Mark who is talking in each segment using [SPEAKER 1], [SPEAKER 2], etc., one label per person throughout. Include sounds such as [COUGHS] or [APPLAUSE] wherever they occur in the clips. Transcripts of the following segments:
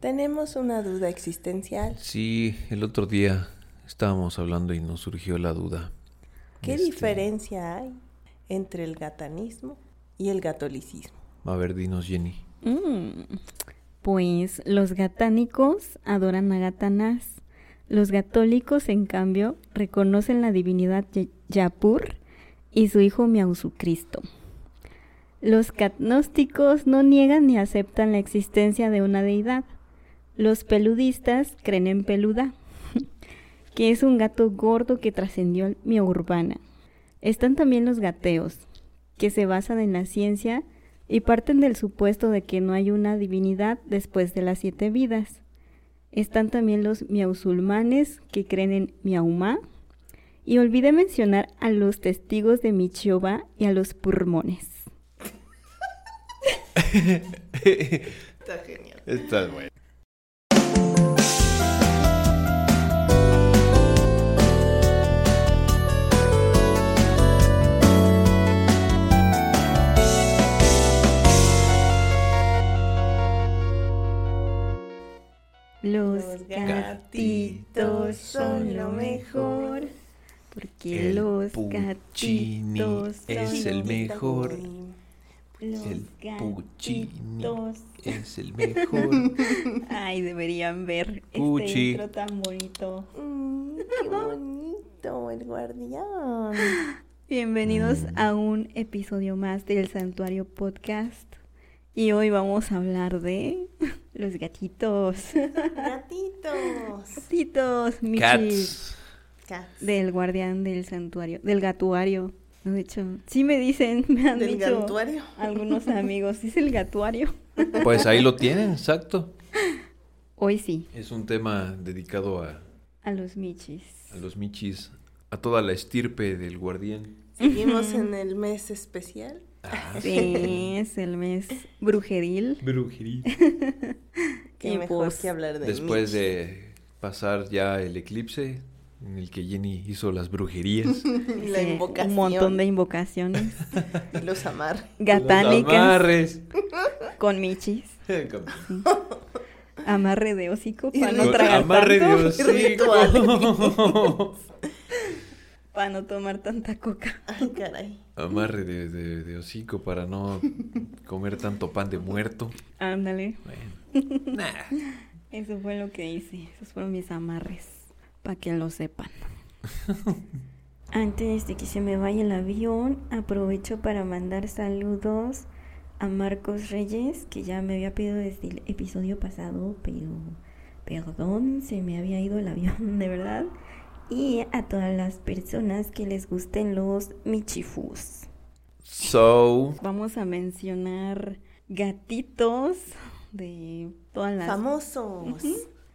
[SPEAKER 1] Tenemos una duda existencial.
[SPEAKER 2] Sí, el otro día estábamos hablando y nos surgió la duda.
[SPEAKER 1] ¿Qué
[SPEAKER 2] Este,
[SPEAKER 1] diferencia hay entre el gatanismo y el catolicismo?
[SPEAKER 2] A ver, dinos, Jenny.
[SPEAKER 3] Mm, Pues los gatánicos adoran a Gatanás. Los católicos, en cambio, reconocen la divinidad Ye- Yapur y su hijo Miausucristo. Los catnósticos no niegan ni aceptan la existencia de una deidad. Los peludistas creen en Peluda, [LAUGHS] que es un gato gordo que trascendió al urbana. Están también los gateos, que se basan en la ciencia y parten del supuesto de que no hay una divinidad después de las siete vidas. Están también los miausulmanes que creen en Miaumá. Y olvidé mencionar a los testigos de Michioba y a los purmones.
[SPEAKER 1] Está genial.
[SPEAKER 2] [LAUGHS] Estás bueno.
[SPEAKER 3] Los,
[SPEAKER 1] Los
[SPEAKER 3] gatitos son lo mejor. Porque
[SPEAKER 2] El
[SPEAKER 3] los
[SPEAKER 2] Puccini
[SPEAKER 3] gatitos
[SPEAKER 2] es
[SPEAKER 3] son
[SPEAKER 2] el
[SPEAKER 3] lo
[SPEAKER 2] mejor.
[SPEAKER 3] Los
[SPEAKER 2] El Puccini
[SPEAKER 3] gatitos.
[SPEAKER 2] es el mejor.
[SPEAKER 3] Ay, deberían ver este
[SPEAKER 2] Pucci.
[SPEAKER 3] intro tan bonito.
[SPEAKER 1] Mm, qué bonito el guardián.
[SPEAKER 3] Bienvenidos
[SPEAKER 2] Mm.
[SPEAKER 3] a un episodio más del Santuario Podcast. Y hoy vamos a hablar de [LAUGHS] los gatitos. [LAUGHS]
[SPEAKER 1] Gatitos.
[SPEAKER 3] Gatitos, [LAUGHS] Michi.
[SPEAKER 2] Cats.
[SPEAKER 1] Cats.
[SPEAKER 3] Del guardián del santuario, del gatuario. No, de hecho, sí me dicen, [LAUGHS] me han
[SPEAKER 1] Del
[SPEAKER 3] dicho
[SPEAKER 1] gatuario.
[SPEAKER 3] algunos amigos, es el gatuario.
[SPEAKER 2] Pues ahí lo tienen, exacto.
[SPEAKER 3] Hoy sí,
[SPEAKER 2] Es un tema dedicado a,
[SPEAKER 3] a los michis.
[SPEAKER 2] a los michis, a toda la estirpe del guardián.
[SPEAKER 1] Seguimos
[SPEAKER 3] [LAUGHS]
[SPEAKER 1] en el mes especial.
[SPEAKER 2] Ah,
[SPEAKER 3] Sí, es el mes brujeril.
[SPEAKER 2] brujería.
[SPEAKER 1] Qué
[SPEAKER 3] Y
[SPEAKER 1] mejor
[SPEAKER 3] pues,
[SPEAKER 1] que hablar de
[SPEAKER 2] Después
[SPEAKER 1] mí.
[SPEAKER 2] de pasar ya el eclipse en el que Jenny hizo las
[SPEAKER 1] [LAUGHS]
[SPEAKER 2] brujerías.
[SPEAKER 1] la
[SPEAKER 3] Hice
[SPEAKER 1] invocación.
[SPEAKER 3] Un montón de invocaciones
[SPEAKER 2] [LAUGHS]
[SPEAKER 1] y los amar.
[SPEAKER 2] Los
[SPEAKER 3] [LAUGHS] gatánicas
[SPEAKER 2] [LAUGHS] amarres.
[SPEAKER 3] con michis.
[SPEAKER 2] Con-
[SPEAKER 3] Amarre de hocico
[SPEAKER 1] Y
[SPEAKER 3] para no
[SPEAKER 1] ritual.
[SPEAKER 3] tragar
[SPEAKER 2] amarre
[SPEAKER 3] tanto,
[SPEAKER 2] de
[SPEAKER 3] [LAUGHS]
[SPEAKER 2] [LAUGHS] hocico.
[SPEAKER 3] para no tomar tanta coca.
[SPEAKER 1] Ay, caray.
[SPEAKER 2] Amarre de, de- de hocico para no comer tanto pan de muerto.
[SPEAKER 3] Ándale,
[SPEAKER 2] Bueno, nah.
[SPEAKER 3] eso fue lo que hice. Esos fueron mis amarres, para que
[SPEAKER 2] [LAUGHS]
[SPEAKER 3] lo sepan. Antes de que se me vaya el avión, aprovecho para mandar saludos a Marcos Reyes, que ya me había pedido desde el episodio pasado, pero perdón, se me había ido el avión, [LAUGHS] de verdad. Y a todas las personas que les gusten los michifus.
[SPEAKER 2] So,
[SPEAKER 3] Vamos a mencionar gatitos de todas las
[SPEAKER 1] Famosos.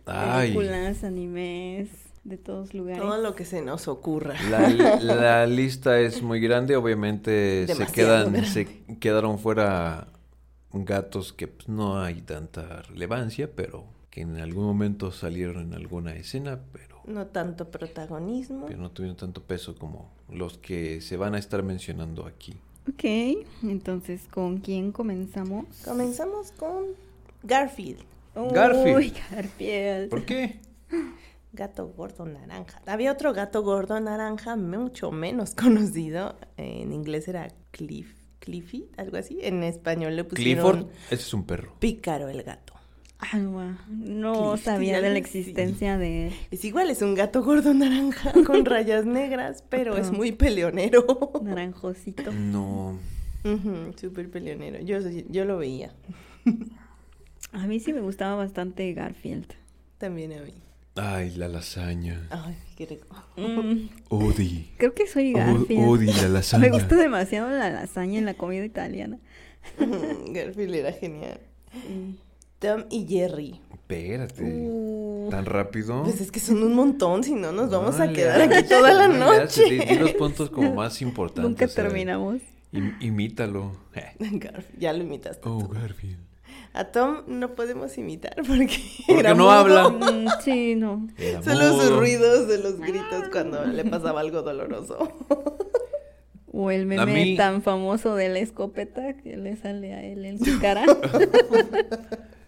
[SPEAKER 2] ay,
[SPEAKER 3] películas, animes, de todos lugares.
[SPEAKER 1] Todo lo que se nos ocurra.
[SPEAKER 2] la, la lista es muy grande. Obviamente se
[SPEAKER 1] Demasiado
[SPEAKER 2] quedan,
[SPEAKER 1] grande.
[SPEAKER 2] se quedaron fuera gatos que pues, no hay tanta relevancia, pero que en algún momento salieron en alguna escena, pero
[SPEAKER 1] No tanto protagonismo.
[SPEAKER 2] que no tuvieron tanto peso como los que se van a estar mencionando aquí.
[SPEAKER 3] Ok, entonces, ¿con quién comenzamos?
[SPEAKER 1] Comenzamos con Garfield,
[SPEAKER 2] Garfield.
[SPEAKER 3] Uy, Garfield.
[SPEAKER 2] ¿Por qué?
[SPEAKER 1] gato gordo naranja. Había otro gato gordo naranja mucho menos [LAUGHS] conocido. En inglés era Cliff, Cliffy, algo así. En español le pusieron
[SPEAKER 2] Clifford, ese es un perro.
[SPEAKER 1] Pícaro el gato.
[SPEAKER 3] Ah, guau, no
[SPEAKER 1] Cliff,
[SPEAKER 3] sabía de la
[SPEAKER 1] algo así.
[SPEAKER 3] existencia
[SPEAKER 1] [LAUGHS]
[SPEAKER 3] de él.
[SPEAKER 1] Es igual, es un gato gordo naranja [LAUGHS] con rayas negras, pero es
[SPEAKER 3] Ajá.
[SPEAKER 1] muy peleonero.
[SPEAKER 3] Naranjosito.
[SPEAKER 2] No,
[SPEAKER 1] Ujú, Súper peleonero. Yo, yo lo veía
[SPEAKER 3] A mí sí me gustaba bastante Garfield.
[SPEAKER 1] también a mí.
[SPEAKER 2] Ay, la lasaña.
[SPEAKER 1] Ay, qué rico.
[SPEAKER 3] Mm,
[SPEAKER 2] Odi.
[SPEAKER 3] creo que soy
[SPEAKER 2] O-
[SPEAKER 3] Garfield.
[SPEAKER 2] Odi la
[SPEAKER 3] me
[SPEAKER 2] lasaña.
[SPEAKER 3] gusta demasiado la lasaña en la comida italiana.
[SPEAKER 1] Ujú, Mm, Garfield era genial.
[SPEAKER 3] Sí.
[SPEAKER 1] Tom y Jerry.
[SPEAKER 2] Espérate.
[SPEAKER 1] Uh.
[SPEAKER 2] ¿Tan rápido?
[SPEAKER 1] Pues es que son un montón, si no nos vamos
[SPEAKER 2] No
[SPEAKER 1] a
[SPEAKER 2] le
[SPEAKER 1] quedar aquí
[SPEAKER 2] haces,
[SPEAKER 1] toda
[SPEAKER 2] [LAUGHS]
[SPEAKER 1] la
[SPEAKER 2] no le haces. Di, di
[SPEAKER 1] noche.
[SPEAKER 2] los
[SPEAKER 1] [LAUGHS]
[SPEAKER 2] puntos como más importantes.
[SPEAKER 3] Nunca
[SPEAKER 2] o sea,
[SPEAKER 3] terminamos.
[SPEAKER 2] im- imítalo. [LAUGHS] Eh.
[SPEAKER 1] [LAUGHS] Garf, ya lo imitaste.
[SPEAKER 2] Oh,
[SPEAKER 1] tú.
[SPEAKER 2] Garfield.
[SPEAKER 1] A Tom no podemos imitar porque,
[SPEAKER 2] [LAUGHS] Porque
[SPEAKER 1] era
[SPEAKER 2] no
[SPEAKER 1] mudo.
[SPEAKER 2] habla.
[SPEAKER 3] Mm, sí, no.
[SPEAKER 2] Era
[SPEAKER 1] [LAUGHS] Solo sus
[SPEAKER 2] mudo.
[SPEAKER 1] ruidos de los gritos cuando le pasaba algo [LAUGHS] doloroso.
[SPEAKER 3] O el
[SPEAKER 2] A
[SPEAKER 3] meme
[SPEAKER 1] [LAUGHS]
[SPEAKER 2] mí-
[SPEAKER 1] Pues
[SPEAKER 3] tan famoso de la escopeta que le sale a él en su cara.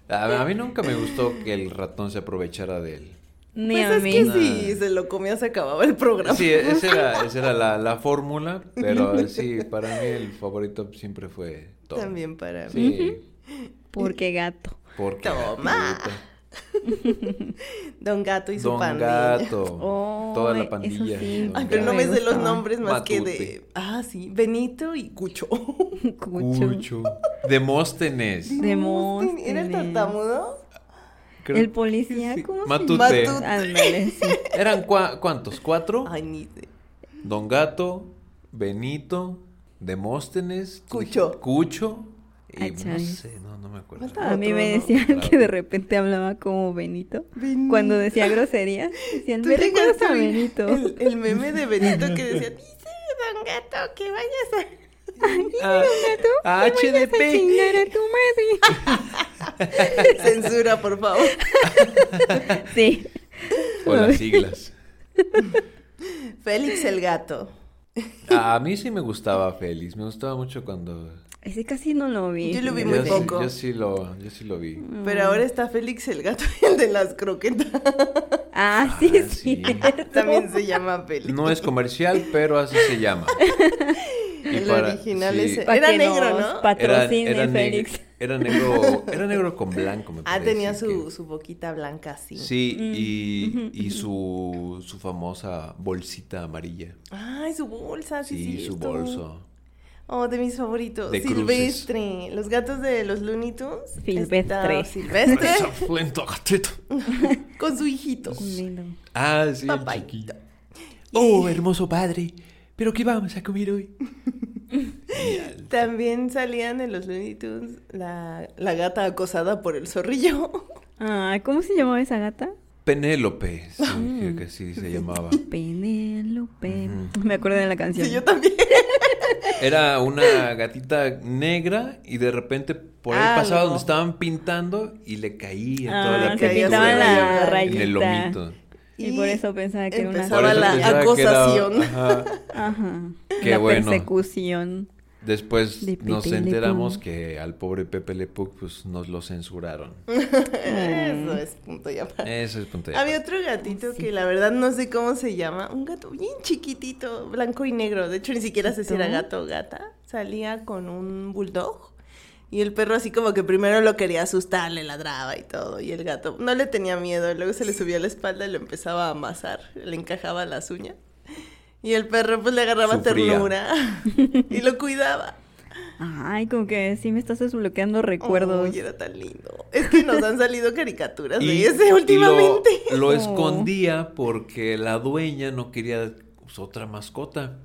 [SPEAKER 2] A, a mí nunca me gustó que el ratón se aprovechara de él.
[SPEAKER 3] Ni
[SPEAKER 1] Pues
[SPEAKER 3] a
[SPEAKER 1] es
[SPEAKER 3] mí.
[SPEAKER 1] que
[SPEAKER 2] No.
[SPEAKER 1] si se lo comía se acababa el programa.
[SPEAKER 2] Sí, esa era, esa era la, la fórmula,
[SPEAKER 1] [LAUGHS]
[SPEAKER 2] pero sí, para mí el favorito siempre fue Toro.
[SPEAKER 1] También para mí.
[SPEAKER 2] Sí,
[SPEAKER 3] Porque gato. [LAUGHS]
[SPEAKER 2] porque
[SPEAKER 1] Toma.
[SPEAKER 2] gatito.
[SPEAKER 1] Don Gato y su
[SPEAKER 2] Don
[SPEAKER 1] pandilla.
[SPEAKER 2] Gato.
[SPEAKER 3] Oh,
[SPEAKER 2] toda la
[SPEAKER 3] eso
[SPEAKER 2] pandilla.
[SPEAKER 3] sí.
[SPEAKER 1] [LAUGHS]
[SPEAKER 2] Don
[SPEAKER 1] Ay, pero no
[SPEAKER 2] Gato.
[SPEAKER 1] me sé los
[SPEAKER 3] Gustaban.
[SPEAKER 1] nombres más que de...
[SPEAKER 2] Matute.
[SPEAKER 1] Ah, sí, Benito y Cucho. [LAUGHS]
[SPEAKER 3] Cucho.
[SPEAKER 2] Cucho. Demóstenes.
[SPEAKER 3] Demóstenes.
[SPEAKER 1] ¿Era el tartamudo?
[SPEAKER 2] Creo
[SPEAKER 3] El
[SPEAKER 2] que
[SPEAKER 3] policía,
[SPEAKER 2] sí.
[SPEAKER 3] ¿cómo se
[SPEAKER 2] Matute.
[SPEAKER 1] Matute.
[SPEAKER 3] Ándale, sí.
[SPEAKER 1] [LAUGHS]
[SPEAKER 2] ¿Eran cua- cuántos? ¿Cuatro?
[SPEAKER 1] Ay, ni sé.
[SPEAKER 2] Don Gato, Benito, Demóstenes.
[SPEAKER 1] Cucho.
[SPEAKER 2] Cucho. Y
[SPEAKER 3] Ay,
[SPEAKER 2] no
[SPEAKER 3] chale.
[SPEAKER 2] sé, no, no me acuerdo.
[SPEAKER 1] Falta-
[SPEAKER 3] A mí
[SPEAKER 1] Otro,
[SPEAKER 3] me
[SPEAKER 1] ¿no?
[SPEAKER 3] decían
[SPEAKER 2] Claro.
[SPEAKER 3] que de repente hablaba como Benito.
[SPEAKER 1] Benito.
[SPEAKER 3] Cuando decía grosería, decían,
[SPEAKER 1] ¿Tú
[SPEAKER 3] me recuerdas
[SPEAKER 1] llegaste
[SPEAKER 3] a
[SPEAKER 1] ver
[SPEAKER 3] Benito.
[SPEAKER 1] El, el meme de Benito que
[SPEAKER 3] [LAUGHS]
[SPEAKER 1] decía, dice Don Gato que vayas a...
[SPEAKER 2] Ah,
[SPEAKER 3] Ah,
[SPEAKER 2] HDP.
[SPEAKER 3] chingar a tu madre.
[SPEAKER 1] [LAUGHS] Censura, por favor. [LAUGHS]
[SPEAKER 3] Sí.
[SPEAKER 2] O las siglas.
[SPEAKER 1] Félix el Gato.
[SPEAKER 2] A mí sí me gustaba Félix, me gustaba mucho cuando...
[SPEAKER 3] Ese casi no lo vi.
[SPEAKER 1] Yo lo vi
[SPEAKER 2] yo
[SPEAKER 1] muy
[SPEAKER 2] sí-
[SPEAKER 1] poco.
[SPEAKER 2] yo sí lo, yo sí lo vi.
[SPEAKER 3] Mm.
[SPEAKER 1] Pero ahora está Félix el Gato, el de las
[SPEAKER 3] [LAUGHS]
[SPEAKER 1] croquetas.
[SPEAKER 3] Ah, sí,
[SPEAKER 2] Ah,
[SPEAKER 3] es
[SPEAKER 2] sí.
[SPEAKER 3] cierto.
[SPEAKER 1] También se llama Félix.
[SPEAKER 2] No es comercial, pero así
[SPEAKER 1] [LAUGHS]
[SPEAKER 2] se llama. Y
[SPEAKER 1] El
[SPEAKER 2] para-
[SPEAKER 1] original
[SPEAKER 2] sí,
[SPEAKER 1] es-
[SPEAKER 2] era-
[SPEAKER 3] Pa'
[SPEAKER 1] Era
[SPEAKER 3] que
[SPEAKER 1] negro,
[SPEAKER 3] nos
[SPEAKER 1] ¿no?
[SPEAKER 3] Patrocine
[SPEAKER 2] era neg-
[SPEAKER 3] Félix.
[SPEAKER 2] Era negro, era negro con blanco,
[SPEAKER 1] [LAUGHS]
[SPEAKER 2] me
[SPEAKER 1] Ah,
[SPEAKER 2] parece
[SPEAKER 1] tenía su,
[SPEAKER 2] que-
[SPEAKER 1] su Mm. boquita blanca así.
[SPEAKER 2] Sí, y, y su, su famosa bolsita amarilla.
[SPEAKER 1] Ay, su bolsa, sí,
[SPEAKER 2] Sí, su
[SPEAKER 1] cierto.
[SPEAKER 2] bolso.
[SPEAKER 1] Oh, de mis favoritos.
[SPEAKER 2] De cruces.
[SPEAKER 1] Silvestre. Los gatos de los Looney Tunes.
[SPEAKER 3] Silvestre.
[SPEAKER 1] Está Silvestre
[SPEAKER 2] Esa flenta gatita.
[SPEAKER 1] [LAUGHS] con su hijito.
[SPEAKER 3] Lindo.
[SPEAKER 2] Ah, sí, el
[SPEAKER 1] Papayito.
[SPEAKER 2] chiquillo. Oh, hermoso padre. ¿Pero qué vamos a comer hoy? Y al-
[SPEAKER 1] También salían en los Looney Tunes la, la gata acosada por el zorrillo.
[SPEAKER 3] Ah, ¿cómo se llamaba esa gata?
[SPEAKER 2] Penélope, sí,
[SPEAKER 1] Mm.
[SPEAKER 2] creo que sí se llamaba.
[SPEAKER 3] Penélope.
[SPEAKER 2] Ujú.
[SPEAKER 3] Me acuerdo de la
[SPEAKER 1] [LAUGHS]
[SPEAKER 3] canción.
[SPEAKER 1] Sí, yo también.
[SPEAKER 2] Era una gatita negra y de repente por
[SPEAKER 1] Ah,
[SPEAKER 2] el pasado
[SPEAKER 1] no.
[SPEAKER 2] donde estaban pintando y le caía toda
[SPEAKER 3] Ah,
[SPEAKER 2] la
[SPEAKER 3] se
[SPEAKER 2] pintura
[SPEAKER 3] pintaba la
[SPEAKER 2] en
[SPEAKER 3] rayita.
[SPEAKER 2] el lomito.
[SPEAKER 3] Y por eso pensaba que era una
[SPEAKER 1] empezaba la
[SPEAKER 3] gata. Por eso
[SPEAKER 1] acosación.
[SPEAKER 2] ajá.
[SPEAKER 3] Ajá.
[SPEAKER 2] Qué
[SPEAKER 3] la
[SPEAKER 2] bueno.
[SPEAKER 3] persecución.
[SPEAKER 2] Después
[SPEAKER 3] De Pepe
[SPEAKER 2] nos
[SPEAKER 3] Le
[SPEAKER 2] enteramos
[SPEAKER 3] Pew.
[SPEAKER 2] que al pobre Pepe Le Pew, pues nos lo censuraron.
[SPEAKER 1] [LAUGHS] Eso es punto y aparte.
[SPEAKER 2] Ese es el punto de
[SPEAKER 1] Había
[SPEAKER 2] aparte.
[SPEAKER 1] otro gatito que la verdad no sé cómo se llama. Un gato bien chiquitito, blanco y negro. De hecho, ni siquiera sé si era gato o gata. Salía con un bulldog. Y el perro así como que primero lo quería asustar, le ladraba y todo. Y el gato no le tenía miedo. Luego se le subía a la espalda y lo empezaba a amasar. Le encajaba las uñas. Y el perro pues le agarraba
[SPEAKER 2] Sufría.
[SPEAKER 1] ternura y lo cuidaba.
[SPEAKER 3] Ay, como que sí me estás desbloqueando recuerdos.
[SPEAKER 1] Ay, era tan lindo. Es que nos han salido caricaturas
[SPEAKER 2] Y-
[SPEAKER 1] de ese
[SPEAKER 2] y [LAUGHS]
[SPEAKER 1] últimamente.
[SPEAKER 2] Lo, lo
[SPEAKER 3] Oh.
[SPEAKER 2] escondía porque la dueña no quería pues, otra mascota.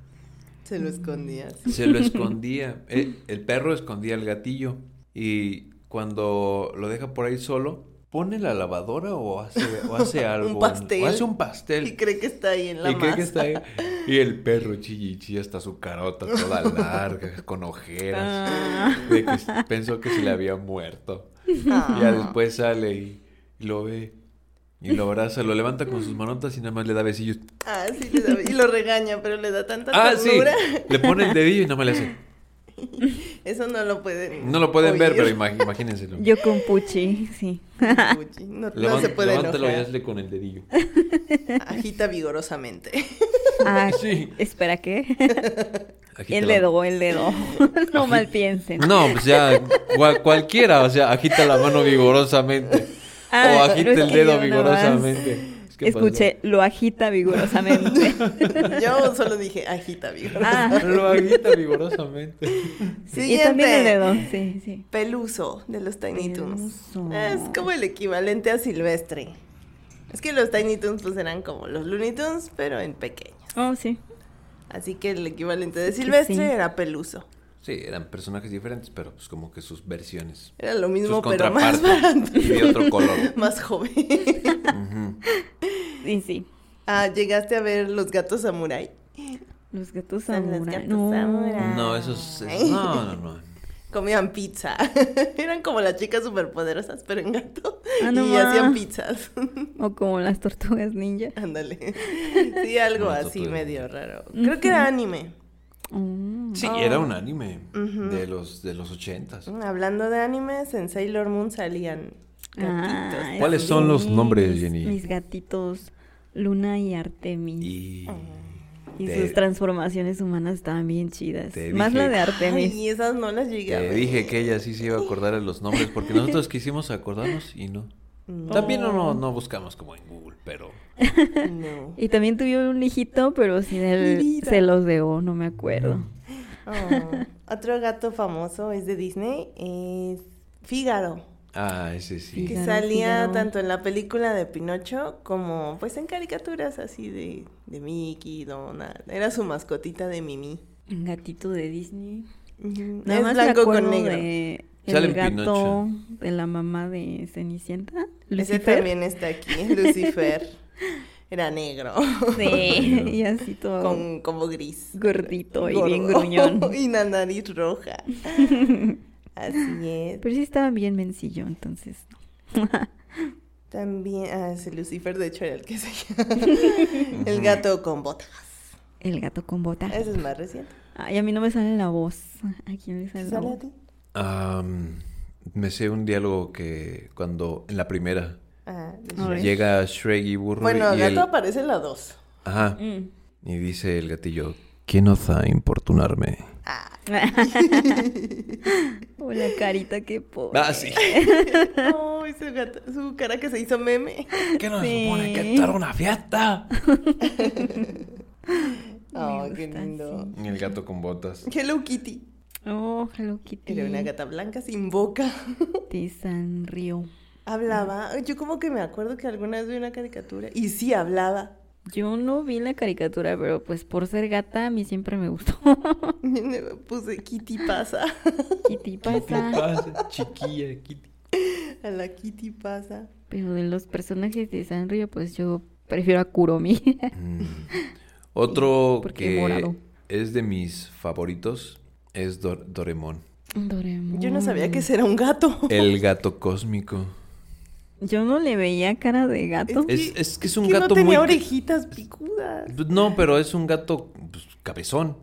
[SPEAKER 1] Se lo escondía. sí.
[SPEAKER 2] Se lo escondía. Eh, El, perro escondía el gatillo. Y cuando lo deja por ahí solo, pone la lavadora o hace, o hace algo.
[SPEAKER 1] Un pastel.
[SPEAKER 2] O hace un
[SPEAKER 1] Y
[SPEAKER 2] pastel.
[SPEAKER 1] cree que está ahí en la
[SPEAKER 2] Y cree que
[SPEAKER 1] masa.
[SPEAKER 2] está ahí. Y el perro chilla y chilla hasta su carota toda larga, [LAUGHS] con ojeras.
[SPEAKER 3] Ah.
[SPEAKER 2] de que s- pensó que se le había muerto.
[SPEAKER 1] Ah.
[SPEAKER 2] Y ya después sale y, y lo ve. Y lo abraza, lo levanta con sus manotas y nada más le da besillos.
[SPEAKER 1] Ah, sí, le da- y lo regaña, pero le da tanta
[SPEAKER 2] Ah, sí.
[SPEAKER 1] ternura. [LAUGHS]
[SPEAKER 2] Le pone el dedillo y nada más le hace.
[SPEAKER 1] Eso no lo pueden
[SPEAKER 2] No lo pueden ver,
[SPEAKER 1] oír. [LAUGHS]
[SPEAKER 2] pero imag- imagínenselo.
[SPEAKER 3] Yo con Puchi, sí.
[SPEAKER 1] Uy, No, no
[SPEAKER 2] Levan-
[SPEAKER 1] se puede
[SPEAKER 2] levántalo y
[SPEAKER 1] enojar.
[SPEAKER 2] hazle con el
[SPEAKER 3] [LAUGHS]
[SPEAKER 2] dedillo.
[SPEAKER 1] Agita vigorosamente. [LAUGHS]
[SPEAKER 3] Ah,
[SPEAKER 2] [LAUGHS] Sí.
[SPEAKER 3] espera, ¿qué?
[SPEAKER 2] Agítalo.
[SPEAKER 3] [LAUGHS] El dedo, el dedo. No mal piensen.
[SPEAKER 2] No, pues ya, cua- cualquiera, o sea, agita la mano vigorosamente.
[SPEAKER 3] Ah,
[SPEAKER 2] o agita
[SPEAKER 3] pero
[SPEAKER 2] el
[SPEAKER 3] es que
[SPEAKER 2] dedo
[SPEAKER 3] yo nada más
[SPEAKER 2] vigorosamente. Es que
[SPEAKER 3] Escuché, lo
[SPEAKER 1] [LAUGHS]
[SPEAKER 3] agita vigorosamente.
[SPEAKER 1] Yo solo dije agita vigorosamente.
[SPEAKER 3] Ah,
[SPEAKER 2] pasó. Lo agita vigorosamente.
[SPEAKER 3] y también el
[SPEAKER 1] Siguiente.
[SPEAKER 3] dedo, sí, sí.
[SPEAKER 1] Peluso de los Tiny Toons.
[SPEAKER 3] Peluso.
[SPEAKER 1] Es como el equivalente a Silvestre. Es que los Tiny Toons pues eran como los Looney Tunes, pero en pequeño.
[SPEAKER 3] Oh, sí.
[SPEAKER 1] Así que el equivalente de
[SPEAKER 3] Sí,
[SPEAKER 1] Silvestre
[SPEAKER 3] sí.
[SPEAKER 1] era Peluso.
[SPEAKER 2] Sí, eran personajes diferentes, pero pues como que sus versiones.
[SPEAKER 1] Era lo
[SPEAKER 2] Sus
[SPEAKER 1] mismo, pero más
[SPEAKER 2] contrapartes.
[SPEAKER 1] barato.
[SPEAKER 2] Y de otro
[SPEAKER 1] [LAUGHS]
[SPEAKER 2] color.
[SPEAKER 1] Más joven. [LAUGHS]
[SPEAKER 2] Ujú.
[SPEAKER 3] Y sí.
[SPEAKER 1] Ah, ¿llegaste a ver Los Gatos Samurai?
[SPEAKER 3] Los gatos
[SPEAKER 1] Son los
[SPEAKER 3] samurai.
[SPEAKER 1] gatos
[SPEAKER 3] No.
[SPEAKER 1] samurái.
[SPEAKER 2] No, esos. esos- no, no, no.
[SPEAKER 1] Comían pizza. [LAUGHS] Eran como las chicas superpoderosas, pero en gato.
[SPEAKER 3] Ah, no
[SPEAKER 1] y
[SPEAKER 3] más.
[SPEAKER 1] hacían pizzas. [LAUGHS]
[SPEAKER 3] O como las tortugas ninja.
[SPEAKER 2] [LAUGHS]
[SPEAKER 1] Ándale. Sí, algo
[SPEAKER 2] No, eso
[SPEAKER 1] así
[SPEAKER 2] todo.
[SPEAKER 1] medio raro. Creo que era anime. Mm.
[SPEAKER 3] Oh.
[SPEAKER 2] Sí, era un anime de los de los ochentas.
[SPEAKER 1] Mm. Hablando de anime, en Sailor Moon salían gatitos.
[SPEAKER 3] Ay,
[SPEAKER 2] ¿Cuáles son los nombres,
[SPEAKER 3] ah, mis-
[SPEAKER 2] Jenny?
[SPEAKER 3] Mis gatitos, Luna y Artemis. Y,
[SPEAKER 2] Y, te-
[SPEAKER 3] sus transformaciones humanas estaban bien chidas.
[SPEAKER 2] te
[SPEAKER 3] Más la
[SPEAKER 2] dije-
[SPEAKER 3] de Artemis.
[SPEAKER 1] Ay, esas no las llegué a
[SPEAKER 2] te
[SPEAKER 1] ver.
[SPEAKER 2] dije que ella sí se iba a acordar de los nombres porque nosotros quisimos acordarnos y no.
[SPEAKER 1] No,
[SPEAKER 2] También no, no, no buscamos como en Google, pero
[SPEAKER 3] [LAUGHS]
[SPEAKER 1] no.
[SPEAKER 3] Y también tuvieron un hijito, pero sin
[SPEAKER 1] Mi
[SPEAKER 3] él
[SPEAKER 1] vida.
[SPEAKER 3] se los debo, no me acuerdo.
[SPEAKER 1] Oh, Otro gato famoso es de Disney, es Fígaro,
[SPEAKER 2] ah, ese sí.
[SPEAKER 1] que
[SPEAKER 3] Fígaro,
[SPEAKER 1] salía
[SPEAKER 3] Fígaro.
[SPEAKER 1] tanto en la película de Pinocho como pues en caricaturas así de, de Mickey, Donald. Era su mascotita de Mimi.
[SPEAKER 3] Un gatito de Disney.
[SPEAKER 1] Ujú,
[SPEAKER 3] Nada
[SPEAKER 1] es
[SPEAKER 3] más me
[SPEAKER 1] blanco
[SPEAKER 3] acuerdo
[SPEAKER 1] con negro.
[SPEAKER 3] de
[SPEAKER 2] Sale en
[SPEAKER 3] el gato
[SPEAKER 2] Pinocho.
[SPEAKER 3] de la mamá de Cenicienta.
[SPEAKER 1] Ese
[SPEAKER 3] Lucifer.
[SPEAKER 1] también está aquí, Lucifer.
[SPEAKER 3] [LAUGHS]
[SPEAKER 1] Era negro,
[SPEAKER 2] [LAUGHS]
[SPEAKER 3] Sí, y así todo
[SPEAKER 1] con como gris.
[SPEAKER 3] gordito y
[SPEAKER 1] Gordo.
[SPEAKER 3] bien gruñón.
[SPEAKER 1] [LAUGHS] y la nariz
[SPEAKER 3] [LAUGHS]
[SPEAKER 1] roja. Así es.
[SPEAKER 3] Pero sí estaba bien mencillo, entonces.
[SPEAKER 1] También, ah, ese Lucifer de hecho era el que
[SPEAKER 3] [LAUGHS]
[SPEAKER 1] se llama. el gato con botas.
[SPEAKER 3] El gato con botas.
[SPEAKER 1] Ese es más reciente.
[SPEAKER 3] Ay, a mí no me sale la voz. ¿A quién le sale, la
[SPEAKER 1] ¿Sale
[SPEAKER 3] voz?
[SPEAKER 1] a ti?
[SPEAKER 2] Am, me sé un diálogo que cuando en la primera
[SPEAKER 1] Ah, de
[SPEAKER 3] A ver.
[SPEAKER 1] Shrek.
[SPEAKER 2] llega Shrek y Burro
[SPEAKER 1] bueno,
[SPEAKER 2] y
[SPEAKER 1] gato
[SPEAKER 2] él-
[SPEAKER 1] aparece en la 2.
[SPEAKER 2] ajá,
[SPEAKER 3] Mm. [LAUGHS]
[SPEAKER 2] y dice el gatillo, ¿quién osa importunarme?
[SPEAKER 3] O la carita que pobre.
[SPEAKER 2] Ah, sí.
[SPEAKER 1] [LAUGHS] Ay, su, gato- su cara que se hizo meme.
[SPEAKER 2] [LAUGHS] ¿Qué nos
[SPEAKER 3] Sí.
[SPEAKER 2] supone que esto era una fiesta?
[SPEAKER 3] Me
[SPEAKER 1] Ay, qué
[SPEAKER 3] gusta,
[SPEAKER 1] lindo.
[SPEAKER 2] Y el gato con botas.
[SPEAKER 1] Hello Kitty.
[SPEAKER 3] Oh, Hello Kitty.
[SPEAKER 1] Era una gata blanca sin boca.
[SPEAKER 3] Te sonrió.
[SPEAKER 1] Hablaba. Yo como que me acuerdo que alguna vez vi una caricatura. Y sí hablaba. [LAUGHS]
[SPEAKER 3] Yo no vi la caricatura, pero pues por ser gata a mí siempre me gustó. [LAUGHS]
[SPEAKER 1] Puse Kitty pasa. [LAUGHS]
[SPEAKER 2] ¿Qué
[SPEAKER 3] Kitty
[SPEAKER 2] te
[SPEAKER 3] pasa.
[SPEAKER 2] pasa, chiquilla? ¿Qué te-
[SPEAKER 1] A la Kitty pasa.
[SPEAKER 3] Pero de los personajes de Sanrio, pues yo prefiero a Kuromi.
[SPEAKER 2] Mm. Otro
[SPEAKER 3] Porque
[SPEAKER 2] que
[SPEAKER 3] morado.
[SPEAKER 2] es de mis favoritos es Dor- Doremon.
[SPEAKER 3] [LAUGHS] Doraemon.
[SPEAKER 1] Yo no sabía que ese era un gato.
[SPEAKER 2] El gato cósmico.
[SPEAKER 3] Yo no le veía cara de gato.
[SPEAKER 2] Es, es que es un
[SPEAKER 1] que
[SPEAKER 2] gato
[SPEAKER 1] no tenía
[SPEAKER 2] muy...
[SPEAKER 1] orejitas picudas.
[SPEAKER 2] No, pero es un gato pues, cabezón.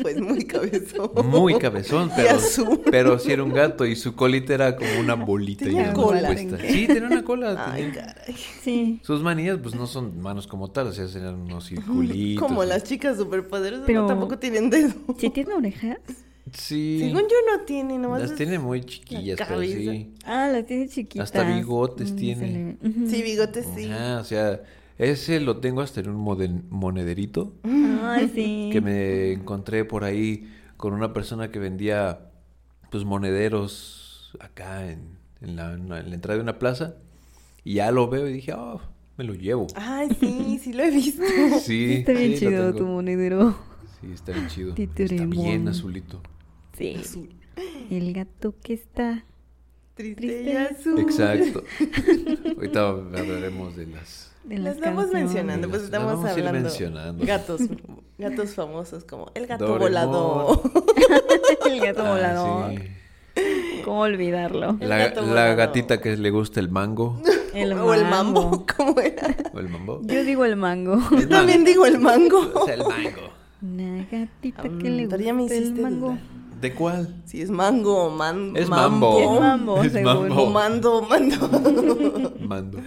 [SPEAKER 1] Pues muy cabezón. [LAUGHS]
[SPEAKER 2] Muy cabezón,
[SPEAKER 1] Y
[SPEAKER 2] pero,
[SPEAKER 1] azul.
[SPEAKER 2] pero sí era un gato y su colita era como una bolita.
[SPEAKER 1] Tenía
[SPEAKER 2] y era
[SPEAKER 1] cola.
[SPEAKER 2] puesta. Sí, tenía una cola.
[SPEAKER 1] Ay,
[SPEAKER 2] tenía-
[SPEAKER 1] caray.
[SPEAKER 3] Sí.
[SPEAKER 2] Sus manillas pues no son manos como tal, o sea, eran unos circulitos.
[SPEAKER 1] Como las chicas superpoderosas
[SPEAKER 3] Pero-
[SPEAKER 1] no, tampoco tienen dedo.
[SPEAKER 3] ¿Sí tiene orejas?
[SPEAKER 2] Sí.
[SPEAKER 1] Según yo no tiene, nomás.
[SPEAKER 2] las
[SPEAKER 1] es-
[SPEAKER 2] tiene muy chiquillas,
[SPEAKER 1] la
[SPEAKER 2] pero
[SPEAKER 1] cabeza.
[SPEAKER 2] sí.
[SPEAKER 3] Ah, las tiene chiquitas.
[SPEAKER 2] Hasta bigotes
[SPEAKER 3] Mm,
[SPEAKER 2] tiene.
[SPEAKER 3] se le ve. Ujú.
[SPEAKER 1] Sí, bigotes sí.
[SPEAKER 2] Ah, o sea, ese lo tengo hasta en un moden- monederito
[SPEAKER 3] Ay, sí.
[SPEAKER 2] que me encontré por ahí con una persona que vendía pues monederos acá en, en la, en la entrada de una plaza y ya lo veo y dije, oh, me lo llevo.
[SPEAKER 1] [LAUGHS] Ay,
[SPEAKER 2] [LAUGHS]
[SPEAKER 1] sí, sí lo he visto.
[SPEAKER 2] Sí,
[SPEAKER 3] Está bien
[SPEAKER 2] sí, lo
[SPEAKER 3] chido
[SPEAKER 2] tengo.
[SPEAKER 3] tu monedero.
[SPEAKER 2] Sí, está bien chido. Está
[SPEAKER 3] Titeremón.
[SPEAKER 2] bien azulito.
[SPEAKER 3] Sí.
[SPEAKER 1] Azul.
[SPEAKER 3] El gato que está.
[SPEAKER 1] Triste,
[SPEAKER 3] Triste
[SPEAKER 1] y
[SPEAKER 3] y
[SPEAKER 1] azul.
[SPEAKER 2] Exacto. Ahorita hablaremos de las...
[SPEAKER 3] De
[SPEAKER 1] Las
[SPEAKER 3] las
[SPEAKER 1] estamos
[SPEAKER 3] canciones.
[SPEAKER 1] mencionando, pues
[SPEAKER 2] Las
[SPEAKER 1] estamos
[SPEAKER 2] vamos a ir
[SPEAKER 1] hablando.
[SPEAKER 2] mencionando. [LAUGHS]
[SPEAKER 1] Gatos, gatos famosos como el gato
[SPEAKER 2] Doraemon.
[SPEAKER 1] volador.
[SPEAKER 3] [LAUGHS] El gato volador.
[SPEAKER 2] Ah, sí.
[SPEAKER 3] ¿Cómo olvidarlo?
[SPEAKER 1] El
[SPEAKER 2] La,
[SPEAKER 1] gato
[SPEAKER 2] la
[SPEAKER 1] volador.
[SPEAKER 2] gatita que le gusta el mango.
[SPEAKER 1] o el mambo, [LAUGHS] ¿cómo era?
[SPEAKER 2] ¿O el mambo?
[SPEAKER 3] Yo digo el mango.
[SPEAKER 1] [LAUGHS] Yo también digo el mango.
[SPEAKER 2] O sea, el mango.
[SPEAKER 3] Una gatita
[SPEAKER 1] Mm,
[SPEAKER 3] que le gusta
[SPEAKER 1] pero ya me
[SPEAKER 3] el
[SPEAKER 1] hiciste
[SPEAKER 3] mango.
[SPEAKER 1] dudar.
[SPEAKER 2] ¿De cuál?
[SPEAKER 1] Si es mango o man-
[SPEAKER 2] Es
[SPEAKER 1] mambo.
[SPEAKER 2] mambo.
[SPEAKER 3] Es mambo,
[SPEAKER 2] Es
[SPEAKER 3] seguro.
[SPEAKER 1] O
[SPEAKER 2] mambo.
[SPEAKER 1] mando, mando. [LAUGHS]
[SPEAKER 2] Mando.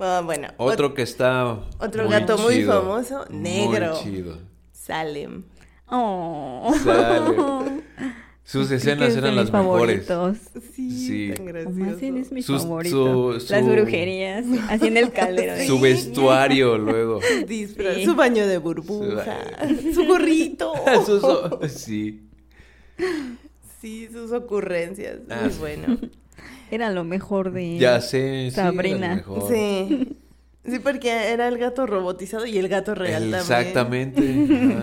[SPEAKER 1] Ah, bueno,
[SPEAKER 2] Otro que está.
[SPEAKER 1] Otro
[SPEAKER 2] muy
[SPEAKER 1] gato muy
[SPEAKER 2] chido,
[SPEAKER 1] famoso, negro.
[SPEAKER 2] Muy chido.
[SPEAKER 1] Salem.
[SPEAKER 3] Oh. [LAUGHS]
[SPEAKER 2] Sale. Sus
[SPEAKER 3] Creo que
[SPEAKER 2] escenas
[SPEAKER 3] es de
[SPEAKER 2] eran
[SPEAKER 3] mis
[SPEAKER 2] las mejores.
[SPEAKER 3] favoritos.
[SPEAKER 1] Sí,
[SPEAKER 2] Sí.
[SPEAKER 1] tan
[SPEAKER 3] O más bien es
[SPEAKER 1] gracioso.
[SPEAKER 3] mi
[SPEAKER 2] Sus-
[SPEAKER 3] favorito.
[SPEAKER 2] su-
[SPEAKER 3] Las
[SPEAKER 2] su-
[SPEAKER 3] brujerías, haciendo el ¿eh? calderón.
[SPEAKER 2] Su
[SPEAKER 1] [LAUGHS]
[SPEAKER 2] vestuario luego. [LAUGHS]
[SPEAKER 1] Su disfraz,
[SPEAKER 3] Sí.
[SPEAKER 1] su baño de burbuja, su
[SPEAKER 2] [LAUGHS]
[SPEAKER 1] gorrito.
[SPEAKER 2] Sus o- sí.
[SPEAKER 1] Sí, sus ocurrencias.
[SPEAKER 2] Ah,
[SPEAKER 1] Muy
[SPEAKER 2] sí.
[SPEAKER 1] bueno.
[SPEAKER 3] Era lo mejor de...
[SPEAKER 2] Ya sé. sí, era el
[SPEAKER 3] Sabrina.
[SPEAKER 2] mejor.
[SPEAKER 1] Sí. Sí, porque era el gato robotizado y el gato real
[SPEAKER 2] El-
[SPEAKER 1] también.
[SPEAKER 2] Exactamente. ajá.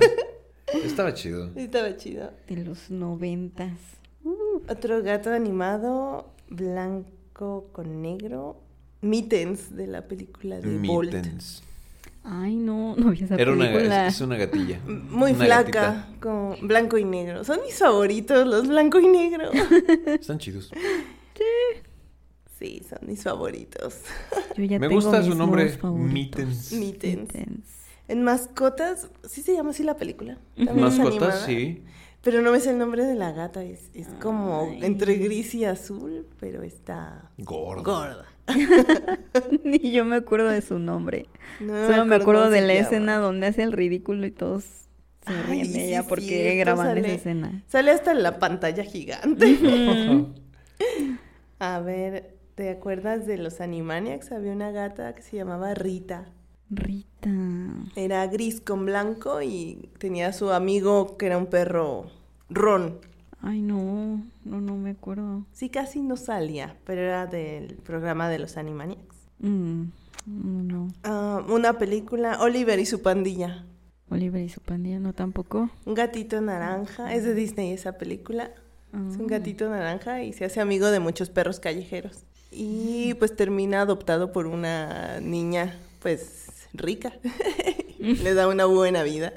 [SPEAKER 1] [LAUGHS]
[SPEAKER 2] Estaba chido.
[SPEAKER 1] Sí, Estaba chido.
[SPEAKER 3] De los noventas.
[SPEAKER 1] Otro gato animado, blanco con negro. Mittens de la película de Bolt.
[SPEAKER 2] Mittens.
[SPEAKER 1] [LAUGHS]
[SPEAKER 3] Ay, no, no vi esa
[SPEAKER 2] Era una,
[SPEAKER 3] película.
[SPEAKER 2] es, es una gatilla.
[SPEAKER 1] M- Muy
[SPEAKER 2] Una
[SPEAKER 1] flaca, con blanco y negro. Son mis favoritos, los blanco y
[SPEAKER 2] [LAUGHS]
[SPEAKER 1] negro.
[SPEAKER 2] gatita. Están
[SPEAKER 3] [LAUGHS]
[SPEAKER 2] chidos.
[SPEAKER 1] Sí, son mis favoritos.
[SPEAKER 3] Yo ya
[SPEAKER 2] Me
[SPEAKER 3] tengo
[SPEAKER 2] gusta
[SPEAKER 3] mis
[SPEAKER 2] su nombre,
[SPEAKER 3] nuevos favoritos.
[SPEAKER 2] Mittens.
[SPEAKER 1] Mittens.
[SPEAKER 3] Mittens. [LAUGHS]
[SPEAKER 1] En mascotas, sí se llama así la película. También es
[SPEAKER 2] Mascotas,
[SPEAKER 1] animada.
[SPEAKER 2] sí.
[SPEAKER 1] Pero no ves el nombre de la gata, es, es como
[SPEAKER 3] Ay.
[SPEAKER 1] entre gris y azul, pero está
[SPEAKER 2] Gordo.
[SPEAKER 1] gorda.
[SPEAKER 3] Ni yo me acuerdo de su nombre.
[SPEAKER 1] No
[SPEAKER 3] Solo me acuerdo
[SPEAKER 1] cómo
[SPEAKER 3] de
[SPEAKER 1] se
[SPEAKER 3] la
[SPEAKER 1] llama.
[SPEAKER 3] escena donde hace el ridículo y todos se
[SPEAKER 1] Ay,
[SPEAKER 3] ríen
[SPEAKER 1] sí,
[SPEAKER 3] de ella
[SPEAKER 1] es
[SPEAKER 3] porque
[SPEAKER 1] cierto,
[SPEAKER 3] graban esa
[SPEAKER 1] sale-
[SPEAKER 2] [LAUGHS]
[SPEAKER 3] escena.
[SPEAKER 1] Sale hasta en la pantalla gigante. A ver, ¿te acuerdas de los Animaniacs? Había una gata que se llamaba Rita.
[SPEAKER 3] Rita.
[SPEAKER 1] Era gris con blanco y tenía a su amigo que era un perro ron.
[SPEAKER 3] Ay, no, no, no me acuerdo.
[SPEAKER 1] Sí, casi no salía, pero era del programa de los Animaniacs.
[SPEAKER 3] Mm, no, no.
[SPEAKER 1] Ah, una película, Oliver y su pandilla.
[SPEAKER 3] Oliver y su pandilla, no tampoco.
[SPEAKER 1] Un gatito naranja, es de Disney esa película. Es un
[SPEAKER 3] Ah.
[SPEAKER 1] gatito naranja y se hace amigo de muchos perros callejeros. Y pues termina adoptado por una niña, pues
[SPEAKER 3] [LAUGHS]
[SPEAKER 1] rica. Le da una buena vida.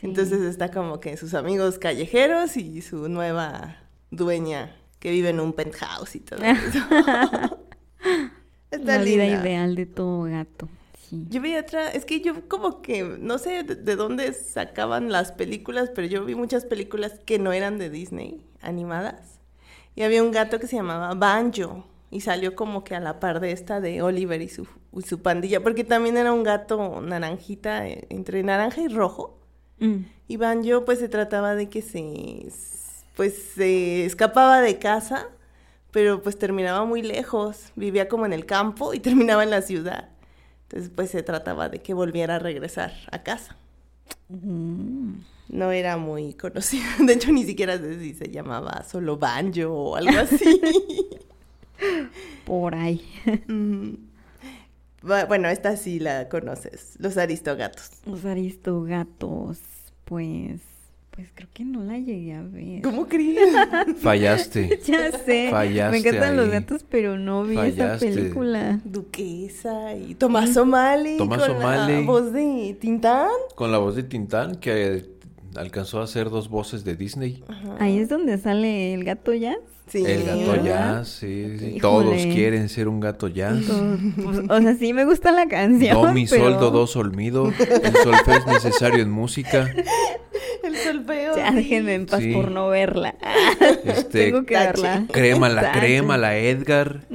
[SPEAKER 3] Sí.
[SPEAKER 1] Entonces está como que sus amigos callejeros y su nueva dueña que vive en un penthouse y todo
[SPEAKER 3] [LAUGHS]
[SPEAKER 1] eso. [LAUGHS] está
[SPEAKER 3] la vida
[SPEAKER 1] linda.
[SPEAKER 3] ideal de todo gato. Sí.
[SPEAKER 1] Yo vi otra, es que yo como que no sé de- de dónde sacaban las películas, pero yo vi muchas películas que no eran de Disney, animadas. Y había un gato que se llamaba Banjo y salió como que a la par de esta de Oliver y su, y su pandilla, porque también era un gato naranjita, eh, entre naranja y rojo.
[SPEAKER 3] Mm.
[SPEAKER 1] Y Banjo pues se trataba de que se pues se escapaba de casa, pero pues terminaba muy lejos, vivía como en el campo y [LAUGHS] terminaba en la ciudad. Entonces pues se trataba de que volviera a regresar a casa.
[SPEAKER 3] Mm.
[SPEAKER 1] No era muy conocido, [LAUGHS] de hecho ni siquiera sé si se llamaba solo Banjo o algo [LAUGHS] así.
[SPEAKER 3] Por ahí.
[SPEAKER 1] Mm. Bu- bueno, esta sí la conoces, Los Aristogatos.
[SPEAKER 3] Los aristogatos. Pues. Pues creo que no la llegué a ver.
[SPEAKER 1] ¿Cómo crees?
[SPEAKER 2] Fallaste.
[SPEAKER 3] [LAUGHS]
[SPEAKER 2] [LAUGHS]
[SPEAKER 3] Ya sé.
[SPEAKER 2] Fallaste
[SPEAKER 3] Me encantan los
[SPEAKER 2] ahí.
[SPEAKER 3] gatos, pero no vi esa
[SPEAKER 2] Fallaste.
[SPEAKER 3] película.
[SPEAKER 1] [LAUGHS] Duquesa y Tomás O'Malley
[SPEAKER 2] Tomás
[SPEAKER 1] con la
[SPEAKER 2] O'Malley.
[SPEAKER 1] voz de Tintán.
[SPEAKER 2] Con la voz de Tintán, que eh, alcanzó a hacer dos voces de Disney.
[SPEAKER 1] Ah.
[SPEAKER 3] Ahí es donde sale el gato jazz.
[SPEAKER 1] Sí,
[SPEAKER 2] El gato
[SPEAKER 1] ¿verdad?
[SPEAKER 2] jazz, sí, sí.
[SPEAKER 3] Híjole.
[SPEAKER 2] Todos quieren ser un gato jazz.
[SPEAKER 3] Todo- pues, o sea, sí me gusta la canción.
[SPEAKER 2] Do, mi,
[SPEAKER 3] pero...
[SPEAKER 2] soldo, do, solmido. El solfeo es necesario en
[SPEAKER 3] [LAUGHS]
[SPEAKER 2] música.
[SPEAKER 1] El solfeo.
[SPEAKER 3] Ya
[SPEAKER 1] sí.
[SPEAKER 3] déjenme en paz
[SPEAKER 2] Sí.
[SPEAKER 3] por no verla.
[SPEAKER 2] Este,
[SPEAKER 3] [LAUGHS] Tengo que
[SPEAKER 1] Tache.
[SPEAKER 3] verla.
[SPEAKER 2] Crema, la
[SPEAKER 3] Exacto.
[SPEAKER 2] crema, la Edgar.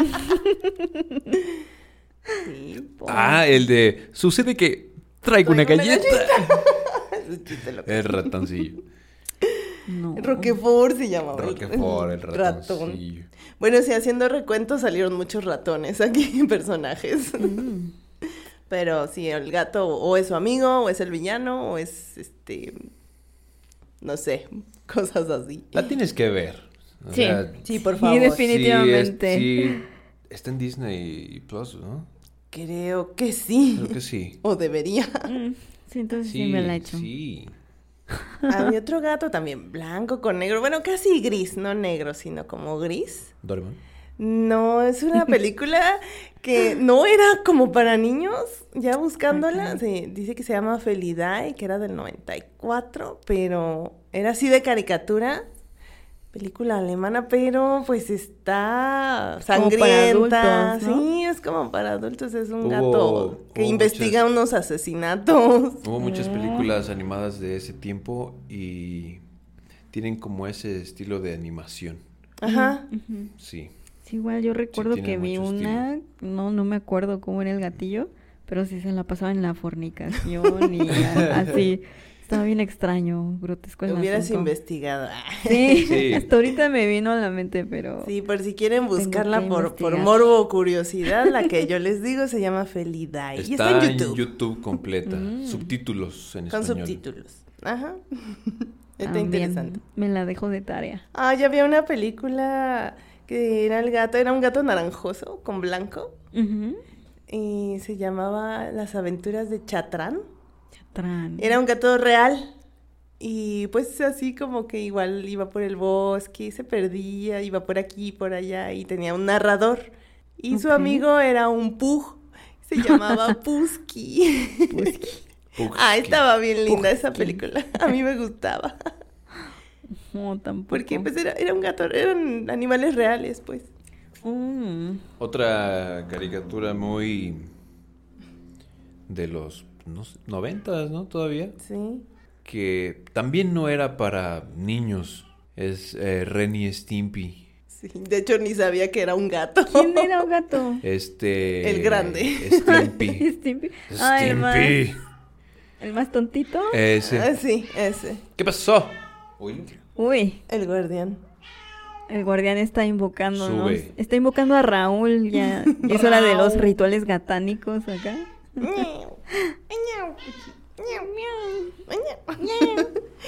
[SPEAKER 1] Sí.
[SPEAKER 2] Ah, el de. Sucede que traigo una
[SPEAKER 1] Traigo una
[SPEAKER 2] galleta.
[SPEAKER 1] [LAUGHS]
[SPEAKER 2] El ratoncillo.
[SPEAKER 3] No.
[SPEAKER 1] Roquefort se llamaba.
[SPEAKER 2] Roquefort, el
[SPEAKER 1] ratón.
[SPEAKER 2] ratoncillo.
[SPEAKER 1] Bueno, sí, haciendo recuento salieron muchos ratones aquí, [LAUGHS] personajes.
[SPEAKER 3] Mm.
[SPEAKER 1] Pero sí, el gato o es su amigo, o es el villano, o es este. No sé, cosas así.
[SPEAKER 2] La tienes que ver. O
[SPEAKER 3] Sí.
[SPEAKER 2] sea,
[SPEAKER 1] Sí, por
[SPEAKER 3] Sí,
[SPEAKER 1] favor.
[SPEAKER 3] defin- Definitivamente.
[SPEAKER 2] Sí, es- sí, está en Disney Plus, ¿no?
[SPEAKER 1] Creo que sí.
[SPEAKER 2] Creo
[SPEAKER 1] [LAUGHS]
[SPEAKER 2] que sí.
[SPEAKER 1] O
[SPEAKER 3] [LAUGHS]
[SPEAKER 1] debería.
[SPEAKER 3] Mm. Sí, entonces sí,
[SPEAKER 2] Sí,
[SPEAKER 3] me la echo.
[SPEAKER 2] sí.
[SPEAKER 1] Había otro gato también, blanco con negro. Bueno, casi gris, no negro, sino como gris.
[SPEAKER 2] Doraemon.
[SPEAKER 1] No, es
[SPEAKER 3] [LAUGHS]
[SPEAKER 1] una película que no era como para niños. Ya buscándola, se- dice que se llama Felidad y que era del 94, pero era así de caricatura. Película alemana, pero pues está
[SPEAKER 3] Como para
[SPEAKER 1] sangrienta.
[SPEAKER 3] adultos, ¿no?
[SPEAKER 1] Sí, es como para adultos. Es un
[SPEAKER 2] Hubo-
[SPEAKER 1] gato que
[SPEAKER 2] hubo
[SPEAKER 1] investiga unos asesinatos.
[SPEAKER 2] Hubo muchas
[SPEAKER 3] Ah.
[SPEAKER 2] películas animadas de ese tiempo y tienen como ese estilo de animación.
[SPEAKER 1] Ajá.
[SPEAKER 3] Ujú.
[SPEAKER 2] Sí.
[SPEAKER 3] Sí, igual yo recuerdo
[SPEAKER 2] tiene
[SPEAKER 3] que vi
[SPEAKER 2] mucho
[SPEAKER 3] una, no, no me acuerdo cómo era el gatillo, pero sí se la pasaba en la [LAUGHS]
[SPEAKER 2] [LAUGHS]
[SPEAKER 3] fornicación y a- así. Estaba bien extraño, grotesco el
[SPEAKER 1] Hubieras
[SPEAKER 3] asunto.
[SPEAKER 1] investigado. Ah.
[SPEAKER 3] Sí,
[SPEAKER 2] Sí.
[SPEAKER 3] [LAUGHS] hasta ahorita me vino a la mente, pero...
[SPEAKER 1] Sí, por si quieren buscarla
[SPEAKER 3] que
[SPEAKER 1] por, por
[SPEAKER 3] investigar.
[SPEAKER 1] morbo
[SPEAKER 3] [LAUGHS]
[SPEAKER 1] o curiosidad, la que yo les digo se llama Felida y está en YouTube,
[SPEAKER 2] completa.
[SPEAKER 3] Mm.
[SPEAKER 2] Subtítulos en
[SPEAKER 1] con
[SPEAKER 2] español.
[SPEAKER 1] subtítulos. Ajá. [LAUGHS] Está
[SPEAKER 3] también
[SPEAKER 1] interesante.
[SPEAKER 3] Me la dejo de tarea.
[SPEAKER 1] Ah, ya había una película que era el gato, era un gato naranjoso con blanco
[SPEAKER 3] Ujú.
[SPEAKER 1] y se llamaba Las aventuras de Chatrán.
[SPEAKER 3] Chatrán.
[SPEAKER 1] Era un gato real. Y pues así como que igual iba por el bosque, se perdía, iba por aquí, por allá, y tenía un narrador. Y su
[SPEAKER 3] Ok.
[SPEAKER 1] amigo era un pug,
[SPEAKER 3] [LAUGHS]
[SPEAKER 1] se llamaba Pusky.
[SPEAKER 3] Pues,
[SPEAKER 2] Uf,
[SPEAKER 1] [LAUGHS] ah,
[SPEAKER 2] qué-
[SPEAKER 1] estaba bien linda esa
[SPEAKER 3] Pusky.
[SPEAKER 1] película, [LAUGHS] a mí me gustaba.
[SPEAKER 3] no, tampoco.
[SPEAKER 1] Porque pues era, era un gato, eran animales reales, pues. [LAUGHS]
[SPEAKER 3] Mm.
[SPEAKER 2] Otra caricatura muy de los noventas, ¿no? Todavía.
[SPEAKER 1] Sí.
[SPEAKER 2] que también no era para niños. Es eh, Ren y Stimpy.
[SPEAKER 1] Sí, de hecho ni sabía que era un gato.
[SPEAKER 3] ¿Quién era un gato?
[SPEAKER 2] Este...
[SPEAKER 1] El grande.
[SPEAKER 2] Stimpy.
[SPEAKER 3] [LAUGHS]
[SPEAKER 1] [LAUGHS]
[SPEAKER 3] Stimpy. Ah, el más,
[SPEAKER 2] Stimpy.
[SPEAKER 3] el más tontito.
[SPEAKER 1] [LAUGHS]
[SPEAKER 2] Eh.
[SPEAKER 1] Ah,
[SPEAKER 2] Ese.
[SPEAKER 1] sí, ese.
[SPEAKER 2] ¿Qué pasó?
[SPEAKER 3] Uy,
[SPEAKER 1] El guardián.
[SPEAKER 3] el guardián está invocando, ¿no?
[SPEAKER 2] Sube.
[SPEAKER 3] Está invocando a
[SPEAKER 1] [LAUGHS]
[SPEAKER 3] Raúl ya. Es hora de los rituales gatánicos acá.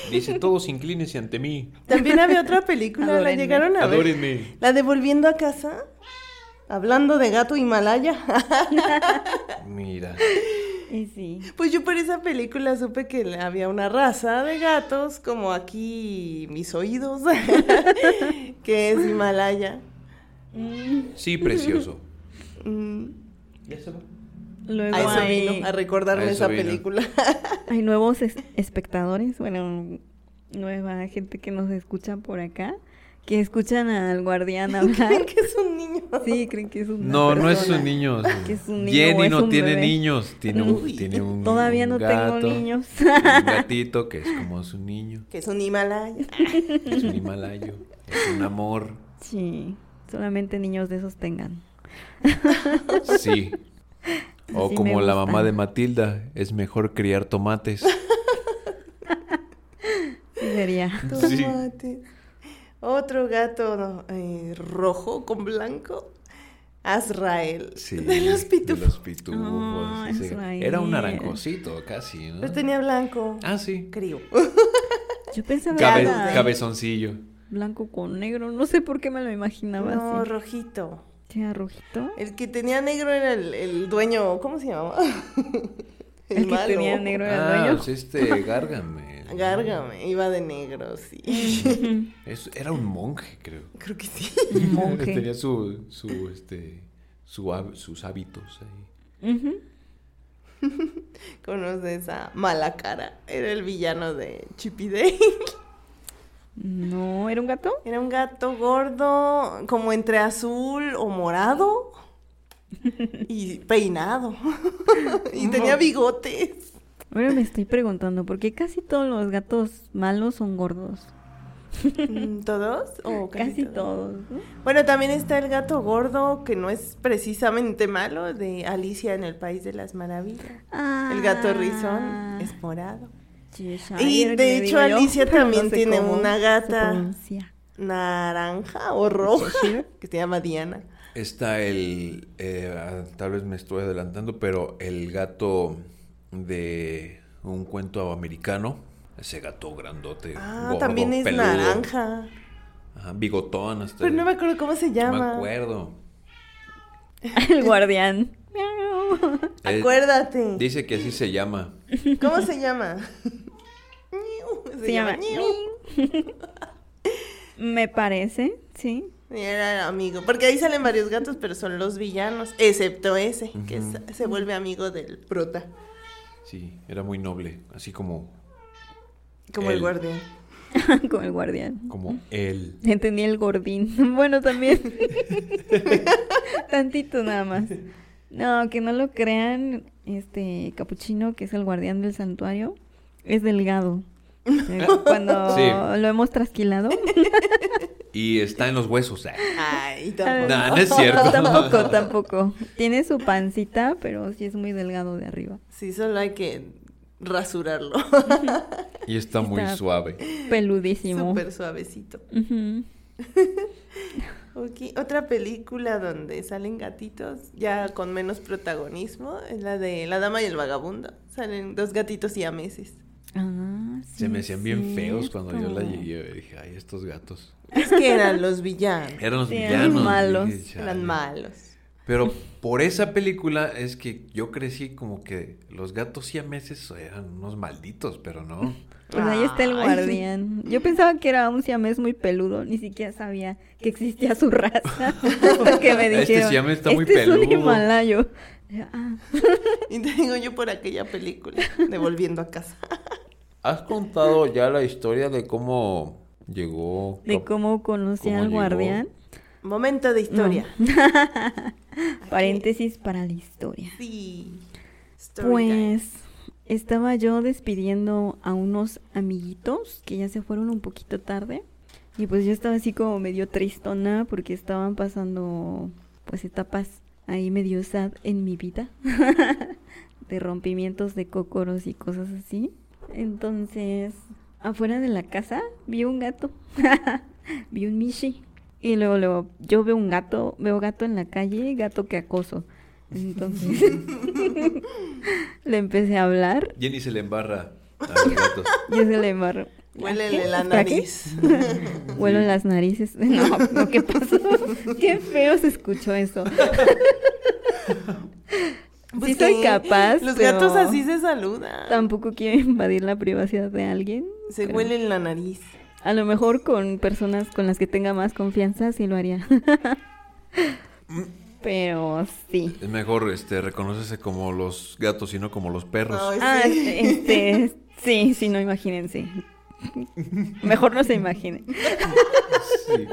[SPEAKER 2] Dice, todos inclínense ante mí.
[SPEAKER 1] También había otra película, la
[SPEAKER 3] Adórenme.
[SPEAKER 1] llegaron a ver.
[SPEAKER 2] Adórenme.
[SPEAKER 1] La de Volviendo a casa. Hablando de gato Himalaya.
[SPEAKER 2] Mira.
[SPEAKER 3] Y sí.
[SPEAKER 1] [LAUGHS] Pues yo por esa película supe que había una raza de gatos, como aquí mis oídos, [LAUGHS] que es Himalaya.
[SPEAKER 2] Sí, precioso.
[SPEAKER 1] [LAUGHS] Mm,
[SPEAKER 2] Ya se va.
[SPEAKER 3] Luego
[SPEAKER 1] a eso
[SPEAKER 3] hay,
[SPEAKER 1] vino, a recordarme
[SPEAKER 2] A eso
[SPEAKER 1] esa
[SPEAKER 2] vino.
[SPEAKER 1] película. [LAUGHS]
[SPEAKER 3] hay nuevos es- espectadores, bueno, nueva gente que nos escucha por acá, que escuchan
[SPEAKER 1] [LAUGHS]
[SPEAKER 3] al guardián hablar.
[SPEAKER 1] Creen que es un niño.
[SPEAKER 3] Sí, creen que es un
[SPEAKER 2] No, no es un niño.
[SPEAKER 3] [LAUGHS] Que es un niño o
[SPEAKER 2] Jenny
[SPEAKER 3] es
[SPEAKER 2] no
[SPEAKER 3] un
[SPEAKER 2] tiene
[SPEAKER 3] bebé.
[SPEAKER 2] niños. Tiene
[SPEAKER 1] Uy,
[SPEAKER 2] un, tiene un
[SPEAKER 3] Todavía no
[SPEAKER 2] un gato,
[SPEAKER 3] tengo niños. [LAUGHS]
[SPEAKER 2] Un gatito que es como su niño.
[SPEAKER 1] Que es un Himalaya.
[SPEAKER 2] Es un himalayo. Es un amor.
[SPEAKER 3] Sí, solamente niños de esos tengan. [LAUGHS]
[SPEAKER 2] Sí. O
[SPEAKER 3] Así me
[SPEAKER 2] como la mamá
[SPEAKER 3] gustan.
[SPEAKER 2] de Matilda, es mejor criar tomates.
[SPEAKER 3] Sí
[SPEAKER 2] [LAUGHS]
[SPEAKER 3] sería.
[SPEAKER 2] Sí.
[SPEAKER 1] Tomate. Otro gato no, eh, rojo con blanco. Azrael.
[SPEAKER 2] Sí,
[SPEAKER 1] de los
[SPEAKER 2] de
[SPEAKER 1] pitufos.
[SPEAKER 2] los pitufos,
[SPEAKER 3] Ah,
[SPEAKER 2] ese-
[SPEAKER 3] Israel.
[SPEAKER 2] Era un naranjosito casi, ¿no?
[SPEAKER 1] Pero Pues tenía blanco.
[SPEAKER 2] Ah, sí.
[SPEAKER 1] Creo.
[SPEAKER 3] Yo pensaba
[SPEAKER 2] Cabe-
[SPEAKER 3] que era
[SPEAKER 2] cabezoncillo.
[SPEAKER 3] blanco con negro, no sé por qué me lo imaginaba
[SPEAKER 1] No,
[SPEAKER 3] así.
[SPEAKER 1] rojito.
[SPEAKER 3] ¿Que era rojito?
[SPEAKER 1] El que tenía negro era el, el dueño. ¿Cómo se llamaba? [LAUGHS]
[SPEAKER 3] El, que
[SPEAKER 1] malo.
[SPEAKER 3] tenía negro era
[SPEAKER 2] Ah,
[SPEAKER 3] el
[SPEAKER 2] pues este, [LAUGHS] Gargamel.
[SPEAKER 1] Gárgame, iba de negro, sí.
[SPEAKER 3] dueño.
[SPEAKER 2] Es- era un monje, creo.
[SPEAKER 1] [LAUGHS] Creo que sí.
[SPEAKER 2] [LAUGHS]
[SPEAKER 3] Monje.
[SPEAKER 2] Tenía su, su, este, su hab- sus hábitos ahí.
[SPEAKER 3] Ujú.
[SPEAKER 1] Conoce esa mala cara. Era el villano de Chippy Dale.
[SPEAKER 3] No, ¿era un gato?
[SPEAKER 1] Era un gato gordo, como entre azul o morado. Y peinado. [LAUGHS] y tenía
[SPEAKER 3] [LAUGHS]
[SPEAKER 1] bigotes.
[SPEAKER 3] Ahora me estoy preguntando, ¿por qué casi todos los gatos malos son gordos?
[SPEAKER 1] Mm, ¿Todos? O
[SPEAKER 3] Casi todos. ¿no?
[SPEAKER 1] Bueno, también está el gato gordo, que no es precisamente malo, de Alicia en el País de las Maravillas. El gato
[SPEAKER 3] Ah,
[SPEAKER 1] rizón es morado.
[SPEAKER 3] Cheshire,
[SPEAKER 1] Y, de
[SPEAKER 3] le
[SPEAKER 1] hecho,
[SPEAKER 3] digo yo,
[SPEAKER 1] Alicia
[SPEAKER 3] pero
[SPEAKER 1] también tiene
[SPEAKER 3] cómo
[SPEAKER 1] una
[SPEAKER 3] se
[SPEAKER 1] gata.
[SPEAKER 3] pronuncia.
[SPEAKER 1] naranja o roja, [LAUGHS] que se llama Diana.
[SPEAKER 2] Está el. eh, ah, tal vez me estoy adelantando, pero el gato de un cuento americano. Ese gato grandote.
[SPEAKER 1] Ah,
[SPEAKER 2] gordo,
[SPEAKER 1] también es
[SPEAKER 2] peludo,
[SPEAKER 1] naranja.
[SPEAKER 2] ajá, bigotón hasta.
[SPEAKER 1] Pero no me acuerdo cómo se
[SPEAKER 2] no me
[SPEAKER 1] llama.
[SPEAKER 2] acuerdo.
[SPEAKER 1] [LAUGHS]
[SPEAKER 3] El guardián. Miau.
[SPEAKER 2] Eh,
[SPEAKER 1] Acuérdate.
[SPEAKER 2] Dice que así se llama.
[SPEAKER 3] [LAUGHS]
[SPEAKER 1] ¿Cómo se llama?
[SPEAKER 3] Se, llama.
[SPEAKER 1] Ñu.
[SPEAKER 3] Me parece, sí. [LAUGHS]
[SPEAKER 1] Y Era el amigo. Porque ahí salen varios gatos, pero son los villanos. Excepto ese, que es- se vuelve amigo del prota.
[SPEAKER 2] Sí, era muy noble. Así como.
[SPEAKER 1] Como el
[SPEAKER 2] El-
[SPEAKER 1] guardián.
[SPEAKER 3] Como el guardián.
[SPEAKER 2] Como él.
[SPEAKER 3] Entendí el gordín. [LAUGHS] Bueno, también. Tantito nada más. No, que no lo crean, este capuchino, que es el guardián del santuario, es delgado. O sea, Cuando
[SPEAKER 2] Sí.
[SPEAKER 3] lo hemos trasquilado.
[SPEAKER 2] Y está en los huesos. ah.
[SPEAKER 1] Ay, [LAUGHS]
[SPEAKER 3] Ay,
[SPEAKER 1] tampoco.
[SPEAKER 2] No, no es cierto.
[SPEAKER 3] Tampoco, tampoco. Tiene su pancita, pero sí es muy delgado de arriba.
[SPEAKER 1] Sí, solo hay que
[SPEAKER 3] [LAUGHS]
[SPEAKER 1] rasurarlo.
[SPEAKER 2] Y está muy
[SPEAKER 3] Está-
[SPEAKER 2] suave.
[SPEAKER 1] [LAUGHS]
[SPEAKER 3] Peludísimo.
[SPEAKER 1] Súper suavecito.
[SPEAKER 3] Ujú.
[SPEAKER 1] Ok, Otra película donde salen gatitos, ya con menos protagonismo, es la de La Dama y el Vagabundo. Salen dos gatitos y a meses.
[SPEAKER 3] Ah, sí,
[SPEAKER 2] Se me hacían bien feos cuando yo la
[SPEAKER 3] cierto.
[SPEAKER 2] llegué. Dije, ay, estos gatos.
[SPEAKER 1] Es que
[SPEAKER 3] [LAUGHS]
[SPEAKER 1] eran los villanos,
[SPEAKER 2] Eran los
[SPEAKER 3] Sí, eran
[SPEAKER 2] villanos.
[SPEAKER 3] malos.
[SPEAKER 2] dije, "Chale".
[SPEAKER 1] eran malos.
[SPEAKER 2] Pero por esa película es que yo crecí como que los gatos siameses eran unos malditos, pero
[SPEAKER 3] [LAUGHS]
[SPEAKER 2] no.
[SPEAKER 3] Pues ahí está el
[SPEAKER 1] Ay.
[SPEAKER 3] guardián. Yo pensaba que era un siamés muy peludo, ni siquiera sabía que existía su raza. [LAUGHS] Hasta que me
[SPEAKER 2] Este
[SPEAKER 3] dijeron,
[SPEAKER 2] siamés está muy
[SPEAKER 3] "Este Es un
[SPEAKER 2] peludo".
[SPEAKER 3] himalayo. Yo, "Ah".
[SPEAKER 1] [LAUGHS] Y te digo yo por aquella película, de Volviendo a Casa.
[SPEAKER 2] ¿Has contado ya la historia de cómo llegó?
[SPEAKER 3] de cómo conocí
[SPEAKER 2] ¿Cómo
[SPEAKER 3] al
[SPEAKER 2] llegó?
[SPEAKER 3] guardián.
[SPEAKER 1] Momento de historia.
[SPEAKER 3] Mm. Paréntesis para la historia.
[SPEAKER 1] Sí. Story time.
[SPEAKER 3] Pues Estaba yo despidiendo a unos amiguitos que ya se fueron un poquito tarde. Y pues yo estaba así como medio tristona porque estaban pasando pues etapas ahí medio sad en mi vida. [LAUGHS] de rompimientos de cócoros y cosas así. Entonces, afuera de la casa vi un gato. [LAUGHS] vi un Mishi. Y luego, luego, yo veo un gato, veo gato en la calle, gato que acoso. Entonces, [LAUGHS] le empecé a hablar.
[SPEAKER 2] Jenny se le embarra a los gatos.
[SPEAKER 3] Yo se le embarro.
[SPEAKER 1] Huélele la
[SPEAKER 3] Pues, ¿Para qué? [LAUGHS]
[SPEAKER 1] nariz.
[SPEAKER 3] Huelo en las narices. [LAUGHS] No, no, ¿qué pasó? [LAUGHS] Qué feo se escuchó eso.
[SPEAKER 1] Pues
[SPEAKER 3] sí soy
[SPEAKER 1] sí,
[SPEAKER 3] capaz,
[SPEAKER 1] Los
[SPEAKER 3] pero
[SPEAKER 1] gatos así se saludan.
[SPEAKER 3] Tampoco quiero invadir la privacidad de alguien.
[SPEAKER 1] Se
[SPEAKER 3] pero
[SPEAKER 1] huelen la nariz.
[SPEAKER 3] A lo mejor con personas con las que tenga más confianza sí lo
[SPEAKER 1] [LAUGHS]
[SPEAKER 3] haría. pero sí.
[SPEAKER 2] Es mejor este, reconocerse como los gatos y no como los perros.
[SPEAKER 1] Ay,
[SPEAKER 3] Ah,
[SPEAKER 1] sí. [LAUGHS]
[SPEAKER 3] este, sí, sí, no imagínense. Mejor no se imaginen.
[SPEAKER 2] Sí.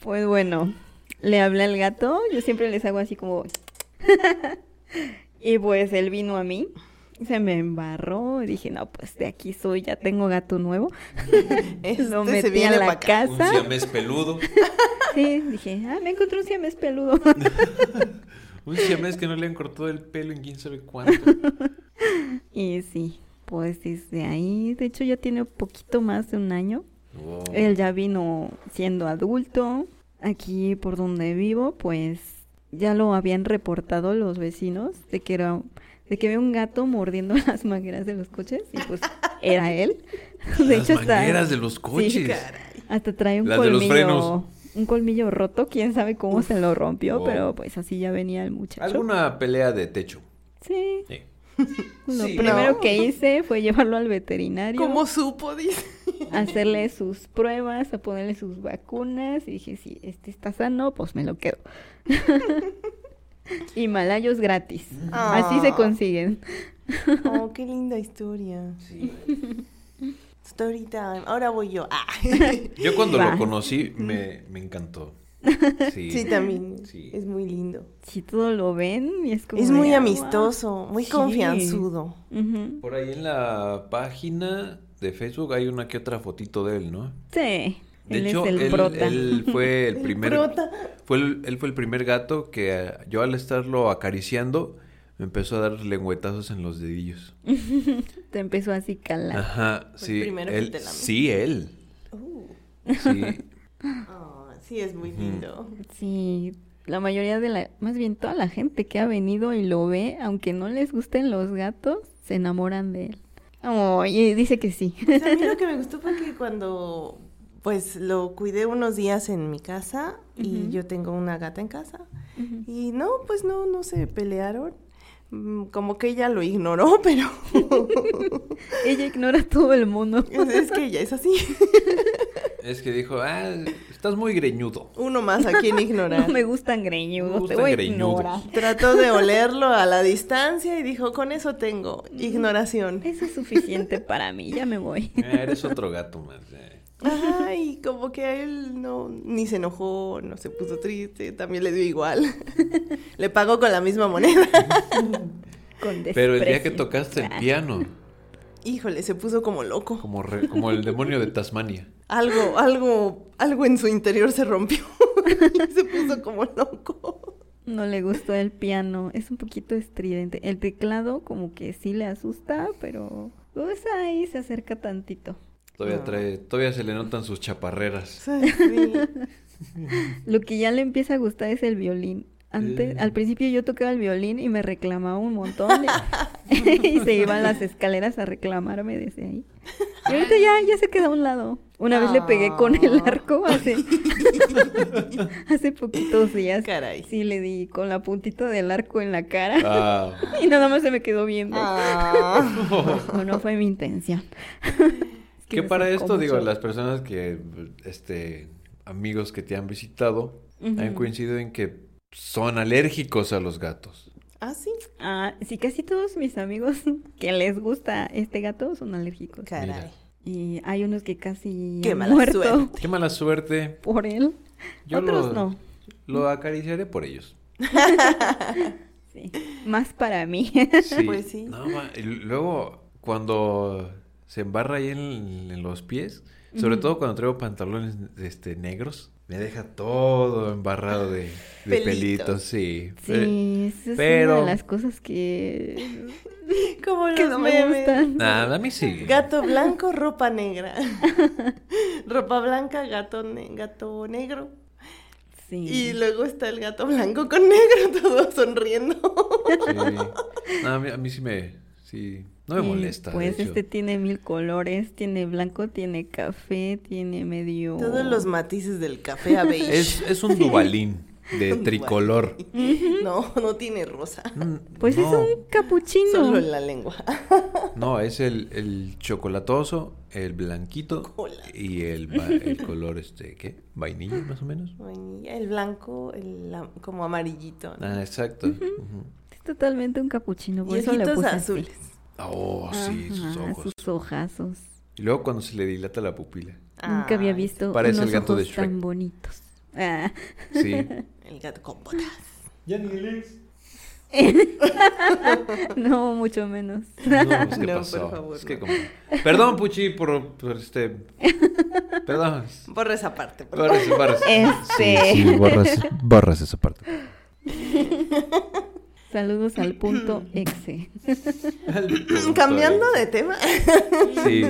[SPEAKER 3] Pues bueno, le hablé al gato, yo siempre les hago así como... [LAUGHS] y pues él vino a mí, se me embarró, y dije, no, pues de aquí soy, ya tengo gato nuevo. [LAUGHS]
[SPEAKER 1] Este
[SPEAKER 3] Lo
[SPEAKER 1] se
[SPEAKER 3] metí a
[SPEAKER 1] viene pa'
[SPEAKER 3] la
[SPEAKER 1] acá.
[SPEAKER 2] Un
[SPEAKER 3] casa.
[SPEAKER 2] siamés peludo.
[SPEAKER 3] Sí, dije, ah, me encontré un siamés peludo.
[SPEAKER 2] Un siamés que no le han cortado el pelo en quién sabe cuánto.
[SPEAKER 3] [LAUGHS] y sí, pues desde ahí, de hecho ya tiene poquito más de un año.
[SPEAKER 2] Wow.
[SPEAKER 3] Él ya vino siendo adulto. Aquí por donde vivo, pues ya lo habían reportado los vecinos de que era de que había un gato mordiendo [LAUGHS] las mangueras de los coches y pues
[SPEAKER 2] [LAUGHS]
[SPEAKER 3] era él. [LAUGHS] De
[SPEAKER 2] Las
[SPEAKER 3] hecho hasta
[SPEAKER 2] mangueras de los coches.
[SPEAKER 3] hasta trae un
[SPEAKER 2] Las de los frenos.
[SPEAKER 3] colmillo un colmillo roto, quién sabe cómo se lo rompió,
[SPEAKER 2] Wow.
[SPEAKER 3] pero pues así ya venía el muchacho.
[SPEAKER 2] Alguna pelea de techo.
[SPEAKER 3] Sí,
[SPEAKER 2] Sí.
[SPEAKER 3] lo
[SPEAKER 2] Sí,
[SPEAKER 3] primero
[SPEAKER 1] ¿no?
[SPEAKER 3] que hice fue llevarlo al veterinario.
[SPEAKER 1] ¿Cómo supo? Dice.
[SPEAKER 3] [LAUGHS] hacerle sus pruebas, a ponerle sus vacunas. Y dije, si este está sano, pues me lo quedo. [LAUGHS] Himalayos gratis. Así se
[SPEAKER 1] Ah.
[SPEAKER 3] consiguen.
[SPEAKER 1] Oh, qué linda historia. Story time. Ahora voy yo.
[SPEAKER 3] [LAUGHS]
[SPEAKER 1] Ah.
[SPEAKER 2] Yo cuando
[SPEAKER 3] Va.
[SPEAKER 2] lo conocí me, me encantó. Sí.
[SPEAKER 1] Sí, también.
[SPEAKER 2] Sí.
[SPEAKER 1] Es muy lindo.
[SPEAKER 3] Si todo lo ven, y es como
[SPEAKER 1] Es
[SPEAKER 3] de,
[SPEAKER 1] muy
[SPEAKER 3] "Ah,
[SPEAKER 1] amistoso, muy
[SPEAKER 3] Sí.
[SPEAKER 1] confianzudo.
[SPEAKER 3] guau". Ujú.
[SPEAKER 2] Por ahí en la página de Facebook hay una que otra fotito de él, ¿no?
[SPEAKER 3] Sí.
[SPEAKER 2] De
[SPEAKER 3] él
[SPEAKER 2] hecho,
[SPEAKER 3] es el
[SPEAKER 2] él,
[SPEAKER 3] prota.
[SPEAKER 2] él
[SPEAKER 1] [LAUGHS]
[SPEAKER 2] fue el
[SPEAKER 1] El
[SPEAKER 2] primer
[SPEAKER 1] prota.
[SPEAKER 2] fue el- él fue el primer gato que eh, yo al estarlo acariciando me empezó a dar lengüetazos en los dedillos.
[SPEAKER 3] Te empezó así calar.
[SPEAKER 2] Ajá,
[SPEAKER 1] Fue el
[SPEAKER 2] sí.
[SPEAKER 1] primero que
[SPEAKER 2] él,
[SPEAKER 1] te lamió.
[SPEAKER 2] sí, él.
[SPEAKER 1] Uh.
[SPEAKER 2] Sí.
[SPEAKER 1] Oh, sí, es muy lindo.
[SPEAKER 3] Sí. La mayoría de la, más bien toda la gente que ha venido y lo ve, aunque no les gusten los gatos, se enamoran de él. Oh, y dice que sí. [LAUGHS]
[SPEAKER 1] Pues a mí lo que me gustó fue que cuando pues lo cuidé unos días en mi casa y
[SPEAKER 3] Ujú.
[SPEAKER 1] yo tengo una gata en casa y no, pues no, no se pelearon. Mm, Como que ella lo ignoró, [LAUGHS] pero
[SPEAKER 3] Ella ignora a todo
[SPEAKER 1] [LAUGHS]
[SPEAKER 3] el mundo.
[SPEAKER 1] es, es que ella es así.
[SPEAKER 2] Es que dijo, ah, estás muy greñudo.
[SPEAKER 1] Uno más a quien ignorar.
[SPEAKER 3] [LAUGHS] No me gustan greñudos,
[SPEAKER 2] Me
[SPEAKER 3] te
[SPEAKER 2] gustan
[SPEAKER 3] voy a
[SPEAKER 2] greñudos.
[SPEAKER 3] ignorar.
[SPEAKER 1] Trató de olerlo a la distancia y dijo, con eso tengo ignoración.
[SPEAKER 3] Eso es suficiente para mí, ya me voy. [LAUGHS]
[SPEAKER 2] "Ah, eres otro gato más. eh".
[SPEAKER 1] Ay, como que a él no, ni se enojó, no se puso triste, también le dio igual. [LAUGHS] le pagó con la misma moneda. [LAUGHS]
[SPEAKER 3] Con
[SPEAKER 2] Pero el día que
[SPEAKER 3] desprecio.
[SPEAKER 2] tocaste el
[SPEAKER 3] Ah,
[SPEAKER 2] piano,
[SPEAKER 1] Híjole, se puso como loco.
[SPEAKER 2] como, re- como el demonio de Tasmania.
[SPEAKER 1] Algo, algo, algo en su interior se rompió. [LAUGHS] Y se puso como loco.
[SPEAKER 3] No le gustó el piano, es un poquito estridente. El teclado como que sí le asusta, pero pues ahí se acerca tantito.
[SPEAKER 2] Todavía
[SPEAKER 1] Ah.
[SPEAKER 2] trae, todavía se le notan sus
[SPEAKER 3] [LAUGHS]
[SPEAKER 2] chaparreras.
[SPEAKER 1] Sí.
[SPEAKER 3] Lo que ya le empieza a gustar es el violín. Antes,
[SPEAKER 2] Eh.
[SPEAKER 3] al principio yo tocaba el violín y me reclamaba un montón y, [LAUGHS] y se iba a las escaleras a reclamarme desde ahí. Y ahorita ya, ya se queda a un lado. Una vez le pegué con el
[SPEAKER 1] Ah.
[SPEAKER 3] arco hace, [LAUGHS] hace poquitos días.
[SPEAKER 1] Caray.
[SPEAKER 3] Sí, le di con la puntita del arco en la cara
[SPEAKER 2] Ah.
[SPEAKER 3] y nada más se me quedó viendo.
[SPEAKER 1] Ah. [LAUGHS]
[SPEAKER 3] No, no fue mi intención. Es
[SPEAKER 2] que
[SPEAKER 3] me
[SPEAKER 2] para
[SPEAKER 3] sacó
[SPEAKER 2] esto, digo,
[SPEAKER 3] mucho.
[SPEAKER 2] las personas que, este, amigos que te han visitado, han
[SPEAKER 3] Ujú.
[SPEAKER 2] coincidido en que son alérgicos a los gatos.
[SPEAKER 1] Ah, sí.
[SPEAKER 3] Ah, sí, casi todos mis amigos [LAUGHS] que les gusta este gato son alérgicos.
[SPEAKER 1] Caray.
[SPEAKER 2] Mira.
[SPEAKER 3] Y hay unos que casi
[SPEAKER 1] Qué
[SPEAKER 3] han
[SPEAKER 1] mala
[SPEAKER 3] muerto
[SPEAKER 1] suerte.
[SPEAKER 2] Qué mala suerte.
[SPEAKER 3] [LAUGHS] por él.
[SPEAKER 2] Yo
[SPEAKER 3] Otros
[SPEAKER 2] lo,
[SPEAKER 3] no.
[SPEAKER 2] lo acariciaré por ellos.
[SPEAKER 3] Sí. Más para mí. [LAUGHS]
[SPEAKER 2] Sí.
[SPEAKER 1] Pues sí.
[SPEAKER 2] No, ma- y luego, cuando se embarra ahí en, en los pies, sobre todo cuando traigo pantalones este, negros, me deja todo embarrado de, de
[SPEAKER 1] Pelitos.
[SPEAKER 2] pelitos, sí. Eh, Pe-
[SPEAKER 3] Sí, esa es
[SPEAKER 2] pero-
[SPEAKER 3] una de las
[SPEAKER 1] [LAUGHS]
[SPEAKER 3] cosas que,
[SPEAKER 1] Como
[SPEAKER 3] que
[SPEAKER 1] los
[SPEAKER 3] me
[SPEAKER 1] memes.
[SPEAKER 3] gustan.
[SPEAKER 2] Nada, a mí sí.
[SPEAKER 1] [LAUGHS] Gato blanco, ropa negra. [LAUGHS] ropa blanca, gato, ne- gato negro.
[SPEAKER 3] Sí.
[SPEAKER 1] Y luego está el gato blanco con negro, [LAUGHS] todo sonriendo.
[SPEAKER 2] Sí. No, a, mí, a mí sí me... Sí. No me
[SPEAKER 3] Y,
[SPEAKER 2] molesta, de
[SPEAKER 3] Pues
[SPEAKER 2] hecho.
[SPEAKER 3] este tiene mil colores, tiene blanco, tiene café, tiene medio...
[SPEAKER 1] Todos los matices del café a beige.
[SPEAKER 2] Es, es un dubalín de
[SPEAKER 1] Un
[SPEAKER 2] tricolor.
[SPEAKER 1] No, no tiene rosa.
[SPEAKER 2] Mm,
[SPEAKER 3] Pues es
[SPEAKER 2] no.
[SPEAKER 3] un capuchino.
[SPEAKER 1] Solo en la lengua. [LAUGHS]
[SPEAKER 2] No, es el, el chocolatoso, el blanquito
[SPEAKER 1] Cola.
[SPEAKER 2] y el,
[SPEAKER 1] [LAUGHS]
[SPEAKER 2] va- el color, este, ¿qué? Vainilla, más o menos.
[SPEAKER 1] Vainilla, el blanco, el am- como amarillito. ¿no?
[SPEAKER 2] Ah, exacto. Ujú.
[SPEAKER 3] Es totalmente un capuchino, por
[SPEAKER 1] y
[SPEAKER 3] eso le
[SPEAKER 1] ojitos
[SPEAKER 3] puse así.
[SPEAKER 1] azules.
[SPEAKER 2] Oh, sí, sus
[SPEAKER 3] Ajá,
[SPEAKER 2] ojos.
[SPEAKER 3] sus ojazos.
[SPEAKER 2] Y luego cuando se le dilata
[SPEAKER 1] [LAUGHS]
[SPEAKER 2] la pupila.
[SPEAKER 1] Ah,
[SPEAKER 3] Nunca había visto
[SPEAKER 2] Parece el
[SPEAKER 3] unos
[SPEAKER 2] gato de
[SPEAKER 3] ojos tan
[SPEAKER 2] Shrek.
[SPEAKER 3] bonitos. Ah. [LAUGHS]
[SPEAKER 2] Sí.
[SPEAKER 1] El gato con botas.
[SPEAKER 2] Ya ni lees.
[SPEAKER 3] no, mucho menos.
[SPEAKER 2] No, pues, ¿qué
[SPEAKER 1] No, por
[SPEAKER 2] pasó?
[SPEAKER 1] favor,
[SPEAKER 2] Es que
[SPEAKER 1] no.
[SPEAKER 2] como- Perdón, Puchi, por, por este... Perdón.
[SPEAKER 1] Borra esa parte. por
[SPEAKER 2] Borras, borras.
[SPEAKER 3] Este.
[SPEAKER 2] Sí, sí, borras, borras esa parte.
[SPEAKER 3] Saludos al punto exe.
[SPEAKER 1] [LAUGHS] favor. Cambiando de tema. [LAUGHS]
[SPEAKER 2] Sí.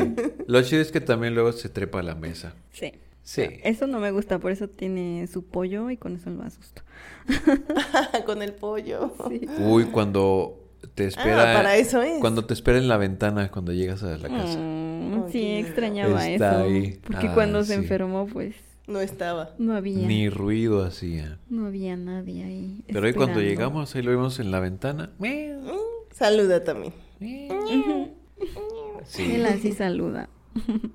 [SPEAKER 2] Lo chido es que también luego se trepa a la mesa.
[SPEAKER 3] Sí.
[SPEAKER 2] Sí.
[SPEAKER 3] Eso no me gusta, por eso tiene su pollo y con eso lo asusto.
[SPEAKER 1] con el pollo.
[SPEAKER 2] Uy, cuando te espera.
[SPEAKER 1] Ah, para eso es.
[SPEAKER 2] Cuando te espera en la ventana cuando llegas a la casa.
[SPEAKER 3] Mm,
[SPEAKER 1] Ay,
[SPEAKER 3] sí,
[SPEAKER 1] qué lindo.
[SPEAKER 3] extrañaba
[SPEAKER 2] Está
[SPEAKER 3] eso.
[SPEAKER 2] ahí.
[SPEAKER 3] Porque
[SPEAKER 2] Ah,
[SPEAKER 3] cuando se
[SPEAKER 2] sí.
[SPEAKER 3] enfermó, pues
[SPEAKER 1] No estaba.
[SPEAKER 3] no había.
[SPEAKER 2] Ni ruido hacía.
[SPEAKER 3] No había nadie ahí.
[SPEAKER 2] Pero ahí cuando
[SPEAKER 3] esperando.
[SPEAKER 2] llegamos, ahí lo vimos en la ventana. Miau,
[SPEAKER 1] Mm, Saluda también.
[SPEAKER 2] miau.
[SPEAKER 3] Ujú.
[SPEAKER 2] Sí.
[SPEAKER 3] Él así saluda.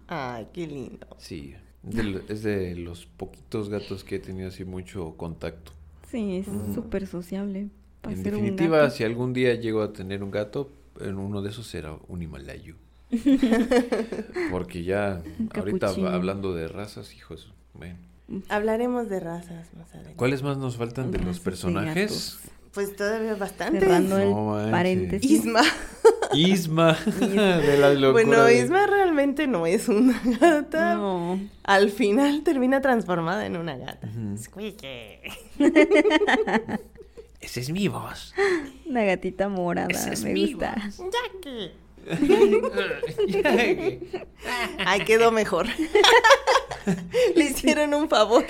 [SPEAKER 1] Ay, qué lindo.
[SPEAKER 2] Sí. Es de, lo- es de los poquitos gatos que he tenido así mucho contacto.
[SPEAKER 3] Sí, es súper sociable. para
[SPEAKER 2] Mm. en
[SPEAKER 3] ser un
[SPEAKER 2] definitiva,
[SPEAKER 3] gato.
[SPEAKER 2] si algún día llego a tener un gato, en uno de esos será un himalayo.
[SPEAKER 3] [LAUGHS]
[SPEAKER 2] Porque ya,
[SPEAKER 3] Un
[SPEAKER 2] ahorita
[SPEAKER 3] capuchino.
[SPEAKER 2] hablando de razas, hijos, ven.
[SPEAKER 1] Hablaremos de razas más adelante.
[SPEAKER 2] ¿Cuáles más nos faltan de los
[SPEAKER 3] Razas de
[SPEAKER 2] personajes?
[SPEAKER 3] gatos.
[SPEAKER 1] Pues todavía bastante.
[SPEAKER 3] Cerrando el
[SPEAKER 2] No manches.
[SPEAKER 1] [LAUGHS]
[SPEAKER 3] paréntesis.
[SPEAKER 1] Isma.
[SPEAKER 2] Isma, de la locura.
[SPEAKER 1] Bueno,
[SPEAKER 2] de-
[SPEAKER 1] Isma realmente no es una [LAUGHS] gata.
[SPEAKER 3] No.
[SPEAKER 1] Al final termina transformada en una gata.
[SPEAKER 2] Ujú.
[SPEAKER 1] Squeaky.
[SPEAKER 2] Esa es mi voz.
[SPEAKER 3] Una gatita morada,
[SPEAKER 2] Esa es
[SPEAKER 3] me
[SPEAKER 2] mi
[SPEAKER 3] gusta.
[SPEAKER 1] Jackie. Ay, quedó
[SPEAKER 2] [LAUGHS]
[SPEAKER 1] mejor. Le hicieron un favor.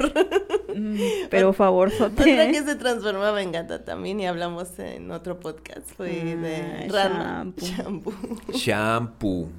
[SPEAKER 3] Mm, Pero favor,
[SPEAKER 1] [LAUGHS] Otra que se transformaba en gata también y hablamos en otro podcast fue de
[SPEAKER 3] Ah,
[SPEAKER 1] Rana.
[SPEAKER 3] shampoo.
[SPEAKER 1] Shampoo.
[SPEAKER 2] Shampoo.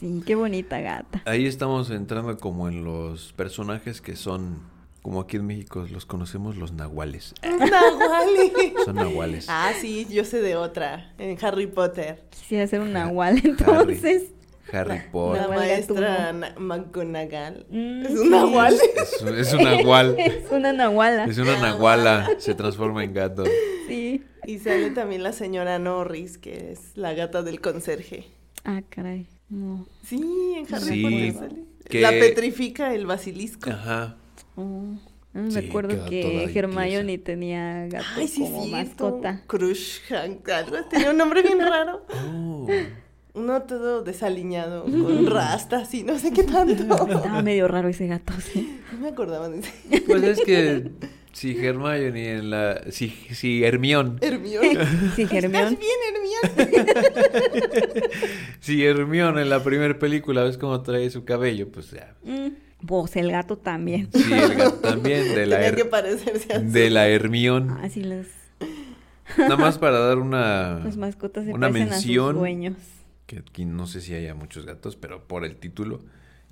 [SPEAKER 3] Sí, qué bonita gata.
[SPEAKER 2] Ahí estamos entrando como en los personajes que son, como aquí en México los conocemos los nahuales.
[SPEAKER 1] Nahuali.
[SPEAKER 2] Son nahuales.
[SPEAKER 1] Ah, sí, yo sé de otra, en Harry Potter.
[SPEAKER 3] Quisiera ser
[SPEAKER 2] Ah,
[SPEAKER 3] un nahual, entonces.
[SPEAKER 2] Harry
[SPEAKER 1] La
[SPEAKER 2] Potter.
[SPEAKER 3] Nahual
[SPEAKER 1] maestra
[SPEAKER 3] gatuno.
[SPEAKER 1] Na- McGonagall.
[SPEAKER 3] Mm,
[SPEAKER 1] ¿Es
[SPEAKER 3] sí.
[SPEAKER 1] un nahual?
[SPEAKER 2] Es, un- es un nahual.
[SPEAKER 3] [LAUGHS] Es una nahuala.
[SPEAKER 2] Es una nahuala. Se transforma en gato.
[SPEAKER 3] Sí.
[SPEAKER 1] Y sale también la señora Norris, que es la gata del conserje.
[SPEAKER 3] Ah, caray. No.
[SPEAKER 1] Sí, en Harry
[SPEAKER 2] Sí,
[SPEAKER 1] Potter sale.
[SPEAKER 2] que-
[SPEAKER 1] La petrifica el basilisco.
[SPEAKER 2] Ajá.
[SPEAKER 3] Oh, no me
[SPEAKER 2] Sí,
[SPEAKER 3] acuerdo
[SPEAKER 2] queda
[SPEAKER 3] que
[SPEAKER 2] toda
[SPEAKER 3] Hermione tenía gato
[SPEAKER 1] Ay, sí,
[SPEAKER 3] como
[SPEAKER 1] sí.
[SPEAKER 3] mascota.
[SPEAKER 1] Crush Hank, algo. Tenía un nombre
[SPEAKER 2] [LAUGHS]
[SPEAKER 1] bien raro.
[SPEAKER 2] Oh.
[SPEAKER 1] Uno todo desaliñado, con rastas y no sé qué
[SPEAKER 2] [LAUGHS]
[SPEAKER 1] tanto.
[SPEAKER 3] Estaba medio raro ese gato, sí.
[SPEAKER 1] No me acordaba de ese.
[SPEAKER 2] Pues es que si Hermione en la... Si, si Hermión. [LAUGHS]
[SPEAKER 1] Hermione.
[SPEAKER 3] Sí,
[SPEAKER 1] ¿Estás
[SPEAKER 3] Hermione.
[SPEAKER 1] bien, Hermione?
[SPEAKER 2] Si Hermione en la primera película ves cómo trae su cabello, pues ya.
[SPEAKER 3] Mm, Pues el gato también.
[SPEAKER 2] Sí, el
[SPEAKER 3] [LAUGHS]
[SPEAKER 2] gato también [LAUGHS] de la,
[SPEAKER 1] Tenía
[SPEAKER 2] Her-
[SPEAKER 1] que parecerse a su-
[SPEAKER 2] de la Hermión.
[SPEAKER 3] Así Ah, las,
[SPEAKER 2] Nada más para dar una...
[SPEAKER 3] las mascotas se
[SPEAKER 2] Ah. Una
[SPEAKER 3] parecen a
[SPEAKER 2] mención.
[SPEAKER 3] sus dueños.
[SPEAKER 2] Que aquí no sé si haya muchos gatos, pero por el título,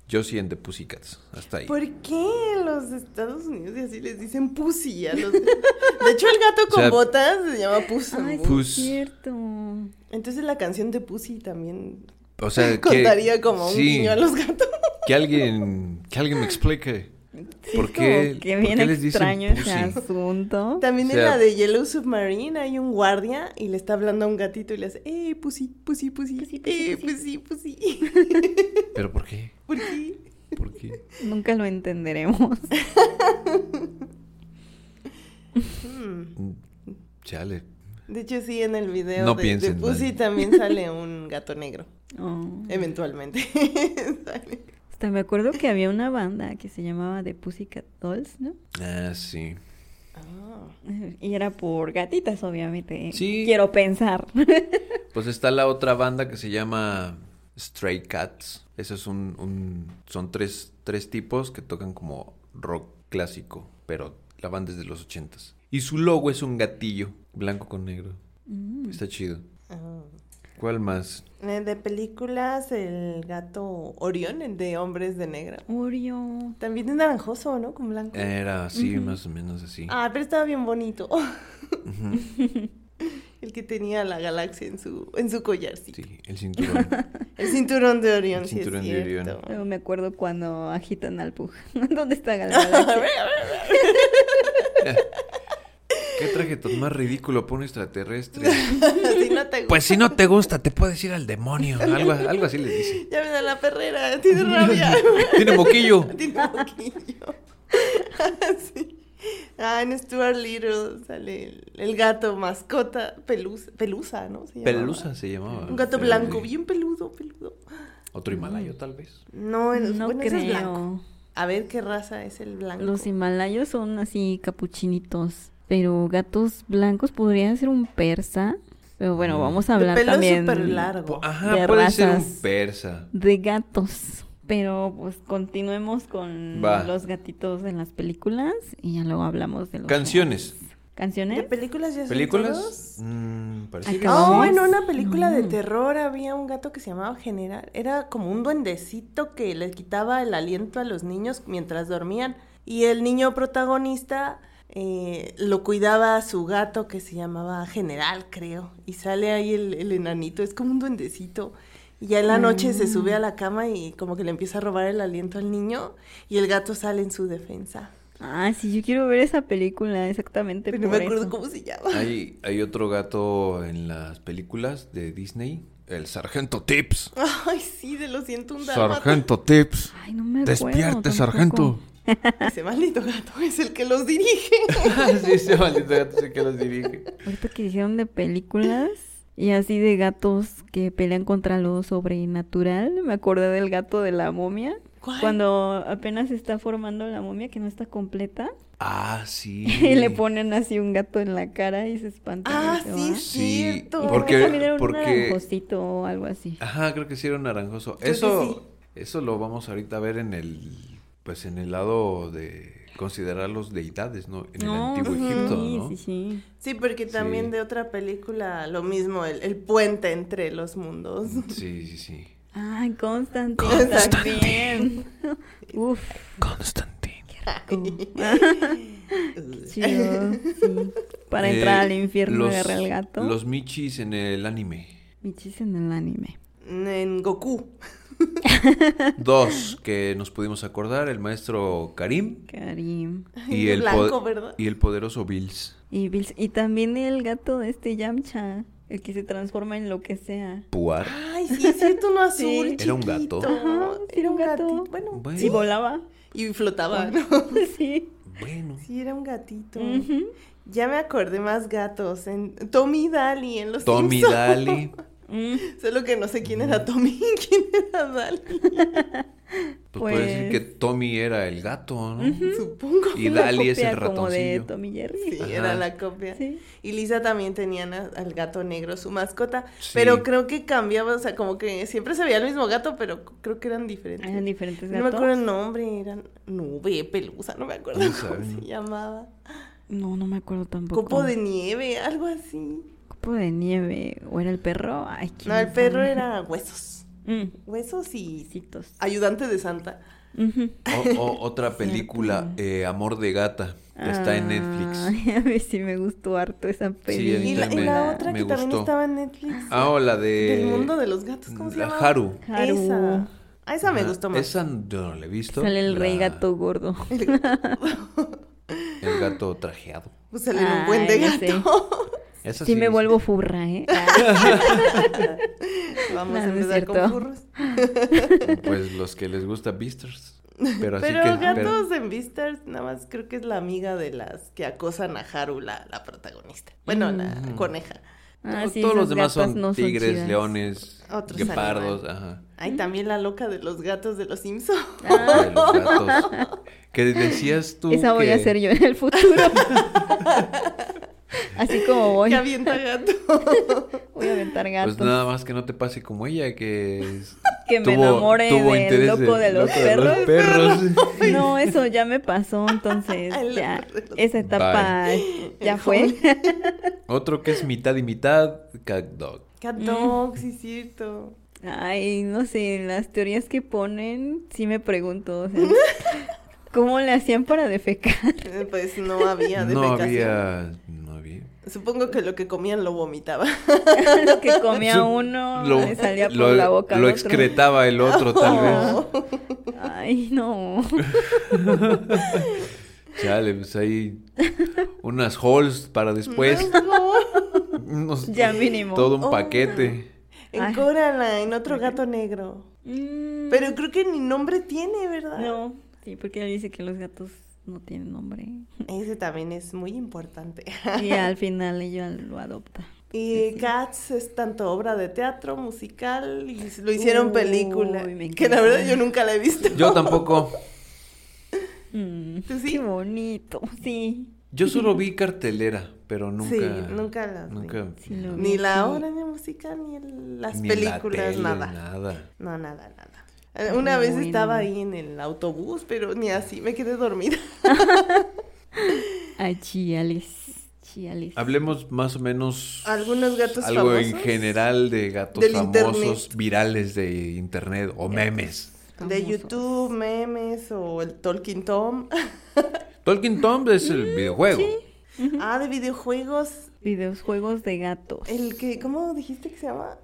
[SPEAKER 2] yo sí en The Pussycats. Hasta ahí.
[SPEAKER 1] ¿Por qué en los Estados Unidos y así les dicen pussy a los... De hecho, el gato con
[SPEAKER 2] O sea,
[SPEAKER 1] botas se llama puss. and
[SPEAKER 3] Ay, sí,
[SPEAKER 1] Boots.
[SPEAKER 2] Pus.
[SPEAKER 3] es cierto.
[SPEAKER 1] Entonces la canción de pussy también
[SPEAKER 2] O
[SPEAKER 3] [LAUGHS]
[SPEAKER 2] sea, que...
[SPEAKER 1] contaría como un
[SPEAKER 2] sí,
[SPEAKER 1] guiño a los
[SPEAKER 2] [LAUGHS]
[SPEAKER 1] gatos.
[SPEAKER 2] que alguien, que alguien me explique.
[SPEAKER 3] Sí,
[SPEAKER 2] ¿Por
[SPEAKER 3] es
[SPEAKER 2] qué-
[SPEAKER 3] como que
[SPEAKER 2] por
[SPEAKER 3] bien
[SPEAKER 2] qué les dicen
[SPEAKER 3] extraño ese
[SPEAKER 2] pussy?
[SPEAKER 3] asunto.
[SPEAKER 1] También
[SPEAKER 2] O
[SPEAKER 1] en
[SPEAKER 2] sea-
[SPEAKER 1] la de Yellow Submarine hay un guardia y le está hablando a un gatito y le hace, ¡eh, pussy, pussy, pussy!
[SPEAKER 3] Pussy, pussy,
[SPEAKER 1] ¡eh, pussy,
[SPEAKER 3] pussy".
[SPEAKER 1] pussy! [LAUGHS]
[SPEAKER 2] ¿Pero por qué?
[SPEAKER 1] ¿Por qué?
[SPEAKER 2] ¿Por qué?
[SPEAKER 3] Nunca lo
[SPEAKER 1] [LAUGHS]
[SPEAKER 3] entenderemos.
[SPEAKER 1] Hmm,
[SPEAKER 2] Mm, Chale.
[SPEAKER 1] De hecho, sí, en el video
[SPEAKER 2] No
[SPEAKER 1] de,
[SPEAKER 2] piensen,
[SPEAKER 1] de Pussy
[SPEAKER 2] vale.
[SPEAKER 1] también sale un gato negro, [LAUGHS]
[SPEAKER 3] Oh.
[SPEAKER 1] eventualmente. [LAUGHS] Sale.
[SPEAKER 3] Hasta me acuerdo que había una banda que se llamaba The Pussycat Dolls, ¿no? [LAUGHS]
[SPEAKER 2] Ah, sí.
[SPEAKER 1] Ah.
[SPEAKER 3] Y era por gatitas, obviamente.
[SPEAKER 2] Sí.
[SPEAKER 3] Quiero pensar.
[SPEAKER 2] Pues está la otra banda que se llama Stray Cats. Eso es un, un- son tres, tres tipos que tocan como rock clásico, pero la banda es de los ochentas. Y su logo es un gatillo, blanco con negro.
[SPEAKER 3] Mm.
[SPEAKER 2] Está chido.
[SPEAKER 1] Ah.
[SPEAKER 2] ¿Cuál más?
[SPEAKER 1] Eh, De películas, el gato Orión, el de Hombres de Negro.
[SPEAKER 3] Oreo.
[SPEAKER 1] También es naranjoso, ¿no? Con blanco.
[SPEAKER 2] Era así,
[SPEAKER 3] Ujú.
[SPEAKER 2] más o menos así.
[SPEAKER 1] Ah, pero estaba bien bonito.
[SPEAKER 2] Ujú.
[SPEAKER 1] [LAUGHS] El que tenía la galaxia en su, en su collarcito.
[SPEAKER 2] Sí,
[SPEAKER 1] [LAUGHS]
[SPEAKER 2] el cinturón.
[SPEAKER 1] El cinturón de Orión,
[SPEAKER 2] El
[SPEAKER 1] sí es
[SPEAKER 2] cinturón de Orión.
[SPEAKER 1] cierto.
[SPEAKER 3] Luego me acuerdo cuando agitan al Pug. [LAUGHS] ¿Dónde está
[SPEAKER 1] [LAUGHS]
[SPEAKER 3] Gal Galaxia?
[SPEAKER 2] ¿Qué trajetón más ridículo
[SPEAKER 1] [LAUGHS]
[SPEAKER 2] pone extraterrestre?
[SPEAKER 1] Si no te gusta,
[SPEAKER 2] Pues si no te gusta, te puedes ir al demonio. Algo, algo así le dice.
[SPEAKER 1] [LAUGHS] ya ven a la perrera, tiene
[SPEAKER 2] [LAUGHS]
[SPEAKER 1] rabia. [LAUGHS]
[SPEAKER 2] Tiene moquillo.
[SPEAKER 1] tiene boquillo. [LAUGHS] sí. Ah, en Stuart Little sale el, el gato mascota, pelusa, pelusa, ¿no? Se llamaba.
[SPEAKER 2] Pelusa se llamaba.
[SPEAKER 1] Un gato
[SPEAKER 2] Eh,
[SPEAKER 1] blanco,
[SPEAKER 2] sí.
[SPEAKER 1] bien peludo, peludo.
[SPEAKER 2] Otro Himalayo, tal vez.
[SPEAKER 1] No, el-
[SPEAKER 3] No
[SPEAKER 1] bueno, ese es blanco.
[SPEAKER 3] creo.
[SPEAKER 1] A ver qué raza es el blanco.
[SPEAKER 3] Los himalayos son así capuchinitos. Pero gatos blancos podría ser un persa. Pero bueno,
[SPEAKER 2] Mm.
[SPEAKER 3] vamos a hablar
[SPEAKER 1] el pelo
[SPEAKER 3] también
[SPEAKER 1] súper largo.
[SPEAKER 2] Ajá,
[SPEAKER 3] De
[SPEAKER 2] puede ser
[SPEAKER 3] razas.
[SPEAKER 2] un persa.
[SPEAKER 3] de gatos. Pero pues continuemos con
[SPEAKER 2] Va.
[SPEAKER 3] los gatitos en las películas y ya luego hablamos de los
[SPEAKER 2] Canciones.
[SPEAKER 1] ¿De
[SPEAKER 3] ¿Canciones?
[SPEAKER 1] películas ya son
[SPEAKER 2] ¿Películas?
[SPEAKER 1] todos?
[SPEAKER 2] Mm, parece
[SPEAKER 3] Ay,
[SPEAKER 2] que
[SPEAKER 3] cabrón.
[SPEAKER 1] Oh,
[SPEAKER 2] sí.
[SPEAKER 1] en una película de
[SPEAKER 3] No.
[SPEAKER 1] terror había un gato que se llamaba General. Era como un duendecito que le quitaba el aliento a los niños mientras dormían. Y el niño protagonista eh, lo cuidaba a su gato que se llamaba General, creo. Y sale ahí el, el enanito, es como un duendecito. Y ya en la noche se sube a
[SPEAKER 3] Mm.
[SPEAKER 1] la cama y como que le empieza a robar el aliento al niño y el gato sale en su defensa.
[SPEAKER 3] Ah, sí, yo quiero ver esa película exactamente.
[SPEAKER 1] Pero no
[SPEAKER 3] por
[SPEAKER 1] me acuerdo
[SPEAKER 3] eso.
[SPEAKER 1] cómo se llama.
[SPEAKER 2] Hay, hay otro gato en las películas de Disney. El Sargento
[SPEAKER 3] [LAUGHS]
[SPEAKER 2] Tips.
[SPEAKER 1] [LAUGHS] Ay, sí, de lo siento un dálmata. [LAUGHS]
[SPEAKER 2] Sargento Tips.
[SPEAKER 3] Ay, no me acuerdo.
[SPEAKER 2] Despierte,
[SPEAKER 3] tampoco. [LAUGHS]
[SPEAKER 2] sargento. [LAUGHS]
[SPEAKER 1] Ese maldito gato es el que los dirige.
[SPEAKER 2] sí, ese maldito gato es el que los dirige.
[SPEAKER 3] Ahorita que dijeron de películas y así de gatos que pelean contra lo sobrenatural, me acordé del gato de la momia.
[SPEAKER 1] ¿Cuál?
[SPEAKER 3] Cuando apenas se está formando la momia que no está completa [LAUGHS]
[SPEAKER 2] Ah, sí.
[SPEAKER 3] y le ponen así un gato en la cara y se espantan. y
[SPEAKER 1] Ah,
[SPEAKER 3] se
[SPEAKER 1] sí,
[SPEAKER 3] va.
[SPEAKER 2] Sí,
[SPEAKER 1] cierto.
[SPEAKER 2] porque-
[SPEAKER 3] Creo que también era un
[SPEAKER 2] porque-
[SPEAKER 3] naranjosito o algo así.
[SPEAKER 2] Ajá, creo que sí era un naranjoso.
[SPEAKER 1] Creo que
[SPEAKER 2] eso, eso lo vamos ahorita a ver en el, pues en el lado de considerar los deidades, ¿no? En el antiguo
[SPEAKER 1] ujú.
[SPEAKER 2] Egipto,
[SPEAKER 3] sí,
[SPEAKER 2] ¿no?
[SPEAKER 3] sí, sí.
[SPEAKER 1] Sí, porque también
[SPEAKER 2] Sí.
[SPEAKER 1] de otra película lo mismo, el, el puente entre los mundos.
[SPEAKER 2] Sí, sí, sí.
[SPEAKER 3] Ay, Constantine
[SPEAKER 2] Constantine.
[SPEAKER 3] también. Uf,
[SPEAKER 2] Constantine.
[SPEAKER 3] qué chido. sí. Para entrar al infierno agarra el gato.
[SPEAKER 2] Eh, Los michis en el anime.
[SPEAKER 3] Michis en el anime.
[SPEAKER 1] [LAUGHS] en Goku.
[SPEAKER 2] Dos que nos pudimos acordar, el maestro Karim
[SPEAKER 3] Karim.
[SPEAKER 2] y
[SPEAKER 1] De
[SPEAKER 2] el, po-
[SPEAKER 1] blanco, ¿verdad?
[SPEAKER 2] y el poderoso Bills.
[SPEAKER 3] Y, Bills- y también el gato de este Yamcha, el que se transforma en lo que sea.
[SPEAKER 2] Puar.
[SPEAKER 1] Ay, [LAUGHS] sí, es cierto, uno azul.
[SPEAKER 3] Sí.
[SPEAKER 2] Era un
[SPEAKER 1] chiquito.
[SPEAKER 2] gato.
[SPEAKER 3] Ajá,
[SPEAKER 1] era un gato. Bueno,
[SPEAKER 2] Bueno.
[SPEAKER 1] sí.
[SPEAKER 3] Y volaba.
[SPEAKER 1] Y
[SPEAKER 3] [LAUGHS]
[SPEAKER 1] flotaba, ¿no?
[SPEAKER 3] Sí.
[SPEAKER 2] Bueno.
[SPEAKER 1] Sí, era un gatito.
[SPEAKER 3] Ujú.
[SPEAKER 1] Ya me acordé más gatos. En Tommy Daly en los
[SPEAKER 2] Tommy
[SPEAKER 1] Simpsons.
[SPEAKER 2] Daly. Mm.
[SPEAKER 3] Mm.
[SPEAKER 1] [LAUGHS] Solo que no sé quién era Tommy y quién era Daly.
[SPEAKER 2] Pues, puede decir que
[SPEAKER 3] Pues-
[SPEAKER 2] Tommy era el gato, ¿no?
[SPEAKER 1] Supongo.
[SPEAKER 2] Y
[SPEAKER 3] Una
[SPEAKER 2] Dali es el
[SPEAKER 3] copia Como de
[SPEAKER 2] ratoncillo.
[SPEAKER 3] Tommy Jerry.
[SPEAKER 1] Sí,
[SPEAKER 2] Ajá.
[SPEAKER 1] era la copia.
[SPEAKER 3] Sí.
[SPEAKER 1] Y Lisa también tenían a- al gato negro, su mascota,
[SPEAKER 2] Sí.
[SPEAKER 1] pero creo que cambiaba, o sea, como que siempre se veía el mismo gato, pero c- creo que eran diferentes.
[SPEAKER 3] Eran diferentes
[SPEAKER 1] no
[SPEAKER 3] gatos.
[SPEAKER 1] me acuerdo el nombre, eran nube, pelusa, no me acuerdo
[SPEAKER 2] Quién
[SPEAKER 1] cómo
[SPEAKER 2] sabe,
[SPEAKER 1] se
[SPEAKER 2] ¿no?
[SPEAKER 1] llamaba.
[SPEAKER 3] No, no me acuerdo tampoco.
[SPEAKER 1] Copo de nieve, algo así.
[SPEAKER 3] Copo de nieve. ¿O era el perro? Ay, quién
[SPEAKER 1] No, el
[SPEAKER 3] sabe.
[SPEAKER 1] perro era huesos.
[SPEAKER 3] Mm,
[SPEAKER 1] Huesos y
[SPEAKER 3] Besitos.
[SPEAKER 1] ayudante de Santa.
[SPEAKER 3] Ujú.
[SPEAKER 2] O- o- otra película, eh, Amor de Gata, está en Netflix.
[SPEAKER 3] [LAUGHS] Ay, a ver si Ah, me gustó harto esa
[SPEAKER 2] Sí, a mí
[SPEAKER 1] Y
[SPEAKER 3] película.
[SPEAKER 1] la, y
[SPEAKER 2] también
[SPEAKER 1] la
[SPEAKER 2] me-
[SPEAKER 1] otra
[SPEAKER 2] me
[SPEAKER 1] que también
[SPEAKER 2] gustó.
[SPEAKER 1] estaba en Netflix.
[SPEAKER 2] Ah, o la de...
[SPEAKER 1] del mundo de los gatos, ¿cómo se
[SPEAKER 2] la
[SPEAKER 1] llama?
[SPEAKER 2] Haru.
[SPEAKER 3] Haru.
[SPEAKER 1] Esa. A esa me gustó
[SPEAKER 2] Ajá,
[SPEAKER 1] más.
[SPEAKER 2] Esa yo no la he visto.
[SPEAKER 3] Sale el rey
[SPEAKER 2] La-
[SPEAKER 3] gato gordo.
[SPEAKER 2] El gato trajeado.
[SPEAKER 1] [LAUGHS] Pues salen un buen de
[SPEAKER 3] Ay, Ah, ya sé.
[SPEAKER 1] gato.
[SPEAKER 2] Esa
[SPEAKER 3] Sí, me
[SPEAKER 2] sí.
[SPEAKER 3] vuelvo furra,
[SPEAKER 2] [LAUGHS]
[SPEAKER 3] ¿eh?
[SPEAKER 1] Vamos
[SPEAKER 3] No,
[SPEAKER 1] a
[SPEAKER 3] no es
[SPEAKER 1] empezar con
[SPEAKER 3] cierto.
[SPEAKER 1] furros.
[SPEAKER 2] Pues los que les gusta Beasters. Pero así
[SPEAKER 1] pero
[SPEAKER 2] que.
[SPEAKER 1] gatos en Beastars nada más creo que es la amiga de las que acosan a Haru, la, la protagonista. Bueno,
[SPEAKER 2] Mm.
[SPEAKER 1] la coneja.
[SPEAKER 3] Ah, sí,
[SPEAKER 2] todos los
[SPEAKER 3] esas
[SPEAKER 2] demás
[SPEAKER 3] gatas
[SPEAKER 2] son
[SPEAKER 3] no
[SPEAKER 2] tigres,
[SPEAKER 3] chidas.
[SPEAKER 2] leones,
[SPEAKER 1] Otros
[SPEAKER 2] guepardos, ajá.
[SPEAKER 1] Ay, también la loca de los gatos de los Simpsons. [LAUGHS]
[SPEAKER 2] de los gatos. Que decías tú.
[SPEAKER 3] Ah. Esa voy a
[SPEAKER 2] que-
[SPEAKER 3] ser yo en
[SPEAKER 2] [LAUGHS]
[SPEAKER 3] el futuro. Así como voy.
[SPEAKER 1] Que avienta gatos.
[SPEAKER 3] Voy a aventar gatos.
[SPEAKER 2] Pues nada más que no te pase como ella, que. es-
[SPEAKER 3] Que me enamore del
[SPEAKER 2] interés
[SPEAKER 3] loco de los perros. [LAUGHS]
[SPEAKER 2] perros.
[SPEAKER 3] No, eso ya me pasó,
[SPEAKER 1] [LAUGHS]
[SPEAKER 3] entonces
[SPEAKER 1] Ay, la
[SPEAKER 3] ya
[SPEAKER 1] madre de los-
[SPEAKER 3] esa etapa ya fue.
[SPEAKER 2] Otro que es mitad y mitad, cat dog.
[SPEAKER 1] Cat dog, sí, cierto.
[SPEAKER 3] [LAUGHS] Ay, no sé, las teorías que ponen, sí me pregunto,
[SPEAKER 1] [LAUGHS]
[SPEAKER 3] o sea, ¿cómo le hacían para defecar?
[SPEAKER 1] Eh, Pues no había
[SPEAKER 2] no
[SPEAKER 1] defecación.
[SPEAKER 2] había. No había.
[SPEAKER 1] Supongo que lo que comían lo vomitaba.
[SPEAKER 3] lo que comía
[SPEAKER 2] Su-
[SPEAKER 3] uno
[SPEAKER 2] lo-
[SPEAKER 3] le salía por
[SPEAKER 2] lo-
[SPEAKER 3] la boca al
[SPEAKER 2] Lo
[SPEAKER 3] otro.
[SPEAKER 2] excretaba el
[SPEAKER 1] [LAUGHS]
[SPEAKER 2] otro,
[SPEAKER 3] [LAUGHS]
[SPEAKER 2] tal
[SPEAKER 3] Ay, no.
[SPEAKER 2] vez. Chale, pues hay unas halls para después.
[SPEAKER 1] No.
[SPEAKER 2] unos-
[SPEAKER 3] Ya mínimo.
[SPEAKER 2] Todo un
[SPEAKER 1] Oh.
[SPEAKER 2] paquete.
[SPEAKER 1] En
[SPEAKER 3] Ay.
[SPEAKER 1] Coraline, otro gato negro.
[SPEAKER 3] Mm,
[SPEAKER 1] Pero creo que ni nombre tiene, ¿verdad?
[SPEAKER 3] no, sí, porque él dice que los gatos no tienen nombre.
[SPEAKER 1] Ese también es muy importante. [LAUGHS]
[SPEAKER 3] Y al final ella lo adopta.
[SPEAKER 1] Y Cats es tanto obra de teatro, musical, y s- lo hicieron
[SPEAKER 3] Uy,
[SPEAKER 1] película.
[SPEAKER 3] me
[SPEAKER 1] Que la
[SPEAKER 3] encanta.
[SPEAKER 1] verdad yo nunca la he visto.
[SPEAKER 3] Oh. [LAUGHS]
[SPEAKER 2] Yo tampoco.
[SPEAKER 3] Mm,
[SPEAKER 1] ¿Tú sí?
[SPEAKER 3] Qué bonito, sí.
[SPEAKER 2] Yo solo vi cartelera, pero nunca.
[SPEAKER 1] Sí, nunca las vi.
[SPEAKER 2] Nunca.
[SPEAKER 3] Sí, lo vi.
[SPEAKER 1] Ni la
[SPEAKER 3] Sí.
[SPEAKER 1] obra de musical, ni el- las
[SPEAKER 2] ni en la
[SPEAKER 1] películas,
[SPEAKER 2] tele,
[SPEAKER 1] nada.
[SPEAKER 2] nada.
[SPEAKER 1] No, nada, nada. Eh, Una vez
[SPEAKER 3] Bueno.
[SPEAKER 1] estaba ahí en el autobús, pero ni así, me quedé dormida.
[SPEAKER 3] Ay, chiales, chiales.
[SPEAKER 2] Hablemos más o menos.
[SPEAKER 1] Algunos gatos
[SPEAKER 2] Algo en
[SPEAKER 1] famosos.
[SPEAKER 2] general de gatos
[SPEAKER 1] Del
[SPEAKER 2] famosos
[SPEAKER 1] internet.
[SPEAKER 2] virales de internet o memes.
[SPEAKER 1] De
[SPEAKER 3] Famosos.
[SPEAKER 1] YouTube, memes o el Talking Tom.
[SPEAKER 2] Tolkien Tom es
[SPEAKER 1] Mm,
[SPEAKER 2] el videojuego.
[SPEAKER 1] ah, de videojuegos.
[SPEAKER 3] Videojuegos de gatos.
[SPEAKER 1] El que, ¿cómo dijiste que se llama?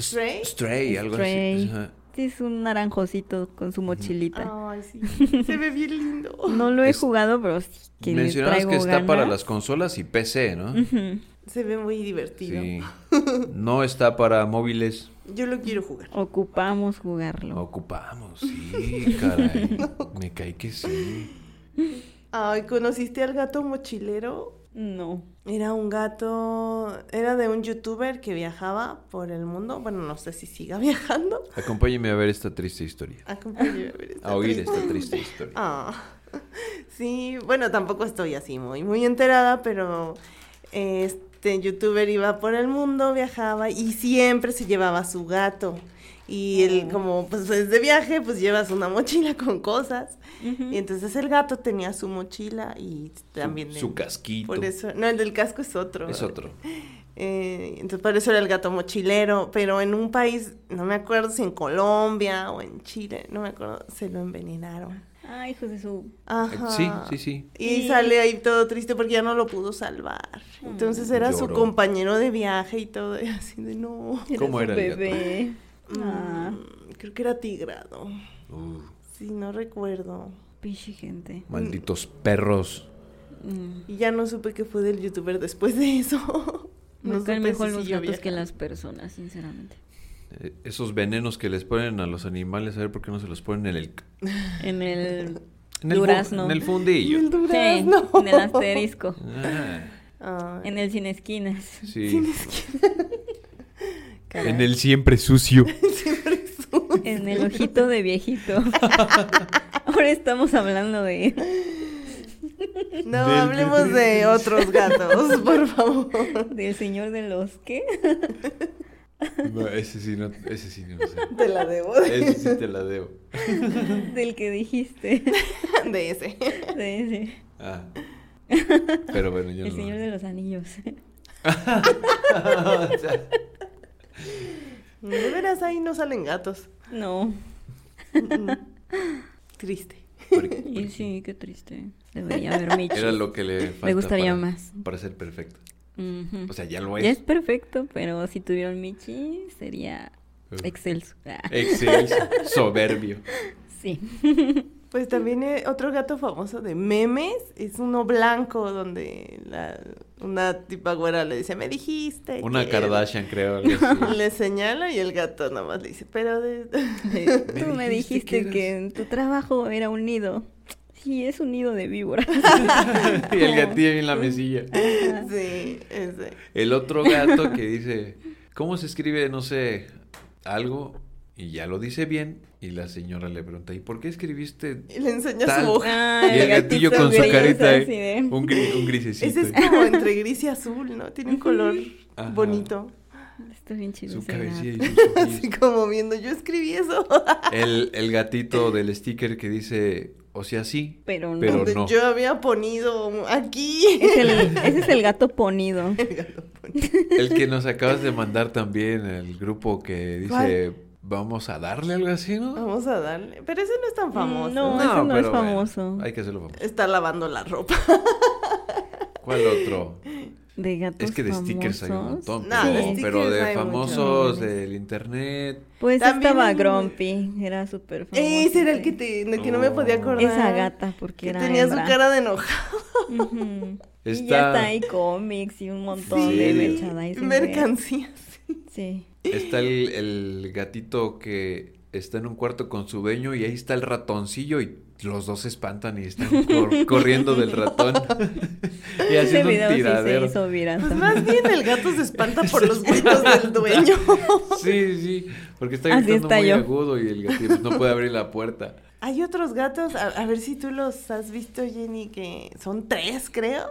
[SPEAKER 1] Stray.
[SPEAKER 2] Stray, algo
[SPEAKER 3] Stray.
[SPEAKER 2] así. Ajá.
[SPEAKER 3] Sí, Este es un naranjosito con su mochilita.
[SPEAKER 1] Ay,
[SPEAKER 3] [LAUGHS]
[SPEAKER 1] sí. Se ve bien lindo.
[SPEAKER 3] No lo he
[SPEAKER 2] Es-
[SPEAKER 3] jugado, pero sí que le
[SPEAKER 2] Mencionabas
[SPEAKER 3] traigo
[SPEAKER 2] que está para
[SPEAKER 3] ganas.
[SPEAKER 2] las consolas y PC, ¿no?
[SPEAKER 1] Mm.
[SPEAKER 3] Ujú.
[SPEAKER 1] Se ve muy divertido.
[SPEAKER 2] Sí. [LAUGHS] No está para móviles.
[SPEAKER 1] Yo lo quiero jugar.
[SPEAKER 3] Ocupamos jugarlo.
[SPEAKER 2] Ocupamos, sí,
[SPEAKER 1] [LAUGHS]
[SPEAKER 2] caray. Me caí que sí.
[SPEAKER 1] Ay, ¿conociste al gato mochilero?
[SPEAKER 3] No.
[SPEAKER 1] Era un gato, era de un youtuber que viajaba por el mundo. Bueno, no sé si siga [LAUGHS] viajando. Ah,
[SPEAKER 2] Acompáñeme a ver esta triste historia.
[SPEAKER 1] Acompáñame
[SPEAKER 2] [LAUGHS]
[SPEAKER 1] a ver esta
[SPEAKER 2] A oír
[SPEAKER 1] triste-
[SPEAKER 2] esta triste historia.
[SPEAKER 1] Ah. [LAUGHS] Sí, bueno, tampoco estoy así muy, muy enterada, pero este youtuber iba por el mundo, viajaba y siempre se llevaba a su gato. Y él, como pues es de viaje, pues llevas una mochila con cosas. Y entonces el gato tenía su mochila y también...
[SPEAKER 2] su,
[SPEAKER 1] el-
[SPEAKER 2] su casquito.
[SPEAKER 1] Por eso, no, el del casco es otro.
[SPEAKER 2] Es otro.
[SPEAKER 1] Eh, entonces, por eso era el gato mochilero, pero en un país, no me acuerdo si en Colombia o en Chile, no me acuerdo, se lo envenenaron.
[SPEAKER 3] Ay, hijos de su.
[SPEAKER 1] Ajá.
[SPEAKER 2] Eh, Sí, sí, sí.
[SPEAKER 1] Y
[SPEAKER 3] Sí.
[SPEAKER 1] sale ahí todo triste porque ya no lo pudo salvar.
[SPEAKER 3] Mm.
[SPEAKER 1] Entonces era su
[SPEAKER 2] Lloró.
[SPEAKER 1] compañero de viaje y todo, y así de no.
[SPEAKER 2] ¿Cómo
[SPEAKER 3] su
[SPEAKER 2] era el gato?
[SPEAKER 3] bebé. Ah,
[SPEAKER 1] Mm, Creo que era tigrado.
[SPEAKER 2] Uh,
[SPEAKER 1] Sí, no recuerdo.
[SPEAKER 3] pinche gente.
[SPEAKER 2] malditos perros.
[SPEAKER 3] Mm.
[SPEAKER 1] Y ya no supe qué fue del youtuber después de eso. No
[SPEAKER 3] Me caen
[SPEAKER 1] supe
[SPEAKER 3] mejor
[SPEAKER 1] si
[SPEAKER 3] los
[SPEAKER 1] siguió
[SPEAKER 3] gatos que
[SPEAKER 1] viajando.
[SPEAKER 3] las personas, sinceramente.
[SPEAKER 2] Eh, Esos venenos que les ponen a los animales, a ver por qué no se los ponen en el...
[SPEAKER 1] [LAUGHS]
[SPEAKER 3] En el.
[SPEAKER 2] En el fu-
[SPEAKER 3] Durazno.
[SPEAKER 2] En el
[SPEAKER 1] Y el
[SPEAKER 2] fundillo.
[SPEAKER 3] Sí,
[SPEAKER 1] durazno.
[SPEAKER 3] en el asterisco.
[SPEAKER 2] Ah,
[SPEAKER 1] Ay.
[SPEAKER 3] En el sin esquinas.
[SPEAKER 2] sí.
[SPEAKER 3] Caray.
[SPEAKER 1] [LAUGHS]
[SPEAKER 2] En el siempre sucio.
[SPEAKER 1] Siempre
[SPEAKER 2] [LAUGHS]
[SPEAKER 1] sucio.
[SPEAKER 3] En el ojito de viejito. Ahora estamos hablando de,
[SPEAKER 1] No,
[SPEAKER 2] Del-
[SPEAKER 1] hablemos
[SPEAKER 2] [LAUGHS]
[SPEAKER 1] de otros gatos, por favor.
[SPEAKER 3] del señor de los que.
[SPEAKER 2] [LAUGHS] No, ese sí no, ese sí no sé.
[SPEAKER 1] Te la debo.
[SPEAKER 2] Ese sí te la debo.
[SPEAKER 3] Del que dijiste.
[SPEAKER 1] [LAUGHS] De ese.
[SPEAKER 3] De ese.
[SPEAKER 2] Ah. Pero bueno, yo
[SPEAKER 3] El
[SPEAKER 2] no.
[SPEAKER 3] señor de los anillos.
[SPEAKER 2] O sea,
[SPEAKER 1] De veras, ahí no salen gatos.
[SPEAKER 3] No.
[SPEAKER 1] Triste.
[SPEAKER 2] porque
[SPEAKER 3] [LAUGHS] Y sí, qué triste. Debería haber Michi.
[SPEAKER 2] Pues Era lo que le falta
[SPEAKER 3] gustaría
[SPEAKER 2] para-
[SPEAKER 3] más. Mm.
[SPEAKER 2] Para ser perfecto.
[SPEAKER 3] Ujú.
[SPEAKER 2] O sea, ya lo
[SPEAKER 3] ya es
[SPEAKER 2] es.
[SPEAKER 3] perfecto, pero si tuviera un Michi sería
[SPEAKER 2] Uf. Eh,
[SPEAKER 3] [LAUGHS] excelso. Ah,
[SPEAKER 2] Excelso, soberbio.
[SPEAKER 3] Sí.
[SPEAKER 1] Pues también eh, otro gato famoso de memes es uno blanco donde la- una tipa güera le dice, me dijiste.
[SPEAKER 2] Una
[SPEAKER 1] que-"
[SPEAKER 2] Kardashian, creo. algo
[SPEAKER 3] [LAUGHS]
[SPEAKER 1] [LAUGHS]
[SPEAKER 2] así.
[SPEAKER 1] Le señala y el gato nomás le dice, pero de... [LAUGHS]
[SPEAKER 3] [LAUGHS] Tú me dijiste que, en tu trabajo era un nido. Sí, es un nido
[SPEAKER 2] [LAUGHS]
[SPEAKER 3] de víboras.
[SPEAKER 2] [LAUGHS] y el gatillo en la mesilla.
[SPEAKER 1] sí, ese.
[SPEAKER 2] El otro gato que dice, ¿cómo se escribe, no sé, algo? Y ya lo dice bien. Y la señora le pregunta, ¿y por qué escribiste?
[SPEAKER 1] Y le enseña
[SPEAKER 2] Tal.
[SPEAKER 1] su hoja.
[SPEAKER 3] Ah,
[SPEAKER 2] Y el gatillo con su
[SPEAKER 3] gris,
[SPEAKER 2] carita,
[SPEAKER 3] así
[SPEAKER 2] eh,
[SPEAKER 3] de-
[SPEAKER 2] un, gri- un grisecito.
[SPEAKER 1] Ese es
[SPEAKER 2] [LAUGHS]
[SPEAKER 1] como entre gris y azul, ¿no? Tiene un color
[SPEAKER 2] Ajá.
[SPEAKER 1] bonito.
[SPEAKER 3] Está bien chido.
[SPEAKER 2] Su
[SPEAKER 3] ese
[SPEAKER 2] cabecilla y
[SPEAKER 3] gato.
[SPEAKER 2] sus
[SPEAKER 3] [LAUGHS]
[SPEAKER 2] ojillos.
[SPEAKER 1] Así como viendo, yo escribí eso. [LAUGHS]
[SPEAKER 2] El, el gatito del sticker que dice, o sea, sí,
[SPEAKER 3] Pero no.
[SPEAKER 2] Pero
[SPEAKER 1] Donde
[SPEAKER 2] no.
[SPEAKER 1] yo había ponido
[SPEAKER 2] [LAUGHS]
[SPEAKER 1] aquí.
[SPEAKER 3] Es el- ese es el gato ponido.
[SPEAKER 1] El gato pone-
[SPEAKER 2] El que nos acabas de mandar también, el grupo que dice,
[SPEAKER 1] ¿Cuál?
[SPEAKER 2] vamos a darle algo así, ¿no?
[SPEAKER 1] Vamos a darle. Pero ese no es
[SPEAKER 2] Mm,
[SPEAKER 1] tan famoso.
[SPEAKER 3] Oh, No, ese no es
[SPEAKER 2] pero bueno,
[SPEAKER 3] famoso.
[SPEAKER 2] hay que hacerlo famoso.
[SPEAKER 1] Está lavando la ropa.
[SPEAKER 2] ¿Cuál otro?
[SPEAKER 3] De gatos
[SPEAKER 2] Es que de stickers hay un
[SPEAKER 3] famosos.
[SPEAKER 2] montón,
[SPEAKER 1] No,
[SPEAKER 2] pero,
[SPEAKER 1] de stickers
[SPEAKER 2] pero de
[SPEAKER 1] hay
[SPEAKER 2] famosos,
[SPEAKER 3] muchos.
[SPEAKER 2] del internet.
[SPEAKER 3] Pues
[SPEAKER 1] También-
[SPEAKER 3] estaba Grumpy, era súper famoso.
[SPEAKER 1] Ese era el que, te, el que no me podía
[SPEAKER 2] Oh.
[SPEAKER 1] acordar.
[SPEAKER 3] Esa gata, porque
[SPEAKER 1] Que
[SPEAKER 3] era
[SPEAKER 1] tenía
[SPEAKER 3] hembra.
[SPEAKER 1] su cara de enojado.
[SPEAKER 2] [LAUGHS]
[SPEAKER 3] Ujú. Y ya
[SPEAKER 2] Está-
[SPEAKER 3] está ahí cómics y un montón
[SPEAKER 2] Sí.
[SPEAKER 3] de merchandising. de-
[SPEAKER 1] Mercancías.
[SPEAKER 3] Sí.
[SPEAKER 2] Está el, el gatito que está en un cuarto con su dueño y ahí está el ratoncillo y los dos se espantan y
[SPEAKER 3] [LAUGHS]
[SPEAKER 2] están cor- corriendo del ratón. [LAUGHS] y
[SPEAKER 3] Ese
[SPEAKER 2] haciendo
[SPEAKER 3] video
[SPEAKER 2] un
[SPEAKER 3] sí
[SPEAKER 2] tiradero.
[SPEAKER 3] se hizo viral.
[SPEAKER 1] Pues
[SPEAKER 3] también.
[SPEAKER 1] más bien el gato se espanta por
[SPEAKER 2] [LAUGHS]
[SPEAKER 1] los gritos del dueño.
[SPEAKER 2] Sí, sí, porque está
[SPEAKER 3] Así
[SPEAKER 2] gritando
[SPEAKER 3] está
[SPEAKER 2] muy
[SPEAKER 3] yo.
[SPEAKER 2] agudo y el gatito no puede abrir la puerta.
[SPEAKER 1] Hay otros gatos, a, a ver si tú los has visto, Jenny, que son tres, creo.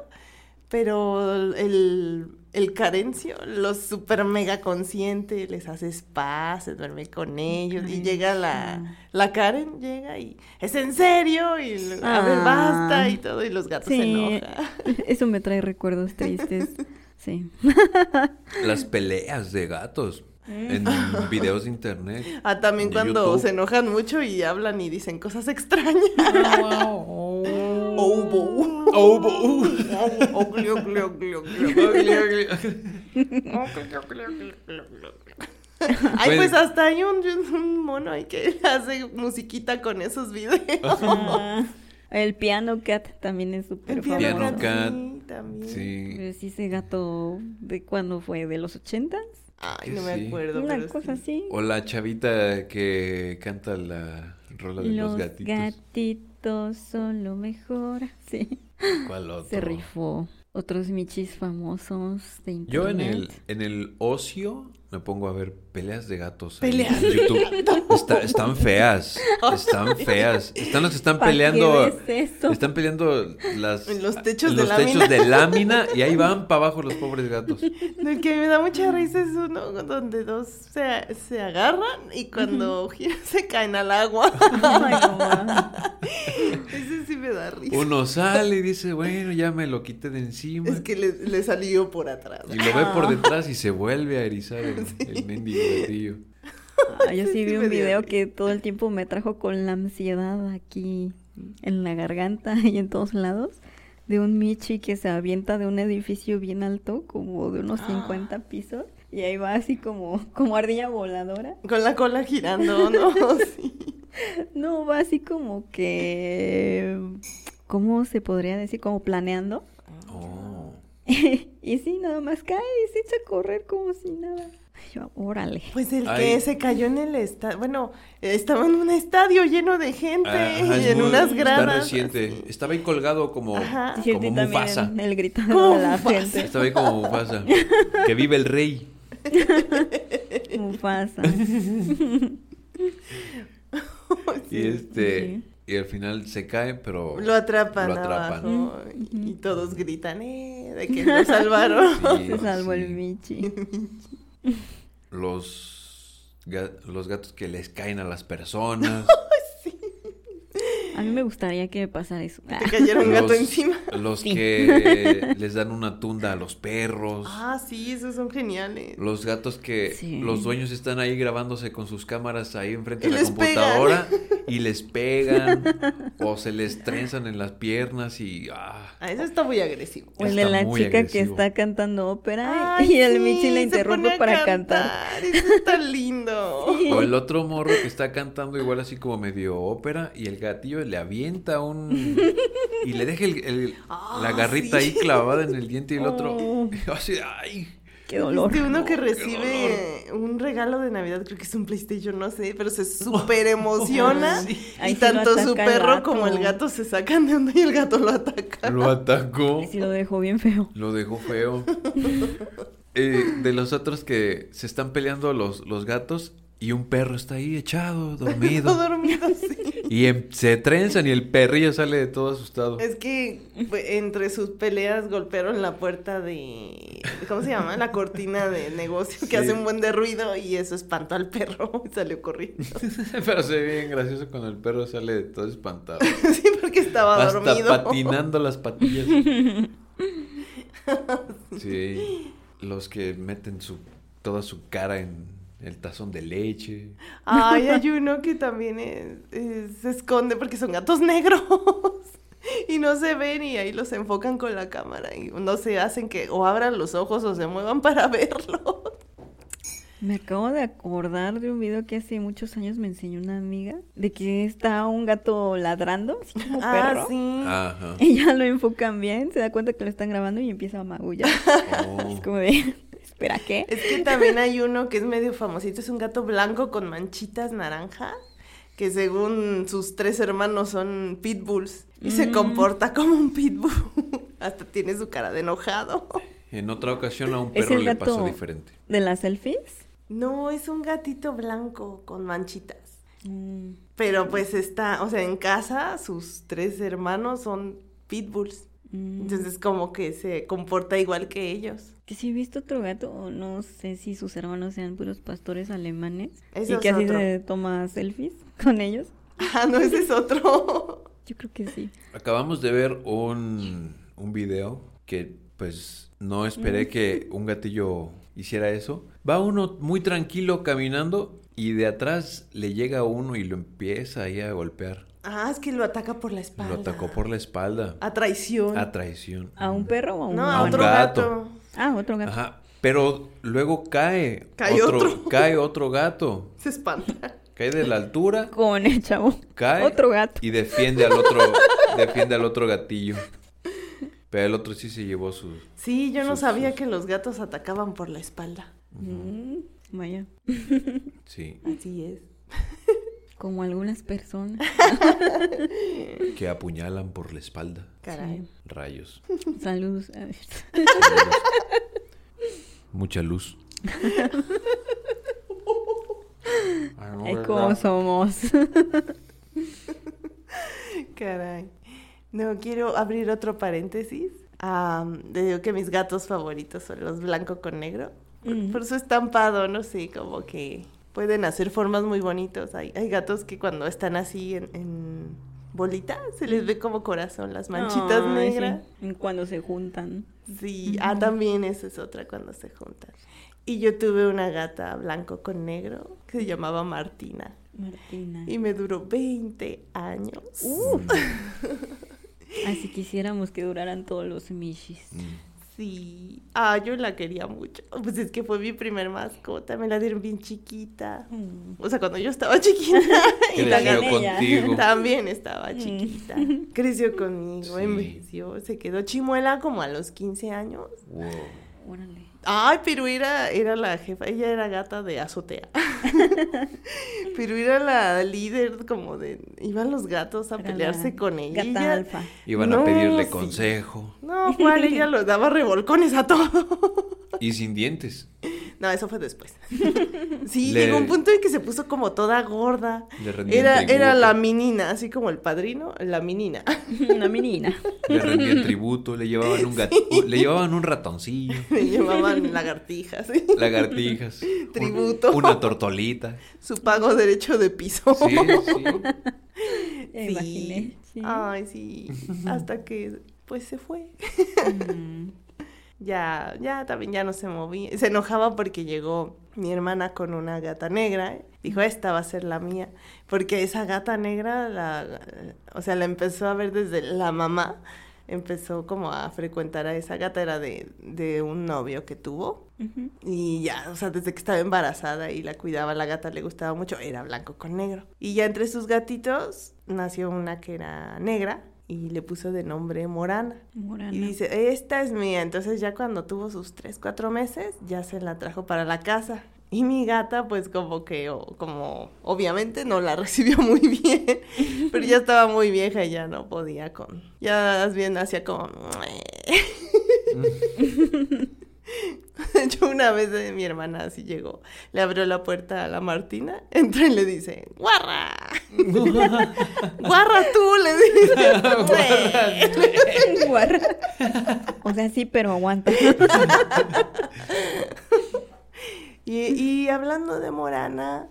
[SPEAKER 1] Pero el, el carencio los super mega consiente, les hace spa, se duerme con ellos. Y llega la, la Karen, llega y es en serio, y lo- a ver,
[SPEAKER 3] Ah.
[SPEAKER 1] basta, y todo, y los gatos se enojan. [LAUGHS]
[SPEAKER 3] [LAUGHS] Eso me trae recuerdos tristes. Sí.
[SPEAKER 2] Las peleas de gatos en videos de internet.
[SPEAKER 1] Ah, también
[SPEAKER 2] En
[SPEAKER 1] cuando
[SPEAKER 2] YouTube.
[SPEAKER 1] se enojan mucho y hablan y dicen cosas extrañas.
[SPEAKER 2] Oh,
[SPEAKER 1] [LAUGHS] Obo.
[SPEAKER 2] [LAUGHS] Obo.
[SPEAKER 1] [LAUGHS] Ogli, ogli, ogli, ogli.
[SPEAKER 2] [LAUGHS]
[SPEAKER 1] Ay,
[SPEAKER 2] Pues-
[SPEAKER 1] pues hasta hay un, un mono ahí que [LAUGHS] hace musiquita con esos videos.
[SPEAKER 3] Ah, el piano cat también es súper famoso.
[SPEAKER 2] Piano
[SPEAKER 1] Piano
[SPEAKER 2] Cat.
[SPEAKER 1] sí, también.
[SPEAKER 2] Sí.
[SPEAKER 3] Pero Pues sí, ese gato de cuándo fue, de los ochentas.
[SPEAKER 1] Ay,
[SPEAKER 2] Que
[SPEAKER 1] no me
[SPEAKER 2] sí.
[SPEAKER 1] acuerdo.
[SPEAKER 3] Una
[SPEAKER 1] pero
[SPEAKER 3] cosa
[SPEAKER 1] sí.
[SPEAKER 3] así.
[SPEAKER 2] O la chavita que canta la rola de los,
[SPEAKER 3] Los
[SPEAKER 2] gatitos.
[SPEAKER 3] gatitos son lo mejor. Sí.
[SPEAKER 2] ¿Cuál otro?
[SPEAKER 3] Se rifó. Otros michis famosos de internet.
[SPEAKER 2] Yo en el, en el ocio me pongo a ver peleas de gatos. ahí
[SPEAKER 1] Peleas
[SPEAKER 2] en YouTube. Está-
[SPEAKER 1] [LAUGHS]
[SPEAKER 2] están feas. Están feas. Están los que están
[SPEAKER 3] ¿Pa' qué
[SPEAKER 2] peleando.
[SPEAKER 3] ves eso?
[SPEAKER 2] Están peleando las,
[SPEAKER 1] En los techos
[SPEAKER 2] Ah, en
[SPEAKER 1] de
[SPEAKER 2] los
[SPEAKER 1] lámina.
[SPEAKER 2] techos de lámina y ahí van para abajo los
[SPEAKER 1] [LAUGHS]
[SPEAKER 2] pobres gatos.
[SPEAKER 1] El que me da mucha risa es uno donde dos se, se agarran y cuando giran [LAUGHS] se caen al
[SPEAKER 2] [LAUGHS]
[SPEAKER 1] agua.
[SPEAKER 3] [LAUGHS] Ay, no más.
[SPEAKER 1] Ese sí me da risa.
[SPEAKER 2] Uno sale y dice, bueno, ya me lo quité de encima.
[SPEAKER 1] Es que Ah. le, le salió por atrás.
[SPEAKER 2] Y lo ve por detrás y se vuelve a erizar
[SPEAKER 1] [LAUGHS]
[SPEAKER 2] el, el mendigo gatillo.
[SPEAKER 3] Ah, yo sí vi
[SPEAKER 1] Sí
[SPEAKER 3] un
[SPEAKER 1] me dio
[SPEAKER 3] video
[SPEAKER 1] risa.
[SPEAKER 3] que todo el tiempo me trajo con la ansiedad aquí en la garganta [LAUGHS] y en todos lados de un Michi que se avienta de un edificio bien alto, como de
[SPEAKER 1] Ah.
[SPEAKER 3] unos 50 pisos, y ahí va así como, como ardilla voladora.
[SPEAKER 1] Con la cola girando,
[SPEAKER 2] [LAUGHS]
[SPEAKER 1] ¿no? [LAUGHS] Sí.
[SPEAKER 3] No, va así como que, ¿cómo se podría decir? Como planeando. [LAUGHS]
[SPEAKER 2] Oh.
[SPEAKER 3] y sí, nada más cae y se echa a correr como si nada. Yo, órale.
[SPEAKER 1] Pues el
[SPEAKER 2] Ay.
[SPEAKER 1] que se cayó en el estadio, bueno, estaba en un estadio lleno de gente
[SPEAKER 2] Ah, Ajá,
[SPEAKER 1] y
[SPEAKER 2] es
[SPEAKER 1] en
[SPEAKER 2] muy-
[SPEAKER 1] unas
[SPEAKER 2] está
[SPEAKER 1] gradas.
[SPEAKER 2] reciente.
[SPEAKER 1] así.
[SPEAKER 2] Estaba ahí colgado como,
[SPEAKER 1] Ajá.
[SPEAKER 3] Sí,
[SPEAKER 2] como
[SPEAKER 3] y
[SPEAKER 2] Mufasa.
[SPEAKER 3] también el [LAUGHS] grito de
[SPEAKER 1] Como
[SPEAKER 3] la
[SPEAKER 1] Mufasa.
[SPEAKER 3] [LAUGHS] gente.
[SPEAKER 2] Estaba ahí como Mufasa. Que vive el rey.
[SPEAKER 3] Mufasa.
[SPEAKER 2] Y este.
[SPEAKER 3] sí.
[SPEAKER 2] Y al final se cae, pero.
[SPEAKER 1] [LAUGHS] Lo atrapan,
[SPEAKER 2] Lo atrapan.
[SPEAKER 1] abajo y, y todos gritan, eh, de que lo salvaron. [LAUGHS]
[SPEAKER 2] Sí,
[SPEAKER 3] Se salvó el
[SPEAKER 2] sí.
[SPEAKER 3] Michi.
[SPEAKER 2] Los, ga- los gatos que les caen a
[SPEAKER 1] [LAUGHS]
[SPEAKER 2] las personas.
[SPEAKER 3] [LAUGHS] A mí me gustaría que me pasara eso. Ah,
[SPEAKER 1] Te cayeron un gato
[SPEAKER 2] los-
[SPEAKER 1] encima.
[SPEAKER 2] Los
[SPEAKER 3] Sí. [LAUGHS]
[SPEAKER 2] que les dan una tunda a los perros.
[SPEAKER 1] Ah, sí, esos son geniales.
[SPEAKER 2] Los gatos que
[SPEAKER 3] Sí.
[SPEAKER 2] los dueños están ahí grabándose con sus cámaras ahí enfrente
[SPEAKER 1] Y
[SPEAKER 2] de la
[SPEAKER 1] les pegan.
[SPEAKER 2] computadora y
[SPEAKER 1] [LAUGHS]
[SPEAKER 2] les pegan o se les trenzan en las piernas y... ah.
[SPEAKER 1] Ah, eso está muy agresivo.
[SPEAKER 3] O el
[SPEAKER 2] Está
[SPEAKER 3] de la
[SPEAKER 2] muy
[SPEAKER 3] chica que
[SPEAKER 2] agresivo.
[SPEAKER 3] está cantando ópera
[SPEAKER 1] Ay,
[SPEAKER 3] y el
[SPEAKER 1] sí,
[SPEAKER 3] Michi la
[SPEAKER 1] se pone
[SPEAKER 3] interrumpe
[SPEAKER 1] a
[SPEAKER 3] para cantar.
[SPEAKER 1] Eso está
[SPEAKER 3] [LAUGHS]
[SPEAKER 1] lindo.
[SPEAKER 2] O el otro morro que está cantando igual así como medio ópera y el gatillo le avienta un... Y le deja el- el- la
[SPEAKER 1] Ah,
[SPEAKER 2] garrita
[SPEAKER 1] sí.
[SPEAKER 2] ahí clavada en el diente y el otro...
[SPEAKER 3] Oh.
[SPEAKER 2] [LAUGHS] Así, ay.
[SPEAKER 3] Qué dolor.
[SPEAKER 1] Viste Este uno que
[SPEAKER 2] No, qué
[SPEAKER 1] recibe un regalo de Navidad, creo que es un PlayStation, no sé, pero
[SPEAKER 2] [LAUGHS]
[SPEAKER 1] se súper emociona.
[SPEAKER 2] Sí.
[SPEAKER 3] Ahí
[SPEAKER 1] Y
[SPEAKER 3] sí
[SPEAKER 1] tanto
[SPEAKER 3] lo
[SPEAKER 1] su
[SPEAKER 3] ataca el
[SPEAKER 1] perro
[SPEAKER 3] gato.
[SPEAKER 1] como el gato se sacan de onda y el gato lo ataca.
[SPEAKER 2] Lo atacó.
[SPEAKER 3] [LAUGHS] Sí lo dejó bien feo.
[SPEAKER 2] Lo dejó feo. Eh, de los otros que se están peleando los, los gatos y un perro está ahí
[SPEAKER 1] [LAUGHS]
[SPEAKER 2] echado,
[SPEAKER 1] Todo
[SPEAKER 3] [LAUGHS]
[SPEAKER 2] dormido.
[SPEAKER 1] dormido así.
[SPEAKER 2] Y em- se trenzan y el perrillo sale de todo asustado.
[SPEAKER 1] Es que fue- entre sus peleas golpearon la puerta de. ¿Cómo se llama? La cortina de negocio que
[SPEAKER 2] Sí.
[SPEAKER 1] hace un buen de ruido y eso espantó al perro y salió corriendo.
[SPEAKER 2] [LAUGHS]
[SPEAKER 1] [LAUGHS]
[SPEAKER 2] Pero se ve bien gracioso cuando el perro sale de todo
[SPEAKER 3] [LAUGHS]
[SPEAKER 2] espantado.
[SPEAKER 1] sí, porque estaba
[SPEAKER 2] Hasta
[SPEAKER 1] dormido.
[SPEAKER 2] patinando las
[SPEAKER 3] [LAUGHS]
[SPEAKER 2] patillas. Sí. Los que meten su, toda su cara en el tazón de leche.
[SPEAKER 1] Ay, hay uno que también es- es- se esconde porque son gatos negros [LAUGHS] y no se ven y ahí los enfocan con la cámara y no se hacen que o abran los ojos o se muevan para [LAUGHS] verlo.
[SPEAKER 3] Me acabo de acordar de un video que hace muchos años me enseñó una amiga de que está un gato ladrando, así como perro.
[SPEAKER 1] Ah, sí.
[SPEAKER 3] [LAUGHS]
[SPEAKER 2] Ajá.
[SPEAKER 3] Y ya lo enfocan bien, se da cuenta que lo están grabando y empieza a magullar.
[SPEAKER 2] Oh.
[SPEAKER 3] Es como de, [LAUGHS] espera, ¿qué?
[SPEAKER 1] Es que también hay uno que es medio famosito, es un gato blanco con manchitas naranja, que según sus tres hermanos son pitbulls y se
[SPEAKER 3] Mm.
[SPEAKER 1] comporta como un pitbull. [LAUGHS] Hasta tiene su cara de enojado.
[SPEAKER 2] En otra ocasión a un
[SPEAKER 3] Es
[SPEAKER 2] perro
[SPEAKER 3] el
[SPEAKER 2] le pasó
[SPEAKER 3] gato.
[SPEAKER 2] diferente.
[SPEAKER 3] ¿De las selfies?
[SPEAKER 1] No, es un gatito blanco con manchitas. Pero pues está, o sea, en casa sus tres hermanos son pitbulls.
[SPEAKER 3] Mm.
[SPEAKER 1] Entonces como que se comporta igual que ellos. [LAUGHS]
[SPEAKER 3] Que si he visto otro gato, o no sé si sus hermanos sean puros pastores alemanes
[SPEAKER 1] Ese
[SPEAKER 3] y que
[SPEAKER 1] es
[SPEAKER 3] así
[SPEAKER 1] otro.
[SPEAKER 3] se toma selfies con ellos.
[SPEAKER 1] Ah, no, ese es otro.
[SPEAKER 3] Yo creo que sí.
[SPEAKER 2] Acabamos de ver un, un video que pues no esperé que un gatillo hiciera eso. Va uno muy tranquilo caminando y de atrás le llega uno y lo empieza ahí a golpear.
[SPEAKER 1] Ah, es que lo ataca por la espalda.
[SPEAKER 2] Lo atacó por la espalda.
[SPEAKER 1] A traición.
[SPEAKER 2] A traición.
[SPEAKER 3] ¿A un perro o a un
[SPEAKER 1] no,
[SPEAKER 2] a
[SPEAKER 1] a
[SPEAKER 2] un
[SPEAKER 1] otro
[SPEAKER 3] humano?
[SPEAKER 1] gato.
[SPEAKER 2] gato.
[SPEAKER 3] Ah, otro gato.
[SPEAKER 2] Ajá. Pero luego cae.
[SPEAKER 1] Cae otro.
[SPEAKER 2] [LAUGHS] Cae otro gato.
[SPEAKER 1] Se espanta.
[SPEAKER 2] Cae de la altura.
[SPEAKER 3] Con el chavo.
[SPEAKER 2] cae
[SPEAKER 3] Otro gato.
[SPEAKER 2] y defiende al otro defiende al otro gatillo pero el otro sí se llevó su
[SPEAKER 1] Sí, yo no
[SPEAKER 2] Sus-
[SPEAKER 1] sabía
[SPEAKER 2] sus-
[SPEAKER 1] que los gatos atacaban por la espalda.
[SPEAKER 3] Mm, vaya.
[SPEAKER 2] sí
[SPEAKER 1] Así es.
[SPEAKER 3] Como algunas personas.
[SPEAKER 2] que apuñalan por la espalda
[SPEAKER 1] [LAUGHS] Caray. [LAUGHS]
[SPEAKER 2] rayos
[SPEAKER 3] Saludos. A ver.
[SPEAKER 2] mucha luz
[SPEAKER 3] Ay, cómo somos.
[SPEAKER 1] [LAUGHS] Caray. No, quiero abrir otro paréntesis. Ah, te digo que mis gatos favoritos son los blanco con negro. Por-
[SPEAKER 3] Mm.
[SPEAKER 1] Por su estampado, no sé, como que pueden hacer formas muy bonitas. Hay, hay gatos que cuando están así en, en bolita, se les ve como corazón, las manchitas
[SPEAKER 3] Ay,
[SPEAKER 1] negras.
[SPEAKER 3] sí, Cuando se juntan.
[SPEAKER 1] Sí, ah, también esa es otra cuando se juntan. Y yo tuve una gata blanco con negro que se llamaba Martina.
[SPEAKER 3] Martina.
[SPEAKER 1] Y me duró 20 años.
[SPEAKER 3] Uh. Así quisiéramos que duraran todos los michis.
[SPEAKER 2] Mm.
[SPEAKER 1] Sí. Ah, yo la quería mucho. Pues es que fue mi primer mascota. Me la dieron bien chiquita.
[SPEAKER 3] Mm.
[SPEAKER 1] O sea, cuando yo estaba [LAUGHS] chiquita. [LAUGHS] y la
[SPEAKER 2] Creció
[SPEAKER 1] gané.
[SPEAKER 3] gané ya.
[SPEAKER 2] contigo
[SPEAKER 1] También estaba chiquita. Creció conmigo,
[SPEAKER 2] Sí.
[SPEAKER 1] envejeció. Se quedó chimuela como a los 15 años.
[SPEAKER 2] Wow.
[SPEAKER 3] Órale.
[SPEAKER 1] Ay, pero era, era la jefa. Ella era gata de azotea. [LAUGHS] pero era la líder como de... Iban los gatos a
[SPEAKER 3] Era
[SPEAKER 1] pelearse
[SPEAKER 3] la
[SPEAKER 1] con ella.
[SPEAKER 3] gata
[SPEAKER 1] y ella- [LAUGHS]
[SPEAKER 3] alfa.
[SPEAKER 2] iban a
[SPEAKER 1] No,
[SPEAKER 2] pedirle
[SPEAKER 1] sí.
[SPEAKER 2] consejo
[SPEAKER 1] No, Juan, ella los daba revolcones a todo.
[SPEAKER 3] [LAUGHS]
[SPEAKER 2] y sin dientes
[SPEAKER 1] No, eso fue después. Sí,
[SPEAKER 2] Le-
[SPEAKER 1] llegó un punto en que se puso como toda gorda.
[SPEAKER 2] Le rendía
[SPEAKER 1] Era,
[SPEAKER 2] tributo.
[SPEAKER 1] era la menina, así como el padrino, la menina.
[SPEAKER 3] Una menina.
[SPEAKER 2] le rendían tributo le llevaban
[SPEAKER 1] [LAUGHS]
[SPEAKER 2] un gat- le llevaban un ratoncillo
[SPEAKER 1] [LAUGHS]
[SPEAKER 3] [LAUGHS]
[SPEAKER 1] Le llamaban lagartija, sí.
[SPEAKER 2] lagartijas un-
[SPEAKER 1] Tributo. [LAUGHS]
[SPEAKER 2] una tortolita
[SPEAKER 1] Su pago derecho de piso.
[SPEAKER 2] sí sí
[SPEAKER 3] Ya
[SPEAKER 1] Ah.
[SPEAKER 3] imaginé. Sí.
[SPEAKER 2] [LAUGHS]
[SPEAKER 1] Ay, sí. Hasta que, pues, se fue.
[SPEAKER 3] Mm.
[SPEAKER 1] ya, ya también ya no se movía. Se enojaba porque llegó mi hermana con una gata negra. ¿eh? Dijo, esta va a ser la mía. Porque esa gata negra, la, o sea, la empezó a ver desde la mamá. Empezó como a frecuentar a esa gata, era de, de un novio que tuvo.
[SPEAKER 3] Ujú.
[SPEAKER 1] Y ya, o sea, desde que estaba embarazada y la cuidaba, la gata le gustaba mucho, era blanco con negro. Y ya entre sus gatitos nació una que era negra y le puso de nombre Morana.
[SPEAKER 3] Morana.
[SPEAKER 1] Y
[SPEAKER 3] [LAUGHS]
[SPEAKER 1] dice, esta es mía. Entonces ya cuando tuvo sus tres, cuatro meses, ya se la trajo para la casa. Y mi gata, pues como que, o- como obviamente no la [LAUGHS] recibió muy bien, pero ya estaba muy vieja y ya no podía con... Ya más bien hacía como... [LAUGHS] Yo una vez eh, mi hermana así llegó, le abrió la puerta a la Martina, entra y le dice, guarra, [LAUGHS] guarra tú, le dice.
[SPEAKER 3] Guarra. O sea, sí, pero aguanta. [LAUGHS]
[SPEAKER 1] Y, y hablando de Morana,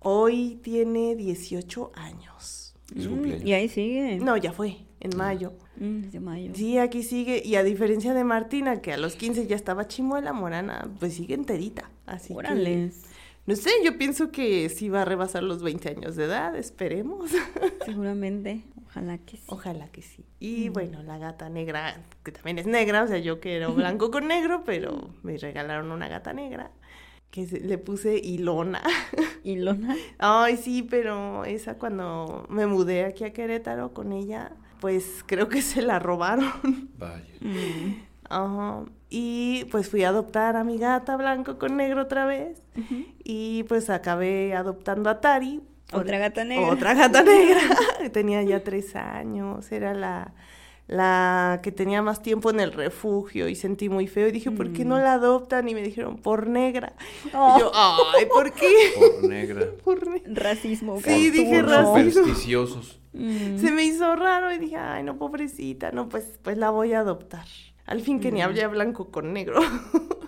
[SPEAKER 1] hoy tiene 18 años.
[SPEAKER 2] Es su
[SPEAKER 3] Mm,
[SPEAKER 2] cumpleaños.
[SPEAKER 3] Y ahí sigue.
[SPEAKER 1] No, ya fue, en mayo.
[SPEAKER 3] Mm, desde mayo.
[SPEAKER 1] Sí, aquí sigue. Y a diferencia de Martina, que a los 15 ya estaba chimuela, Morana, pues sigue enterita. Así que-
[SPEAKER 3] Órales.
[SPEAKER 1] no sé, yo pienso que sí va a rebasar los 20 años de edad, esperemos. [LAUGHS]
[SPEAKER 3] Seguramente. Ojalá que sí.
[SPEAKER 1] Ojalá que sí. Y bueno, la gata negra, que también es negra, o sea, yo que era blanco con negro, pero me regalaron una gata negra, que se- le puse Ilona.
[SPEAKER 3] Y Lona.
[SPEAKER 1] Ay, sí, pero esa cuando me mudé aquí a Querétaro con ella, pues creo que [LAUGHS] se la robaron.
[SPEAKER 2] Vaya.
[SPEAKER 3] Mm.
[SPEAKER 1] Ajá. Y pues fui a adoptar a mi gata blanco con negro otra vez.
[SPEAKER 3] Ujú.
[SPEAKER 1] Y pues acabé adoptando a Tari. por-
[SPEAKER 3] Otra gata negra.
[SPEAKER 1] Otra gata negra. [LAUGHS] tenía ya tres años. Era la, la que tenía más tiempo en el refugio y sentí muy feo. Y dije, ¿por qué no la adoptan? Y me dijeron, por negra.
[SPEAKER 3] [LAUGHS] Mm. Oh.
[SPEAKER 1] Y yo, ay, ¿por
[SPEAKER 3] [LAUGHS]
[SPEAKER 1] qué?
[SPEAKER 2] Por negra.
[SPEAKER 1] por negra.
[SPEAKER 3] Racismo.
[SPEAKER 1] Sí, dije
[SPEAKER 3] Arturo.
[SPEAKER 1] racismo.
[SPEAKER 2] Supersticiosos.
[SPEAKER 3] Mm.
[SPEAKER 1] Se me hizo raro y dije, ay, no, pobrecita, no, pues, pues la voy a adoptar. Al fin que ni hablé blanco con negro. [LAUGHS]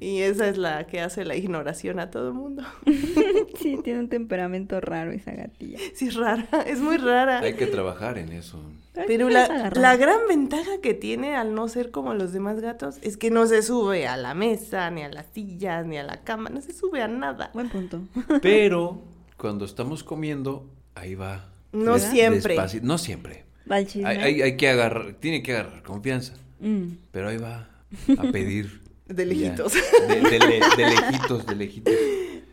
[SPEAKER 1] y esa es la que hace la ignoración a todo el mundo.
[SPEAKER 3] [LAUGHS]
[SPEAKER 1] [LAUGHS]
[SPEAKER 3] Sí, tiene un temperamento raro esa gatilla.
[SPEAKER 1] Sí, es rara, es muy rara.
[SPEAKER 2] Hay que trabajar en eso.
[SPEAKER 1] Pero
[SPEAKER 3] sí las
[SPEAKER 1] la,
[SPEAKER 3] agarra.
[SPEAKER 1] la gran ventaja que tiene al no ser como los demás gatos es que no se sube a la mesa, ni a las sillas, ni a la cama, no se sube a nada.
[SPEAKER 3] Buen [LAUGHS] punto.
[SPEAKER 2] Pero cuando estamos comiendo, ahí va.
[SPEAKER 1] No
[SPEAKER 2] Des-
[SPEAKER 1] siempre.
[SPEAKER 2] despaci- No siempre.
[SPEAKER 3] Va el chisme.
[SPEAKER 2] Hay, hay- hay que agarrar, tiene que agarrar confianza.
[SPEAKER 3] Mm.
[SPEAKER 2] Pero ahí va
[SPEAKER 1] [LAUGHS]
[SPEAKER 2] a pedir.
[SPEAKER 1] De
[SPEAKER 2] Ya.
[SPEAKER 1] lejitos. [LAUGHS]
[SPEAKER 2] De, de le- de lejitos, de lejitos.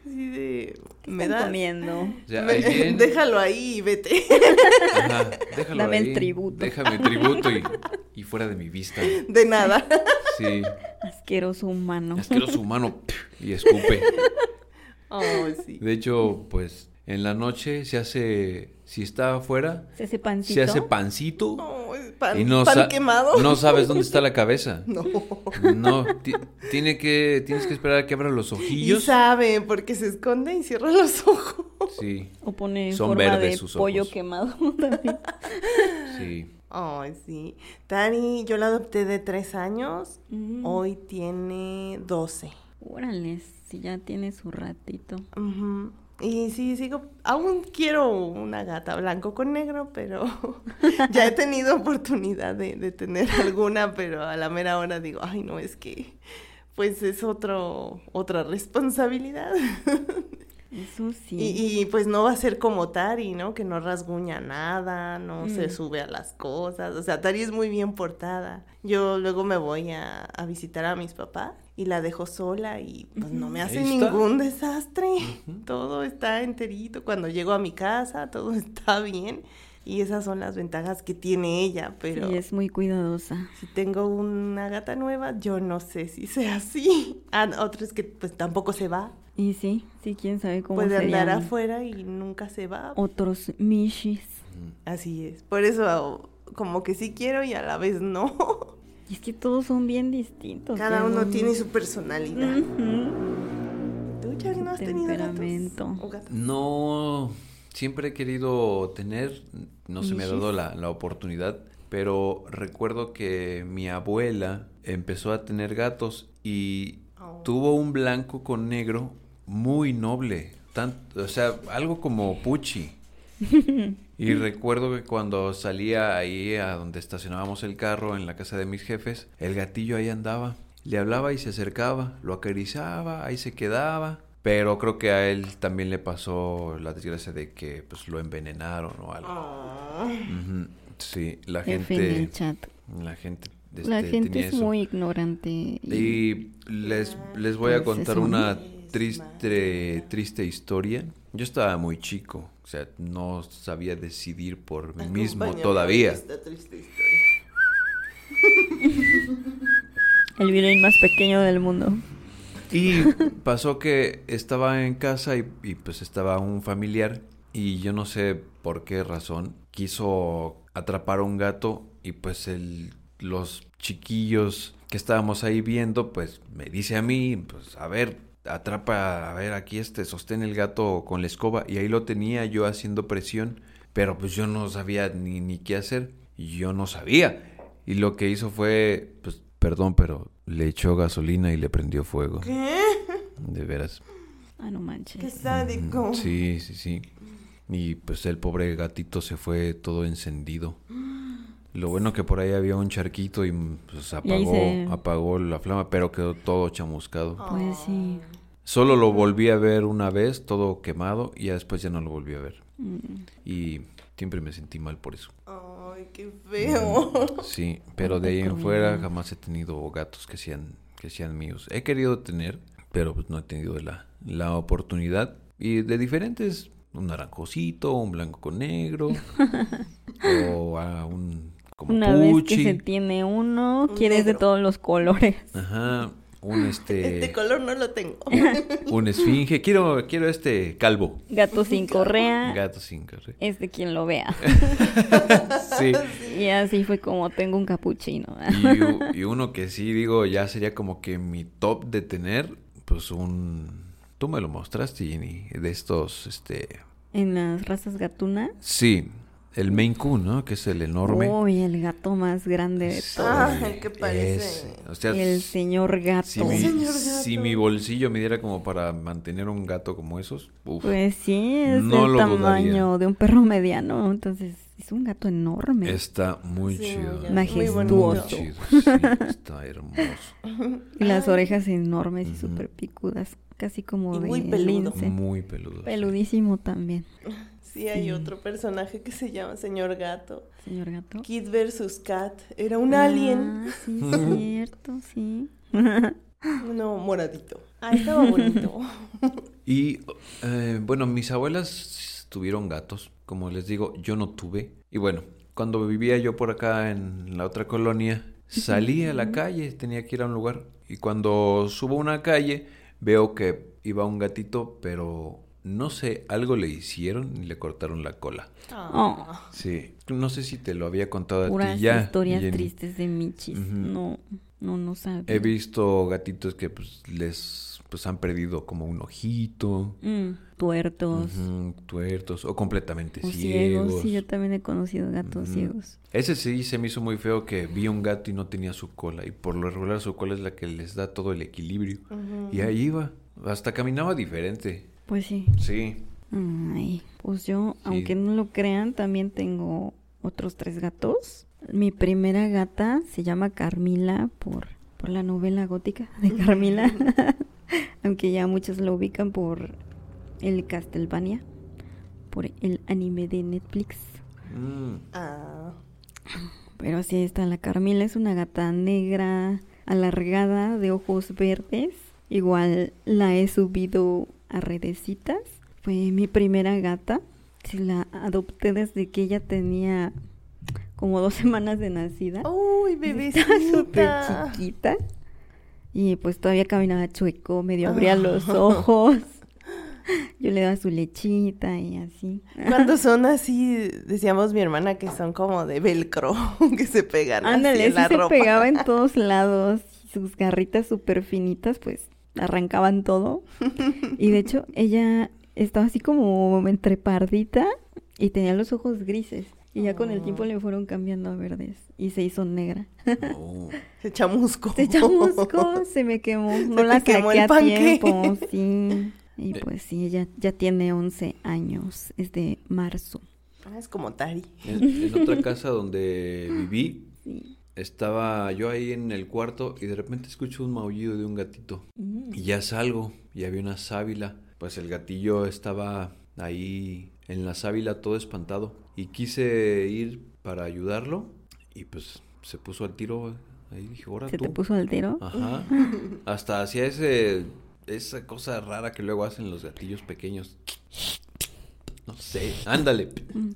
[SPEAKER 1] Así de,
[SPEAKER 3] ¿Qué
[SPEAKER 1] me
[SPEAKER 3] están
[SPEAKER 1] da...
[SPEAKER 3] comiendo?
[SPEAKER 2] O sea,
[SPEAKER 1] me- [LAUGHS]
[SPEAKER 2] ahí viene,
[SPEAKER 1] déjalo ahí y vete. [LAUGHS]
[SPEAKER 2] ajá, déjalo
[SPEAKER 3] Dame el
[SPEAKER 2] ahí,
[SPEAKER 3] tributo.
[SPEAKER 2] Déjame el tributo y, y fuera de mi vista.
[SPEAKER 1] De
[SPEAKER 2] [LAUGHS]
[SPEAKER 1] nada.
[SPEAKER 2] Sí.
[SPEAKER 3] Asqueroso humano.
[SPEAKER 2] Asqueroso humano y escupe.
[SPEAKER 1] Oh, sí.
[SPEAKER 2] De hecho, pues en la noche se hace, si está afuera,
[SPEAKER 3] Se hace pancito.
[SPEAKER 2] se hace pancito
[SPEAKER 1] No, es pan,
[SPEAKER 2] y no,
[SPEAKER 1] pan
[SPEAKER 2] sa-
[SPEAKER 1] quemado.
[SPEAKER 2] no sabes dónde está la cabeza.
[SPEAKER 1] [LAUGHS] No.
[SPEAKER 2] No, ti- tiene que, tienes que esperar a que abra los
[SPEAKER 1] Y
[SPEAKER 2] ojillos.
[SPEAKER 1] sabe, porque se esconde y cierra los [LAUGHS] ojos.
[SPEAKER 2] Sí,
[SPEAKER 3] O pone en
[SPEAKER 2] Son
[SPEAKER 3] forma
[SPEAKER 2] verdes
[SPEAKER 3] de
[SPEAKER 2] sus
[SPEAKER 3] pollo
[SPEAKER 2] ojos.
[SPEAKER 3] quemado [LAUGHS]
[SPEAKER 1] [LAUGHS]
[SPEAKER 3] también.
[SPEAKER 2] sí.
[SPEAKER 1] Ay, sí. Tani, yo la adopté de tres años.
[SPEAKER 3] Mm.
[SPEAKER 1] Hoy tiene 12.
[SPEAKER 3] Órale, si ya tiene su ratito.
[SPEAKER 1] Ujú. Y sí, sigo, aún quiero una gata blanco con negro, pero [LAUGHS] ya he tenido oportunidad de, de tener alguna, pero a la mera hora digo, ay, no, es que pues es otro, otra responsabilidad. [LAUGHS]
[SPEAKER 3] Eso sí.
[SPEAKER 1] Y, y, pues no va a ser como Tari, ¿no? Que no rasguña nada, no se
[SPEAKER 3] Mm.
[SPEAKER 1] sube a las cosas. O sea, Tari es muy bien portada. Yo luego me voy a, a visitar a mis papás y la dejo sola y pues no me
[SPEAKER 2] Ahí
[SPEAKER 1] hace
[SPEAKER 2] está.
[SPEAKER 1] ningún desastre. [LAUGHS] Todo está enterito. Cuando llego a mi casa, todo [LAUGHS] está bien. Y esas son las ventajas que tiene ella, pero
[SPEAKER 3] Y es muy cuidadosa.
[SPEAKER 1] si tengo una gata nueva, yo no sé si sea así. [LAUGHS] Ah, otro es que pues tampoco se va.
[SPEAKER 3] Y sí, sí, quién sabe cómo
[SPEAKER 1] Puede
[SPEAKER 3] se
[SPEAKER 1] andar
[SPEAKER 3] llaman.
[SPEAKER 1] afuera y nunca se va.
[SPEAKER 3] Otros mishis.
[SPEAKER 1] Así es. Por eso como que sí quiero y a la vez [LAUGHS] no.
[SPEAKER 3] Y es que todos son bien distintos.
[SPEAKER 1] Cada
[SPEAKER 3] ya
[SPEAKER 1] uno
[SPEAKER 3] no-
[SPEAKER 1] tiene su personalidad.
[SPEAKER 3] Ujú.
[SPEAKER 1] ¿Tú, Chuck, no has
[SPEAKER 3] Su
[SPEAKER 1] tenido gatos?
[SPEAKER 3] temperamento.
[SPEAKER 1] ¿O gatos?
[SPEAKER 2] No, siempre he querido tener, no se me ha dado la, la oportunidad, pero recuerdo que mi abuela empezó a tener gatos y
[SPEAKER 1] Oh.
[SPEAKER 2] tuvo un blanco con negro muy noble, tan- o sea, algo como Puchi. Y recuerdo que cuando salía ahí a donde estacionábamos el carro, en la casa de mis jefes, el gatillo ahí andaba. Le hablaba y se acercaba, lo acariciaba, ahí se quedaba. Pero creo que a él también le pasó la desgracia de que pues lo envenenaron o
[SPEAKER 1] Ah.
[SPEAKER 2] algo. Ujú. Sí, la
[SPEAKER 3] F en
[SPEAKER 2] gente...
[SPEAKER 3] el chat.
[SPEAKER 2] La gente...
[SPEAKER 3] La
[SPEAKER 2] este,
[SPEAKER 3] gente
[SPEAKER 2] tenía
[SPEAKER 3] es
[SPEAKER 2] eso.
[SPEAKER 3] muy ignorante. Y...
[SPEAKER 2] Y les, les voy a
[SPEAKER 3] Pues,
[SPEAKER 2] contar
[SPEAKER 3] eso.
[SPEAKER 2] una triste, triste historia. Yo estaba muy chico, o sea, no sabía decidir por mí mismo
[SPEAKER 1] Acompáñame en
[SPEAKER 2] todavía.
[SPEAKER 1] esta triste historia.
[SPEAKER 3] El violín más pequeño del mundo.
[SPEAKER 2] Y pasó que estaba en casa y, y, pues estaba un familiar y yo no sé por qué razón quiso atrapar a un gato y pues el, los chiquillos que estábamos ahí viendo pues me dice a mí pues a ver atrapa a ver aquí este sostén el gato con la escoba y ahí lo tenía yo haciendo presión pero pues yo no sabía ni, ni qué hacer y yo no sabía y lo que hizo fue pues perdón pero le echó gasolina y le prendió fuego de veras.
[SPEAKER 3] Ah, no
[SPEAKER 1] Qué
[SPEAKER 3] manches.
[SPEAKER 1] sádico.
[SPEAKER 2] Sí, sí, sí. Y pues el pobre gatito se fue todo encendido. Lo bueno que por ahí había un charquito y pues
[SPEAKER 3] Y ahí
[SPEAKER 2] apagó,
[SPEAKER 3] se-
[SPEAKER 2] apagó la flama, pero quedó todo chamuscado.
[SPEAKER 3] Pues sí.
[SPEAKER 2] Solo lo volví a ver una vez, todo quemado, y ya después ya no lo volví a ver.
[SPEAKER 3] Mm.
[SPEAKER 2] Y siempre me sentí mal por eso.
[SPEAKER 1] Ay, qué
[SPEAKER 2] [LAUGHS]
[SPEAKER 1] feo.
[SPEAKER 2] Sí, pero de ahí en fuera jamás he tenido gatos que sean, que sean míos. He querido tener, pero pues no he tenido la, la oportunidad. Y de diferentes, un naranjosito, un blanco con negro,
[SPEAKER 3] [LAUGHS]
[SPEAKER 2] o a un como
[SPEAKER 3] Una vez que
[SPEAKER 2] puchi.
[SPEAKER 3] se tiene uno,
[SPEAKER 1] Un
[SPEAKER 3] quieres de
[SPEAKER 1] negro.
[SPEAKER 3] todos los colores.
[SPEAKER 1] [LAUGHS]
[SPEAKER 2] Ajá, un
[SPEAKER 1] Este
[SPEAKER 2] este,
[SPEAKER 1] color no lo [LAUGHS] tengo.
[SPEAKER 2] un esfinge. Quiero, quiero este calvo.
[SPEAKER 3] Gato sin correa.
[SPEAKER 2] Gato sin carrera.
[SPEAKER 3] Es de quien
[SPEAKER 1] [LAUGHS]
[SPEAKER 3] lo vea.
[SPEAKER 2] Sí.
[SPEAKER 3] Y así fue como tengo un capuchino. [LAUGHS]
[SPEAKER 1] [LAUGHS]
[SPEAKER 2] Y, u- y uno que sí, digo, ya sería como que mi top de tener, pues un... Tú me lo mostraste, Jenny, de estos, este...
[SPEAKER 3] En las razas gatunas.
[SPEAKER 2] Sí, el Maine Coon, ¿no? Que es el enorme.
[SPEAKER 1] Oh,
[SPEAKER 3] Uy, el gato más grande de
[SPEAKER 2] Sí,
[SPEAKER 3] todos.
[SPEAKER 1] Ah, el que parece-
[SPEAKER 2] ese. O sea,
[SPEAKER 3] El señor gato.
[SPEAKER 2] si mi,
[SPEAKER 1] Señor
[SPEAKER 2] si
[SPEAKER 1] gato.
[SPEAKER 2] mi bolsillo me diera como para mantener un gato como esos, uf.
[SPEAKER 3] Pues sí, es
[SPEAKER 2] No
[SPEAKER 3] el
[SPEAKER 2] lo
[SPEAKER 3] tamaño
[SPEAKER 2] dudaría.
[SPEAKER 3] de un perro mediano. Entonces, es un gato enorme.
[SPEAKER 2] está muy
[SPEAKER 1] Sí,
[SPEAKER 2] chido.
[SPEAKER 1] muy
[SPEAKER 3] Majestuoso.
[SPEAKER 2] Muy chido, sí,
[SPEAKER 1] [LAUGHS]
[SPEAKER 2] está hermoso.
[SPEAKER 3] Y las
[SPEAKER 1] Ay.
[SPEAKER 3] orejas enormes y
[SPEAKER 2] Ujú.
[SPEAKER 3] súper picudas. Casi como
[SPEAKER 1] Y
[SPEAKER 3] de
[SPEAKER 1] muy peludo.
[SPEAKER 3] lince.
[SPEAKER 2] Muy peludo. sí.
[SPEAKER 3] Peludísimo también.
[SPEAKER 1] Sí, hay otro personaje que se llama Señor Gato.
[SPEAKER 3] Señor gato.
[SPEAKER 1] Kid versus Cat. Era un
[SPEAKER 3] Ah,
[SPEAKER 1] alien.
[SPEAKER 3] Sí, es cierto, sí.
[SPEAKER 2] [LAUGHS]
[SPEAKER 1] No, moradito. Ah, estaba bonito.
[SPEAKER 2] Y eh, bueno, mis abuelas tuvieron gatos, como les digo, yo no tuve. Y bueno, cuando vivía yo por acá en la otra colonia, salí a la calle, tenía que ir a un lugar. Y cuando subo a una calle, veo que iba un gatito, pero no sé, algo le hicieron y le cortaron la cola.
[SPEAKER 1] [LAUGHS] Ah.
[SPEAKER 2] Sí. No sé si te lo había contado a
[SPEAKER 3] Puras
[SPEAKER 2] ti ya.
[SPEAKER 3] historias
[SPEAKER 2] Jenny.
[SPEAKER 3] tristes de Michis.
[SPEAKER 2] Ujú.
[SPEAKER 3] No, no, no sabía.
[SPEAKER 2] He visto gatitos que pues, les pues, han perdido como un ojito.
[SPEAKER 3] Mm, tuertos.
[SPEAKER 2] Ujú, tuertos o completamente
[SPEAKER 3] O ciegos.
[SPEAKER 2] ciegos.
[SPEAKER 3] Sí, yo también he conocido gatos
[SPEAKER 2] Ujú.
[SPEAKER 3] ciegos.
[SPEAKER 2] Ese sí se me hizo muy feo que vi un gato y no tenía su cola. Y por lo regular su cola es la que les da todo el equilibrio.
[SPEAKER 1] Oh.
[SPEAKER 3] Mm.
[SPEAKER 2] Y ahí iba. Hasta caminaba diferente.
[SPEAKER 3] Pues sí.
[SPEAKER 2] Sí.
[SPEAKER 3] Ay, pues yo, aunque no lo crean, también tengo otros tres gatos. Mi primera gata se llama Carmila por, por la novela gótica de Carmila, [LAUGHS] aunque ya muchos la ubican por el Castlevania, por el anime de Netflix. [LAUGHS]
[SPEAKER 2] Mm.
[SPEAKER 1] Ah.
[SPEAKER 3] Pero así está, la Carmila es una gata negra, alargada, de ojos verdes. Igual la he subido a redecitas. Fue mi primera gata. Sí, la adopté desde que ella tenía como dos [LAUGHS] semanas de nacida.
[SPEAKER 1] Uy,
[SPEAKER 3] Estaba súper
[SPEAKER 1] bebecita.
[SPEAKER 3] chiquita. Y pues todavía caminaba chueco, medio abría
[SPEAKER 1] Ah.
[SPEAKER 3] los ojos. Yo le daba su lechita y así.
[SPEAKER 1] Cuando son así, decíamos mi hermana que son como de velcro, [LAUGHS] que se pegan así
[SPEAKER 3] Ándale,
[SPEAKER 1] en
[SPEAKER 3] sí
[SPEAKER 1] la
[SPEAKER 3] se
[SPEAKER 1] ropa. [LAUGHS]
[SPEAKER 3] pegaba en todos lados. y Sus garritas súper finitas, pues
[SPEAKER 1] [LAUGHS]
[SPEAKER 3] arrancaban todo. Y de hecho, ella estaba así como entre pardita y tenía los ojos grises. Y ya con el
[SPEAKER 1] Oh.
[SPEAKER 3] tiempo le fueron cambiando a verdes y se
[SPEAKER 1] [LAUGHS]
[SPEAKER 3] hizo negra.
[SPEAKER 2] Oh.
[SPEAKER 1] Se chamusco.
[SPEAKER 3] Se chamusco, se me quemó. No
[SPEAKER 1] Se
[SPEAKER 3] la
[SPEAKER 1] te quemó
[SPEAKER 3] saqué
[SPEAKER 1] el
[SPEAKER 3] a
[SPEAKER 1] panque.
[SPEAKER 3] tiempo, sí. Y pues sí, ella ya tiene 11 años. Es de marzo.
[SPEAKER 1] [LAUGHS] Ah, es como Tari.
[SPEAKER 2] En, en otra casa donde
[SPEAKER 3] [LAUGHS]
[SPEAKER 2] viví, estaba yo ahí en el cuarto y de repente escucho un maullido de un gatito.
[SPEAKER 3] Mm.
[SPEAKER 2] Y ya salgo y había una sábila. Pues el gatillo estaba ahí en la sábila todo espantado. Y quise ir para ayudarlo y pues se puso al tiro. Ahí dije, ahora
[SPEAKER 3] ¿Se
[SPEAKER 2] Ah, tú.
[SPEAKER 3] te puso altero? [LAUGHS]
[SPEAKER 2] Ajá. Hasta hacía ese esa cosa rara que luego hacen los gatillos pequeños. No sé, ándale.
[SPEAKER 3] Mm.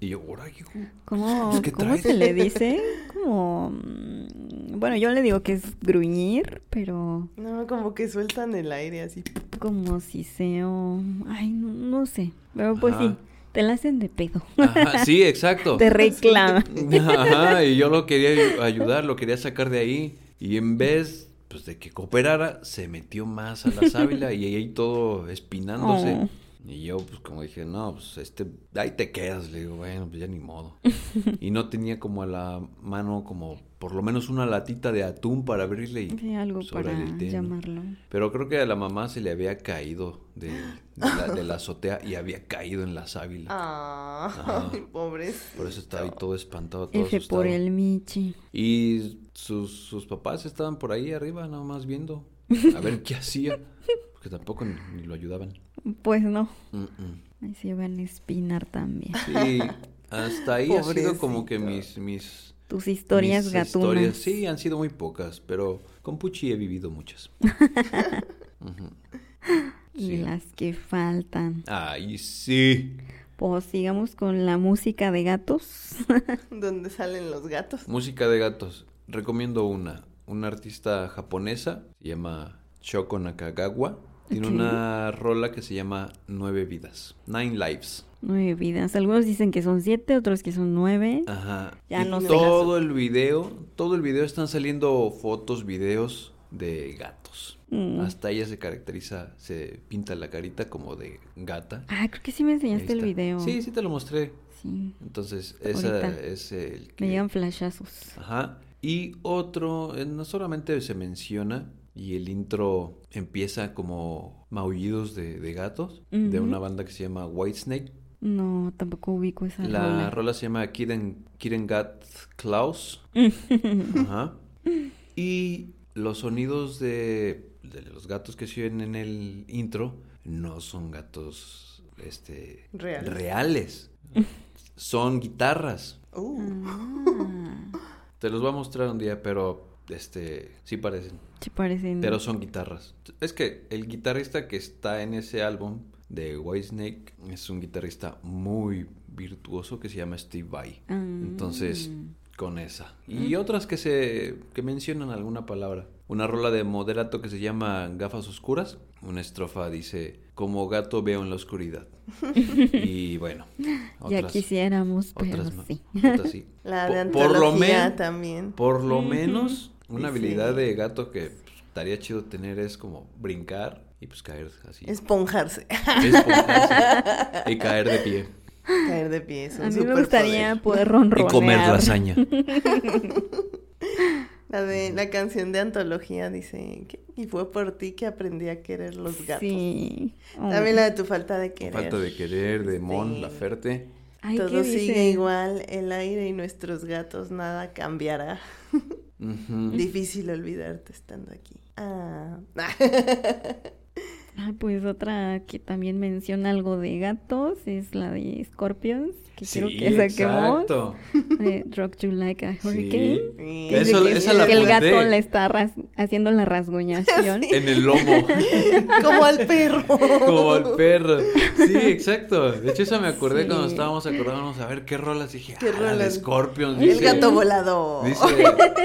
[SPEAKER 2] Y yo, ahora hijo.
[SPEAKER 3] ¿Cómo,
[SPEAKER 2] Pues, ¿qué
[SPEAKER 3] cómo
[SPEAKER 2] traes? [LAUGHS]
[SPEAKER 3] se le dice? Como... mm, Bueno, yo le digo que es gruñir, pero
[SPEAKER 1] No, como que sueltan el aire así.
[SPEAKER 3] como siseo... Ay, no, no sé. Pero pues
[SPEAKER 2] Ajá. Oh.
[SPEAKER 3] sí, te la hacen de pedo.
[SPEAKER 2] Ajá,
[SPEAKER 3] [LAUGHS]
[SPEAKER 2] sí, exacto.
[SPEAKER 3] Te reclaman.
[SPEAKER 2] [LAUGHS] Ajá, y yo lo quería ayu- ayudar, lo quería sacar de ahí. Y en vez pues, de que cooperara, se metió más a la sábila y ahí todo espinándose.
[SPEAKER 3] Oh.
[SPEAKER 2] Y yo, pues como dije, no, pues este, ahí te quedas. Le digo, bueno, pues ya ni
[SPEAKER 3] [LAUGHS]
[SPEAKER 2] modo. Y no tenía como a la mano, como por lo menos una latita de atún para abrirle y.
[SPEAKER 3] Sí, algo
[SPEAKER 2] pues,
[SPEAKER 3] para
[SPEAKER 2] órale, ten.
[SPEAKER 3] llamarlo.
[SPEAKER 2] Pero creo que a la mamá se le había caído de, de la, de la azotea y había caído en la sábila.
[SPEAKER 1] Ah,
[SPEAKER 2] Ajá.
[SPEAKER 1] pobres.
[SPEAKER 2] Por eso estaba ahí todo espantado, todo
[SPEAKER 3] F
[SPEAKER 2] asustado.
[SPEAKER 3] por el Michi.
[SPEAKER 2] Y sus, sus papás estaban por ahí arriba, nada más viendo, a ver qué hacía, porque tampoco ni, ni lo ayudaban.
[SPEAKER 3] Pues no.
[SPEAKER 2] Mm, mm.
[SPEAKER 3] Ahí se van a espinar también.
[SPEAKER 2] Sí, hasta ahí ha sido como que mis, mis
[SPEAKER 3] Tus historias
[SPEAKER 2] mis
[SPEAKER 3] gatunas.
[SPEAKER 2] historias. Sí, han sido muy pocas, pero con Puchi he vivido muchas. Ujú.
[SPEAKER 3] Y
[SPEAKER 2] sí.
[SPEAKER 3] las que faltan.
[SPEAKER 2] Ay, sí.
[SPEAKER 3] Pues sigamos con la música de gatos. [LAUGHS]
[SPEAKER 1] ¿Dónde salen los gatos?
[SPEAKER 2] Música de gatos. Recomiendo una. Una artista japonesa. Se llama Shoko Nakagawa. Tiene
[SPEAKER 3] Ok.
[SPEAKER 2] una rola que se llama Nueve Vidas. Nine Lives.
[SPEAKER 3] nueve vidas. Algunos dicen que son siete, otros que son nueve.
[SPEAKER 2] Ajá.
[SPEAKER 3] Ya
[SPEAKER 2] Y
[SPEAKER 3] no sé.
[SPEAKER 2] todo el video, todo el video están saliendo fotos, videos de gatos.
[SPEAKER 3] Mm.
[SPEAKER 2] Hasta ella se caracteriza, se pinta la carita como de gata.
[SPEAKER 3] Ah, creo que sí me
[SPEAKER 2] Ahí
[SPEAKER 3] enseñaste el
[SPEAKER 2] está.
[SPEAKER 3] video.
[SPEAKER 2] Sí, sí te lo mostré.
[SPEAKER 3] Sí.
[SPEAKER 2] Entonces,
[SPEAKER 3] Ahorita.
[SPEAKER 2] esa es el que...
[SPEAKER 3] Me llegan flashazos.
[SPEAKER 2] Ajá. Y otro, eh, no solamente se menciona y el intro empieza como maullidos de, de gatos de
[SPEAKER 3] Ujú.
[SPEAKER 2] una banda que se llama Whitesnake.
[SPEAKER 3] No, tampoco ubico esa
[SPEAKER 2] La rola,
[SPEAKER 3] rola.
[SPEAKER 2] se llama Kiren, Kiren Gat Klaus. Ajá. Y los sonidos de, de los gatos que se oyen en el intro no son gatos este,
[SPEAKER 1] Reales.
[SPEAKER 2] reales. Son guitarras.
[SPEAKER 1] Uh,
[SPEAKER 3] Ah,
[SPEAKER 2] Te los voy a mostrar un día, pero este sí parecen.
[SPEAKER 3] sí parecen.
[SPEAKER 2] Pero son guitarras. Es que el guitarrista que está en ese álbum de Whitesnake es un guitarrista muy virtuoso que se llama Steve Vai.
[SPEAKER 3] Ah.
[SPEAKER 2] Entonces,
[SPEAKER 1] Mm.
[SPEAKER 2] con esa. Y otras que se que mencionan alguna palabra. Una rola de moderato que se llama Gafas Oscuras. Una estrofa dice, como gato veo en
[SPEAKER 1] [LAUGHS]
[SPEAKER 2] la oscuridad. y bueno.
[SPEAKER 3] ya quisiéramos, pero
[SPEAKER 2] otras ma-
[SPEAKER 3] sí.
[SPEAKER 2] otras sí.
[SPEAKER 1] [LAUGHS] la
[SPEAKER 2] Po-
[SPEAKER 1] de
[SPEAKER 2] por lo
[SPEAKER 1] antología
[SPEAKER 2] men-
[SPEAKER 1] también.
[SPEAKER 2] por lo menos,
[SPEAKER 1] [LAUGHS] Sí,
[SPEAKER 2] una habilidad
[SPEAKER 1] sí.
[SPEAKER 2] de gato que pues, estaría chido tener es como brincar y pues caer así.
[SPEAKER 1] Esponjarse. [LAUGHS]
[SPEAKER 2] Esponjarse y caer de pie.
[SPEAKER 1] Caer de pie. es un
[SPEAKER 3] A mí me
[SPEAKER 1] superpoder.
[SPEAKER 3] gustaría
[SPEAKER 1] [LAUGHS]
[SPEAKER 3] poder ronronear.
[SPEAKER 2] Y comer lasaña.
[SPEAKER 1] La de la canción de antología dice que y fue por ti que aprendí a querer los gatos.
[SPEAKER 3] Sí. Oh.
[SPEAKER 1] También la de tu falta de querer.
[SPEAKER 2] Falta de querer, de mon,
[SPEAKER 1] Sí.
[SPEAKER 2] la ferte.
[SPEAKER 3] Ay, ¿qué
[SPEAKER 1] Todo sigue
[SPEAKER 3] dice?
[SPEAKER 1] igual, el aire y nuestros gatos, nada cambiará. Difícil olvidarte estando aquí. Ah. [LAUGHS]
[SPEAKER 3] Ay, pues otra que también menciona algo de gatos es la de Scorpions, que quiero que saquemos.
[SPEAKER 2] exacto.
[SPEAKER 3] De Rock You Like a
[SPEAKER 2] Sí.
[SPEAKER 3] Hurricane.
[SPEAKER 1] Sí.
[SPEAKER 3] Que dice
[SPEAKER 2] Eso-
[SPEAKER 3] que,
[SPEAKER 2] esa la
[SPEAKER 3] que el
[SPEAKER 2] apunté.
[SPEAKER 3] gato le está ras- haciendo
[SPEAKER 2] [LAUGHS]
[SPEAKER 3] la rasguñación.
[SPEAKER 2] En el lomo.
[SPEAKER 1] [LAUGHS] Como al perro.
[SPEAKER 2] Como el perro. Sí, exacto. De hecho, esa me acordé
[SPEAKER 3] Sí.
[SPEAKER 2] cuando estábamos acordándonos a ver qué rolas. Dije,
[SPEAKER 1] ¿Qué
[SPEAKER 2] ah, la de
[SPEAKER 1] rolas?
[SPEAKER 2] Scorpions.
[SPEAKER 1] El
[SPEAKER 2] dice-
[SPEAKER 1] gato [LAUGHS] volador.
[SPEAKER 2] Dice,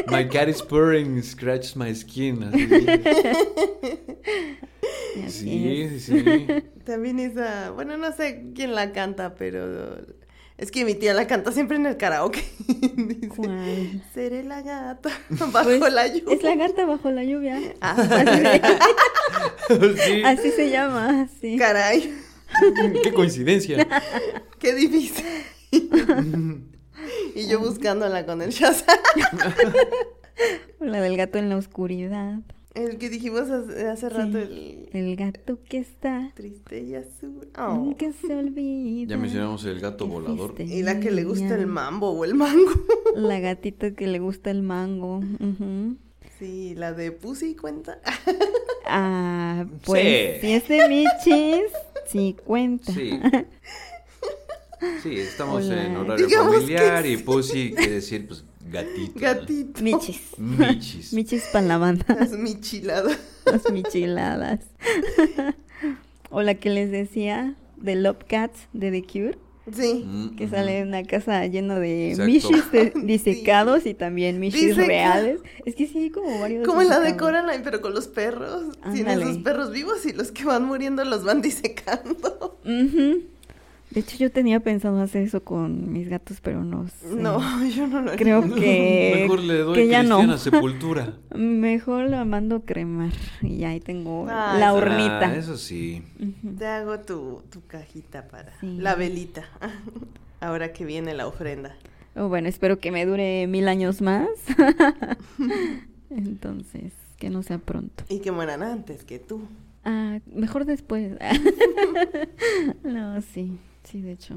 [SPEAKER 2] my cat is purring, scratch my skin. Así dice.
[SPEAKER 3] Y así
[SPEAKER 2] Sí,
[SPEAKER 3] es.
[SPEAKER 2] sí, sí. [LAUGHS]
[SPEAKER 1] También esa, bueno, no sé quién la canta, pero es que mi tía la canta siempre en el karaoke. [LAUGHS] Dice,
[SPEAKER 2] [LAUGHS]
[SPEAKER 3] ¿Cuál?
[SPEAKER 1] Seré la
[SPEAKER 3] [LAUGHS]
[SPEAKER 1] gata bajo
[SPEAKER 3] Pues,
[SPEAKER 1] la lluvia.
[SPEAKER 3] Es la gata bajo la lluvia. [LAUGHS]
[SPEAKER 1] Ah, [LAUGHS]
[SPEAKER 2] [LAUGHS] Sí,
[SPEAKER 3] Así se llama, así.
[SPEAKER 1] caray,
[SPEAKER 2] [LAUGHS] qué coincidencia.
[SPEAKER 3] [LAUGHS]
[SPEAKER 1] qué difícil. y yo buscándola con el Shazam.
[SPEAKER 3] La del gato en la oscuridad.
[SPEAKER 1] El que dijimos hace, hace rato, el
[SPEAKER 3] El gato que está,
[SPEAKER 1] triste y azul. Oh.
[SPEAKER 3] nunca se olvida.
[SPEAKER 2] Ya mencionamos el gato
[SPEAKER 3] que
[SPEAKER 2] volador.
[SPEAKER 3] fuiste
[SPEAKER 1] Y la que le gusta el
[SPEAKER 3] niña.
[SPEAKER 1] mambo o el mango. [LAUGHS]
[SPEAKER 3] La gatita que le gusta el mango. ujú.
[SPEAKER 1] Sí, la de Pussy cuenta.
[SPEAKER 3] Ah, pues
[SPEAKER 2] Sí.
[SPEAKER 3] si es de Michis, sí cuenta.
[SPEAKER 2] Sí. Sí, estamos
[SPEAKER 3] Hola.
[SPEAKER 2] en horario
[SPEAKER 1] Digamos que
[SPEAKER 2] familiar y pussy quiere decir, pues, gatito.
[SPEAKER 1] Gatito.
[SPEAKER 3] Michis.
[SPEAKER 2] Michis.
[SPEAKER 3] Michis para la
[SPEAKER 2] [LAUGHS]
[SPEAKER 3] banda.
[SPEAKER 1] Las michiladas.
[SPEAKER 3] Las michiladas. [LAUGHS] o la que les decía de Love Cats de The Cure,
[SPEAKER 1] Sí.
[SPEAKER 2] Mm,
[SPEAKER 3] que
[SPEAKER 2] ujú.
[SPEAKER 3] sale en una casa llena de
[SPEAKER 2] Exacto. [LAUGHS]
[SPEAKER 3] michis de- disecados y también michis
[SPEAKER 1] Diseca-
[SPEAKER 3] reales. Es que sí, hay como varios.
[SPEAKER 1] Como en la de
[SPEAKER 3] disecados.
[SPEAKER 1] Coraline, pero con los perros. Tiene
[SPEAKER 3] Ándale.
[SPEAKER 1] sus perros vivos y los que van muriendo los van [LAUGHS] disecando.
[SPEAKER 3] Ujú. De hecho, yo tenía pensado hacer eso con mis gatos, pero no sé.
[SPEAKER 1] No, [LAUGHS] yo no lo haría.
[SPEAKER 3] Creo que.
[SPEAKER 2] [LAUGHS] Mejor le doy
[SPEAKER 3] que ya no. [LAUGHS]
[SPEAKER 2] cristiana sepultura.
[SPEAKER 3] Mejor la mando cremar. Y ahí tengo
[SPEAKER 1] Ay,
[SPEAKER 3] la
[SPEAKER 1] sí.
[SPEAKER 3] hornita.
[SPEAKER 2] Ah, eso sí.
[SPEAKER 3] Ujú.
[SPEAKER 1] Te hago tu, tu cajita para
[SPEAKER 3] Sí.
[SPEAKER 1] la velita. [LAUGHS] Ahora que viene la ofrenda.
[SPEAKER 3] Oh, bueno, espero que me dure mil
[SPEAKER 2] [LAUGHS]
[SPEAKER 3] años más. [LAUGHS] Entonces, que no sea pronto.
[SPEAKER 1] Y que mueran antes que tú.
[SPEAKER 3] Ah, mejor después. [LAUGHS] no, sí. Sí, de hecho,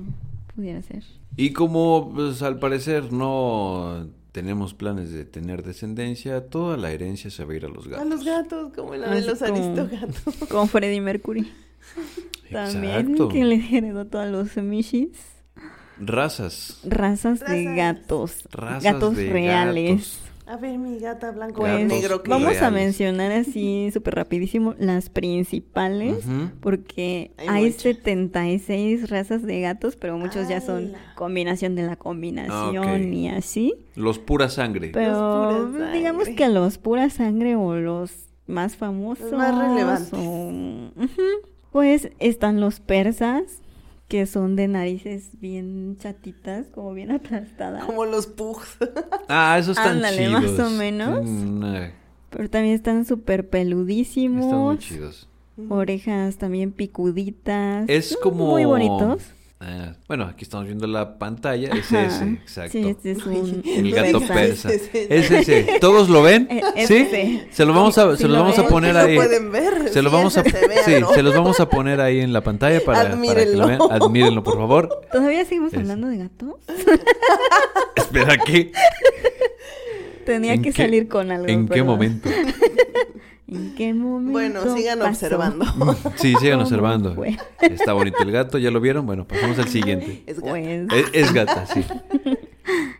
[SPEAKER 3] pudiera ser.
[SPEAKER 2] Y como pues, al parecer no tenemos planes de tener descendencia, toda la herencia se va a ir a los
[SPEAKER 1] A
[SPEAKER 2] gatos.
[SPEAKER 1] los gatos, Ah, como la de
[SPEAKER 3] Así
[SPEAKER 1] los
[SPEAKER 3] como- [LAUGHS]
[SPEAKER 1] aristogatos.
[SPEAKER 3] Con Freddie Mercury. También
[SPEAKER 2] Exacto.
[SPEAKER 3] que le heredó todos los michis.
[SPEAKER 2] Razas.
[SPEAKER 3] Razas, de
[SPEAKER 1] Razas.
[SPEAKER 3] gatos.
[SPEAKER 2] Razas
[SPEAKER 3] gatos
[SPEAKER 2] de
[SPEAKER 3] reales.
[SPEAKER 2] gatos.
[SPEAKER 1] [LAUGHS] A ver, mi gata blanco
[SPEAKER 3] Pues,
[SPEAKER 1] o negro que
[SPEAKER 3] vamos a
[SPEAKER 2] reales.
[SPEAKER 3] mencionar así súper rapidísimo las principales.
[SPEAKER 2] Ujú.
[SPEAKER 3] Porque
[SPEAKER 1] Hay
[SPEAKER 3] hay
[SPEAKER 1] muchas.
[SPEAKER 3] 76 razas de gatos, pero muchos ya son
[SPEAKER 1] ¡Hala!
[SPEAKER 3] combinación de la combinación
[SPEAKER 2] Ah, ok.
[SPEAKER 3] y así.
[SPEAKER 2] Los pura sangre.
[SPEAKER 3] Pero
[SPEAKER 1] pura sangre.
[SPEAKER 3] digamos que los pura sangre o los más famosos.
[SPEAKER 1] relevantes.
[SPEAKER 3] o- Ujú. Pues están los persas, que son de narices bien chatitas, como bien [LAUGHS] aplastadas.
[SPEAKER 1] Como los pugs.
[SPEAKER 2] Ah, esos están
[SPEAKER 3] Ándale, más
[SPEAKER 2] chidos.
[SPEAKER 3] o menos.
[SPEAKER 2] Mm, eh,
[SPEAKER 3] Pero también están súper peludísimos.
[SPEAKER 2] están muy chidos.
[SPEAKER 3] Orejas también picuditas.
[SPEAKER 2] Es
[SPEAKER 3] Mm,
[SPEAKER 2] como...
[SPEAKER 3] Muy bonitos.
[SPEAKER 2] Ah, bueno, aquí estamos viendo la pantalla. e-, Es
[SPEAKER 3] Ajá.
[SPEAKER 2] ese, exacto.
[SPEAKER 3] Sí, este es un...
[SPEAKER 2] El gato
[SPEAKER 1] Persa.
[SPEAKER 2] persa.
[SPEAKER 1] Es ese.
[SPEAKER 2] Es ese. ¿Todos lo ven?
[SPEAKER 3] Eh, es
[SPEAKER 2] ¿Sí?
[SPEAKER 3] ese.
[SPEAKER 2] Se los vamos a,
[SPEAKER 3] Sí,
[SPEAKER 2] se los [LAUGHS]
[SPEAKER 3] lo
[SPEAKER 2] vamos a
[SPEAKER 3] ven.
[SPEAKER 2] poner
[SPEAKER 1] Lo
[SPEAKER 2] ahí.
[SPEAKER 1] pueden ver.
[SPEAKER 2] Se los
[SPEAKER 1] Sí,
[SPEAKER 2] vamos a,
[SPEAKER 1] ese se ve,
[SPEAKER 2] sí,
[SPEAKER 1] ¿no?
[SPEAKER 2] se los vamos a poner ahí en la pantalla para, para que lo vean.
[SPEAKER 1] Admírenlo.
[SPEAKER 2] Admírenlo, por
[SPEAKER 3] [LAUGHS]
[SPEAKER 2] favor.
[SPEAKER 3] ¿Todavía seguimos
[SPEAKER 2] Es-
[SPEAKER 3] hablando de gatos?
[SPEAKER 2] Espera, ¿qué?
[SPEAKER 3] Tenía
[SPEAKER 2] ¿En
[SPEAKER 3] que
[SPEAKER 2] qué-
[SPEAKER 3] salir con algo.
[SPEAKER 2] ¿En qué
[SPEAKER 3] perdón.
[SPEAKER 2] momento?
[SPEAKER 3] ¿En qué momento?
[SPEAKER 1] Bueno, sigan
[SPEAKER 2] [LAUGHS]
[SPEAKER 3] pasó?
[SPEAKER 1] observando.
[SPEAKER 2] Sí, sigan
[SPEAKER 3] ¿Cómo
[SPEAKER 2] observando.
[SPEAKER 3] fue?
[SPEAKER 2] Está bonito el gato, ¿ya lo vieron? Bueno, pasamos al siguiente.
[SPEAKER 1] Es gato.
[SPEAKER 3] Pues,
[SPEAKER 2] Es, es gata, sí.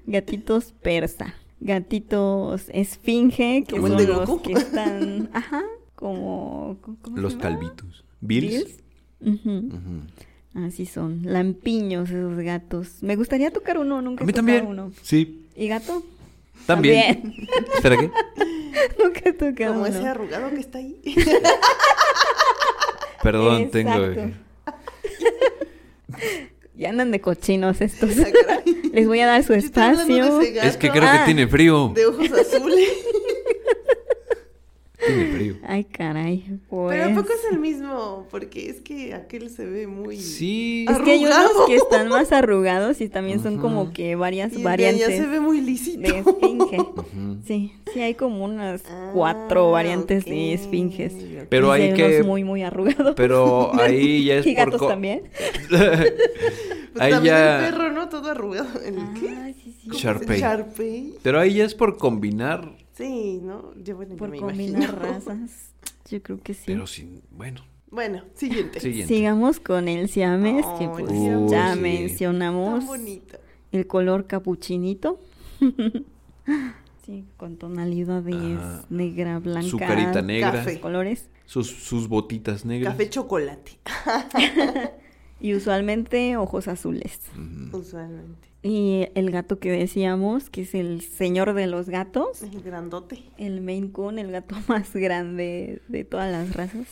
[SPEAKER 3] gatitos persa. Gatitos esfinge, que
[SPEAKER 1] Como
[SPEAKER 2] el
[SPEAKER 3] son
[SPEAKER 2] de
[SPEAKER 3] los
[SPEAKER 1] Goku.
[SPEAKER 3] que están... Ajá, como... ¿cómo se
[SPEAKER 2] Los
[SPEAKER 3] llama?
[SPEAKER 2] calvitos. ¿Bills?
[SPEAKER 3] Ujú.
[SPEAKER 2] Ujú.
[SPEAKER 3] Así son, lampiños esos gatos. Me gustaría tocar uno, nunca
[SPEAKER 2] A
[SPEAKER 3] he
[SPEAKER 2] mí
[SPEAKER 3] tocado
[SPEAKER 2] también.
[SPEAKER 3] uno.
[SPEAKER 2] Sí,
[SPEAKER 3] ¿Y gato? [LAUGHS]
[SPEAKER 2] también. ¿Espera qué?
[SPEAKER 3] nunca he tocado
[SPEAKER 1] Como
[SPEAKER 3] uno.
[SPEAKER 1] ese arrugado que está [LAUGHS] ahí.
[SPEAKER 2] Perdón, tengo. eh,
[SPEAKER 3] Exacto. Ya andan de cochinos estos.
[SPEAKER 1] Ah, caray.
[SPEAKER 3] [LAUGHS] Les voy a dar su
[SPEAKER 1] Yo estoy hablando de
[SPEAKER 3] espacio.
[SPEAKER 1] ese gato
[SPEAKER 2] Es que creo
[SPEAKER 3] Ah.
[SPEAKER 2] que tiene frío.
[SPEAKER 1] De ojos azules. [LAUGHS]
[SPEAKER 2] Tiene frío.
[SPEAKER 3] Ay, caray.
[SPEAKER 1] Pero
[SPEAKER 3] pues.
[SPEAKER 1] tampoco es el mismo, porque es que aquel se ve muy...
[SPEAKER 2] Sí.
[SPEAKER 3] Es que hay unos
[SPEAKER 1] arrugado.
[SPEAKER 3] que están más arrugados y también son
[SPEAKER 2] Ujú.
[SPEAKER 3] como que varias
[SPEAKER 1] Y el de allá
[SPEAKER 3] variantes
[SPEAKER 1] se ve muy lícito.
[SPEAKER 3] de esfinge.
[SPEAKER 2] Ujú.
[SPEAKER 3] Sí, sí hay como unas
[SPEAKER 1] Ah,
[SPEAKER 3] cuatro variantes
[SPEAKER 1] ok,
[SPEAKER 3] de esfinges.
[SPEAKER 1] ok.
[SPEAKER 2] Pero
[SPEAKER 3] Y sí
[SPEAKER 2] hay
[SPEAKER 3] unos
[SPEAKER 2] que-
[SPEAKER 3] muy, muy arrugados.
[SPEAKER 2] Pero ahí ya es
[SPEAKER 3] [LAUGHS] y
[SPEAKER 2] por
[SPEAKER 3] gatos
[SPEAKER 2] co-
[SPEAKER 3] también.
[SPEAKER 1] [LAUGHS] Pues
[SPEAKER 2] [LAUGHS] ahí
[SPEAKER 1] también el
[SPEAKER 2] ya.
[SPEAKER 1] perro, ¿no? Todo arrugado. ¿El qué?
[SPEAKER 3] Ah, sí, sí.
[SPEAKER 1] ¿Cómo se-
[SPEAKER 2] Sharpei.
[SPEAKER 1] Sharpei.
[SPEAKER 2] Pero ahí ya es por combinar.
[SPEAKER 1] Sí, ¿no? Yo, bueno, yo
[SPEAKER 3] Por
[SPEAKER 1] me
[SPEAKER 3] combinar
[SPEAKER 1] [LAUGHS] imagino.
[SPEAKER 3] razas. Yo creo que sí.
[SPEAKER 2] Pero sin. Bueno.
[SPEAKER 1] Bueno, siguiente.
[SPEAKER 2] Siguiente.
[SPEAKER 3] Sigamos con el siamés, que
[SPEAKER 1] Oh, el
[SPEAKER 3] pues
[SPEAKER 2] siamés.
[SPEAKER 3] ya
[SPEAKER 2] Uy, sí.
[SPEAKER 1] Tan
[SPEAKER 3] mencionamos
[SPEAKER 1] bonito.
[SPEAKER 3] el color capuchinito. [LAUGHS] sí, con tonalidades
[SPEAKER 2] Ajá.
[SPEAKER 3] negra, blanca.
[SPEAKER 2] Su carita Ah, negra.
[SPEAKER 1] Café.
[SPEAKER 3] Colores.
[SPEAKER 2] Sus, sus botitas negras.
[SPEAKER 1] Café chocolate, [LAUGHS]
[SPEAKER 3] Y usualmente ojos azules.
[SPEAKER 2] Ujú.
[SPEAKER 1] usualmente.
[SPEAKER 3] Y el gato que decíamos, que es el señor de los gatos.
[SPEAKER 1] El grandote.
[SPEAKER 3] El Maine Coon, el gato [LAUGHS] más grande de todas las razas.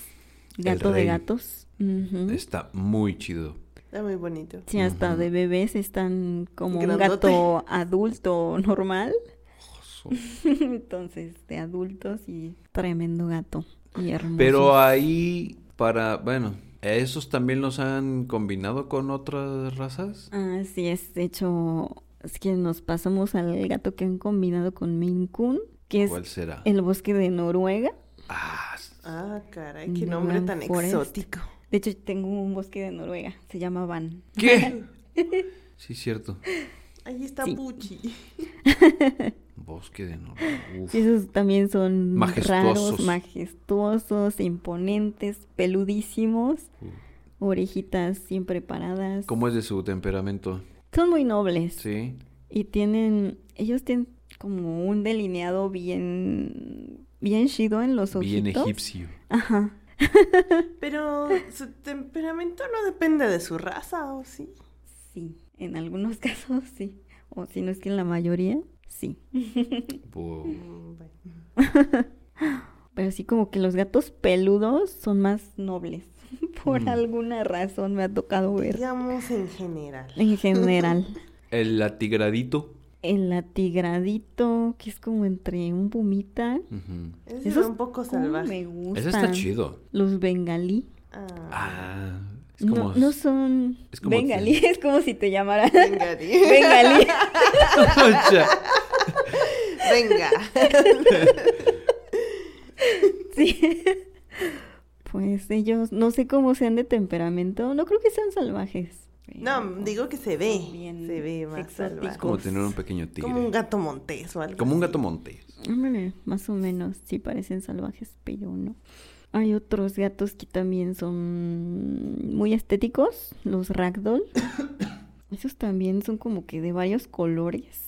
[SPEAKER 3] Gato de
[SPEAKER 2] rey.
[SPEAKER 3] gatos. Ujú.
[SPEAKER 2] Está muy chido.
[SPEAKER 1] Está muy bonito.
[SPEAKER 3] Sí, hasta de bebés están como un
[SPEAKER 1] Grandote.
[SPEAKER 3] gato adulto normal. [LAUGHS] Entonces, de adultos y tremendo gato. Y hermoso.
[SPEAKER 2] Pero ah, ahí para. Bueno. ¿Esos también los han combinado con otras razas?
[SPEAKER 3] Así es, de hecho, es que nos pasamos al gato que han combinado con Maine Coon, que es
[SPEAKER 2] ¿Cuál será?
[SPEAKER 3] el bosque de Noruega.
[SPEAKER 2] Ah,
[SPEAKER 1] Ah, caray, qué nombre
[SPEAKER 3] Van
[SPEAKER 1] tan
[SPEAKER 3] Forest.
[SPEAKER 1] exótico.
[SPEAKER 3] De hecho, tengo un bosque de Noruega, se llama Van. [LAUGHS]
[SPEAKER 2] ¿qué? sí, cierto.
[SPEAKER 1] Ahí está
[SPEAKER 3] Sí.
[SPEAKER 1] Puchi.
[SPEAKER 2] Bosque de Noruega. Uf.
[SPEAKER 3] Y esos también son
[SPEAKER 2] Majestuosos.
[SPEAKER 3] raros, majestuosos, imponentes, peludísimos, orejitas siempre paradas.
[SPEAKER 2] ¿Cómo es de su temperamento?
[SPEAKER 3] Son muy nobles.
[SPEAKER 2] Sí.
[SPEAKER 3] Y tienen, ellos tienen como un delineado bien, bien chido en los ojitos.
[SPEAKER 2] Bien egipcio.
[SPEAKER 3] Ajá.
[SPEAKER 1] [LAUGHS] Pero su temperamento no depende de su raza, ¿o sí?
[SPEAKER 3] Sí, en algunos [LAUGHS] casos sí. O si no es que en la mayoría, sí.
[SPEAKER 2] Wow.
[SPEAKER 1] Mm, bueno.
[SPEAKER 3] Pero sí como que los gatos peludos son más nobles. [LAUGHS] Por
[SPEAKER 2] Mm.
[SPEAKER 3] alguna razón me ha tocado ver.
[SPEAKER 1] Digamos en general.
[SPEAKER 3] En general.
[SPEAKER 2] El latigradito.
[SPEAKER 3] El latigradito, que es como entre un pumita.
[SPEAKER 2] Ujú.
[SPEAKER 1] Ese
[SPEAKER 3] Esos
[SPEAKER 1] es un poco
[SPEAKER 3] ¿Cómo
[SPEAKER 1] salvaje.
[SPEAKER 3] me gustan?
[SPEAKER 2] Ese está chido.
[SPEAKER 3] Los bengalí.
[SPEAKER 1] Ah,
[SPEAKER 2] Ah, es
[SPEAKER 3] No-
[SPEAKER 2] como.
[SPEAKER 3] no, son
[SPEAKER 2] es como-
[SPEAKER 3] bengalí, [LAUGHS] es como si te llamara
[SPEAKER 1] venga,
[SPEAKER 3] [LAUGHS]
[SPEAKER 1] di-
[SPEAKER 3] bengalí.
[SPEAKER 2] [LAUGHS] O sea,
[SPEAKER 1] [LAUGHS] venga.
[SPEAKER 3] Sí. Pues ellos, no sé cómo sean de temperamento, no creo que sean salvajes.
[SPEAKER 1] No, digo que se ve.
[SPEAKER 3] Son bien
[SPEAKER 1] se ve más
[SPEAKER 3] exóticos.
[SPEAKER 1] salvaje.
[SPEAKER 2] como tener un pequeño tigre.
[SPEAKER 1] Como un gato montés o algo.
[SPEAKER 2] Como un
[SPEAKER 1] así.
[SPEAKER 2] gato montés.
[SPEAKER 3] Ándale, más o menos, sí parecen salvajes, pero no. Hay otros gatos que también son muy estéticos, los ragdoll. [COUGHS] Esos también son como que de varios colores,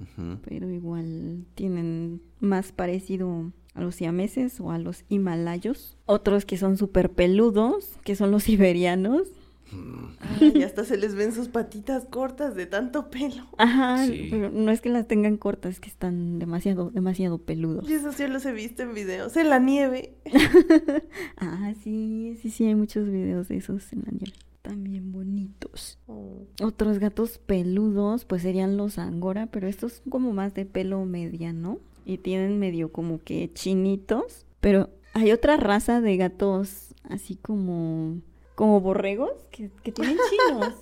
[SPEAKER 2] Ujú.
[SPEAKER 3] pero igual tienen más parecido a los siameses o a los himalayos. Otros que son súper peludos, que son los siberianos.
[SPEAKER 2] Mm,
[SPEAKER 1] Ay, y hasta se les ven sus patitas cortas de tanto
[SPEAKER 2] [LAUGHS]
[SPEAKER 1] pelo.
[SPEAKER 3] Ajá,
[SPEAKER 2] Sí.
[SPEAKER 3] pero no es que las tengan cortas, es que están demasiado, demasiado peludos.
[SPEAKER 1] Y esos yo los he visto en videos. En la nieve.
[SPEAKER 3] [LAUGHS] Ah, sí, sí, sí, hay muchos videos de esos en la nieve. También bonitos.
[SPEAKER 1] Oh,
[SPEAKER 3] Otros gatos peludos, pues serían los angora, pero estos son como más de pelo mediano y tienen medio como que chinitos. Pero hay otra raza de gatos así como, como borregos que, que tienen
[SPEAKER 1] [LAUGHS]
[SPEAKER 3] chinos.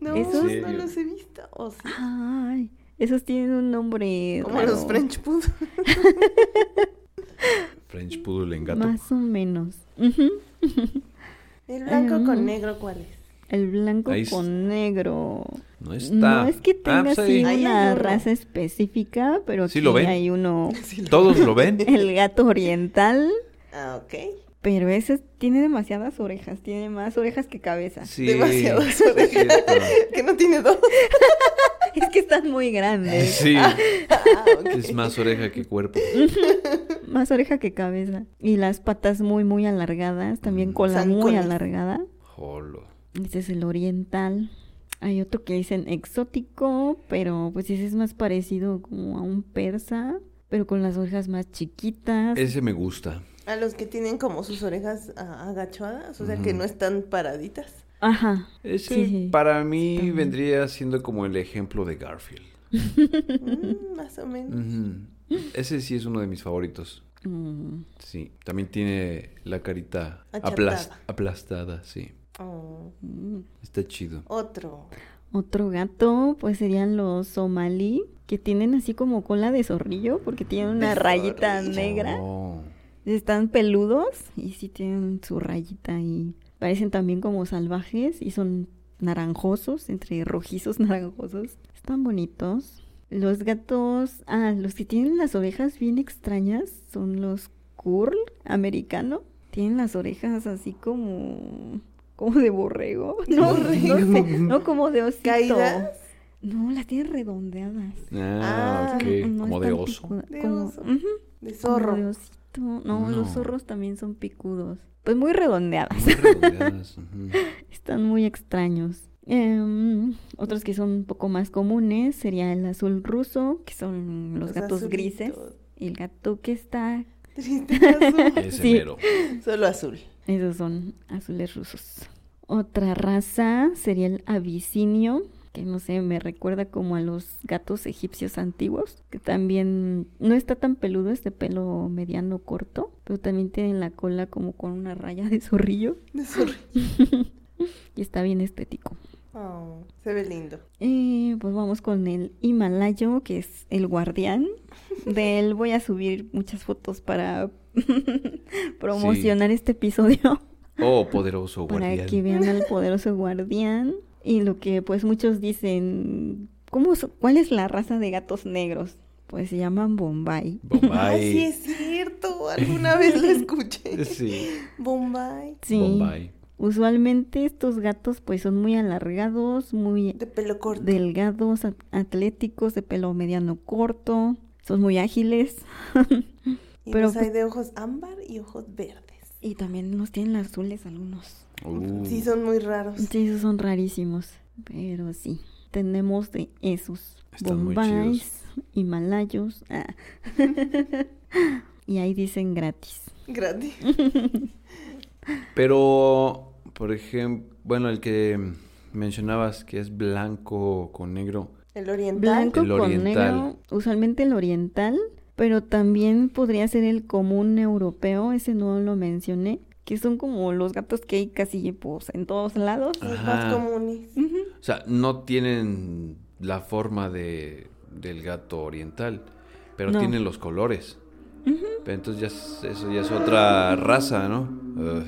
[SPEAKER 1] No,
[SPEAKER 3] ¿Esos?
[SPEAKER 1] no los he visto. O sí.
[SPEAKER 3] Ay, esos tienen un nombre
[SPEAKER 1] Como
[SPEAKER 3] raro.
[SPEAKER 1] los French
[SPEAKER 3] [LAUGHS]
[SPEAKER 1] Poodle.
[SPEAKER 2] French Poodle en gato.
[SPEAKER 3] Más o menos. Ujú.
[SPEAKER 1] El blanco con
[SPEAKER 3] Mm.
[SPEAKER 1] negro, ¿cuál es?
[SPEAKER 3] El blanco
[SPEAKER 2] Ahí es-
[SPEAKER 3] con negro.
[SPEAKER 2] No está.
[SPEAKER 3] No es que
[SPEAKER 2] Ah,
[SPEAKER 3] tenga
[SPEAKER 2] pues
[SPEAKER 3] así
[SPEAKER 1] Ahí
[SPEAKER 2] ahí-
[SPEAKER 1] hay
[SPEAKER 3] una
[SPEAKER 1] uno.
[SPEAKER 3] raza específica, pero
[SPEAKER 2] Sí
[SPEAKER 3] sí
[SPEAKER 2] lo ven.
[SPEAKER 1] [LAUGHS]
[SPEAKER 3] hay uno,
[SPEAKER 2] Oh. Todos lo
[SPEAKER 3] [LAUGHS]
[SPEAKER 2] ven.
[SPEAKER 3] el gato oriental,
[SPEAKER 1] Ah, ok. [LAUGHS]
[SPEAKER 3] pero ese tiene demasiadas orejas, tiene más orejas que cabeza.
[SPEAKER 2] Sí.
[SPEAKER 1] Demasiadas
[SPEAKER 2] sí, es cierto.
[SPEAKER 1] que no tiene dos.
[SPEAKER 3] [LAUGHS]
[SPEAKER 1] [LAUGHS]
[SPEAKER 3] Es que están muy
[SPEAKER 2] [LAUGHS]
[SPEAKER 3] grandes, [LAUGHS]
[SPEAKER 2] Sí,
[SPEAKER 1] Ah, ok.
[SPEAKER 2] es más oreja que cuerpo.
[SPEAKER 3] más oreja que cabeza. Y las patas muy, muy alargadas, también
[SPEAKER 2] Mm.
[SPEAKER 3] cola muy
[SPEAKER 1] Zancones.
[SPEAKER 3] alargada.
[SPEAKER 2] Jolo.
[SPEAKER 3] Ese es el oriental. Hay otro que dicen exótico, pero pues ese es más parecido como a un persa, pero con las orejas más chiquitas.
[SPEAKER 2] Ese me gusta.
[SPEAKER 1] A los que tienen como sus orejas ah, agachadas, o sea, que no están paraditas.
[SPEAKER 3] [LAUGHS] Ajá.
[SPEAKER 2] Ese
[SPEAKER 3] Sí, sí.
[SPEAKER 2] para mí vendría siendo como el ejemplo de Garfield.
[SPEAKER 1] Mm, más o menos.
[SPEAKER 2] Ujú. Ese sí es uno de mis favoritos.
[SPEAKER 3] Mm.
[SPEAKER 2] Sí, también tiene la carita aplas-
[SPEAKER 1] Achatada.
[SPEAKER 2] aplastada, sí.
[SPEAKER 1] Oh,
[SPEAKER 3] Mm.
[SPEAKER 2] Está chido.
[SPEAKER 1] otro.
[SPEAKER 3] Otro gato, pues serían los somalí, que tienen así como cola de zorrillo, porque tienen una
[SPEAKER 1] De
[SPEAKER 3] rayita
[SPEAKER 1] zorrillo.
[SPEAKER 3] negra.
[SPEAKER 2] Oh.
[SPEAKER 3] Están peludos y sí tienen su rayita y parecen también como salvajes y son naranjosos, entre rojizos [LAUGHS] naranjosos. Están bonitos. Los gatos, ah, los que tienen las orejas bien extrañas son los curl americano. Tienen las orejas así como como de borrego, [LAUGHS] no, no
[SPEAKER 1] [LAUGHS]
[SPEAKER 3] sé, no como de osito.
[SPEAKER 1] ¿Caídas?
[SPEAKER 3] No, las tienen redondeadas.
[SPEAKER 1] Ah,
[SPEAKER 2] Ah, ok.
[SPEAKER 3] No
[SPEAKER 2] Como de
[SPEAKER 3] están
[SPEAKER 2] oso. [LAUGHS]
[SPEAKER 3] picuda-
[SPEAKER 1] De
[SPEAKER 3] como-
[SPEAKER 1] oso.
[SPEAKER 3] ujú.
[SPEAKER 1] De zorro.
[SPEAKER 3] Zorro. No,
[SPEAKER 2] No.
[SPEAKER 3] los zorros también son picudos. Pues muy redondeadas. [LAUGHS]
[SPEAKER 2] Muy redondeadas, ujú.
[SPEAKER 3] Están muy extraños. Em, otros que son un poco más comunes sería el azul ruso, que son los, gatos grises.
[SPEAKER 1] azulitos. [LAUGHS]
[SPEAKER 3] El gato que está.
[SPEAKER 1] Triste azul.
[SPEAKER 2] Ese
[SPEAKER 3] Sí.
[SPEAKER 2] mero.
[SPEAKER 1] Solo azul.
[SPEAKER 3] Esos son azules rusos. Otra raza sería el abisinio, que no sé, me recuerda como a los gatos egipcios antiguos, que también no está tan peludo, es de pelo mediano corto, pero también tienen la cola como con una raya de zorrillo.
[SPEAKER 1] De zorro.
[SPEAKER 3] y está bien estético.
[SPEAKER 1] Oh, se ve lindo.
[SPEAKER 4] [LAUGHS]
[SPEAKER 3] Eh, pues vamos con el Himalayo, que es el guardián, De él voy a subir muchas fotos para [LAUGHS] promocionar este episodio.
[SPEAKER 4] Oh, poderoso
[SPEAKER 3] para
[SPEAKER 4] guardián.
[SPEAKER 3] que
[SPEAKER 4] [LAUGHS]
[SPEAKER 3] vean al poderoso guardián. Y lo que pues muchos dicen, ¿cómo, so- ¿cuál es la raza de gatos negros? Pues se llaman Bombay.
[SPEAKER 1] [LAUGHS] Ay,
[SPEAKER 4] Bombay.
[SPEAKER 1] sí es cierto. Alguna vez lo
[SPEAKER 2] [LAUGHS]
[SPEAKER 1] escuché.
[SPEAKER 4] Sí.
[SPEAKER 1] Bombay.
[SPEAKER 3] Sí.
[SPEAKER 4] Bombay.
[SPEAKER 3] Usualmente estos gatos pues son muy alargados, muy
[SPEAKER 1] De pelo corto.
[SPEAKER 3] delgados, at- atléticos, de pelo mediano corto, son muy ágiles.
[SPEAKER 1] Y
[SPEAKER 3] pero
[SPEAKER 1] los hay
[SPEAKER 3] pues-
[SPEAKER 1] de ojos ámbar y ojos verdes.
[SPEAKER 3] Y también nos tienen azules algunos.
[SPEAKER 4] Uh.
[SPEAKER 1] Sí, son muy raros.
[SPEAKER 3] Sí, esos son rarísimos, pero sí. Tenemos de esos.
[SPEAKER 4] Están muy
[SPEAKER 3] Bombays, Himalayos. ah. [LAUGHS] y ahí dicen gratis.
[SPEAKER 1] Grande.
[SPEAKER 2] Pero, por ejemplo, bueno, el que mencionabas que es blanco con negro.
[SPEAKER 1] El oriental.
[SPEAKER 3] Blanco
[SPEAKER 2] El
[SPEAKER 3] con
[SPEAKER 2] oriental.
[SPEAKER 3] negro, usualmente el oriental, pero también podría ser el común europeo, ese no lo mencioné, que son como los gatos que hay casi pues, en todos lados.
[SPEAKER 1] Los
[SPEAKER 2] Ajá.
[SPEAKER 1] más comunes.
[SPEAKER 2] O sea, no tienen la forma de, del gato oriental, pero
[SPEAKER 3] No.
[SPEAKER 2] tienen los colores. Pero entonces ya es- eso ya es otra raza, ¿no? Ah,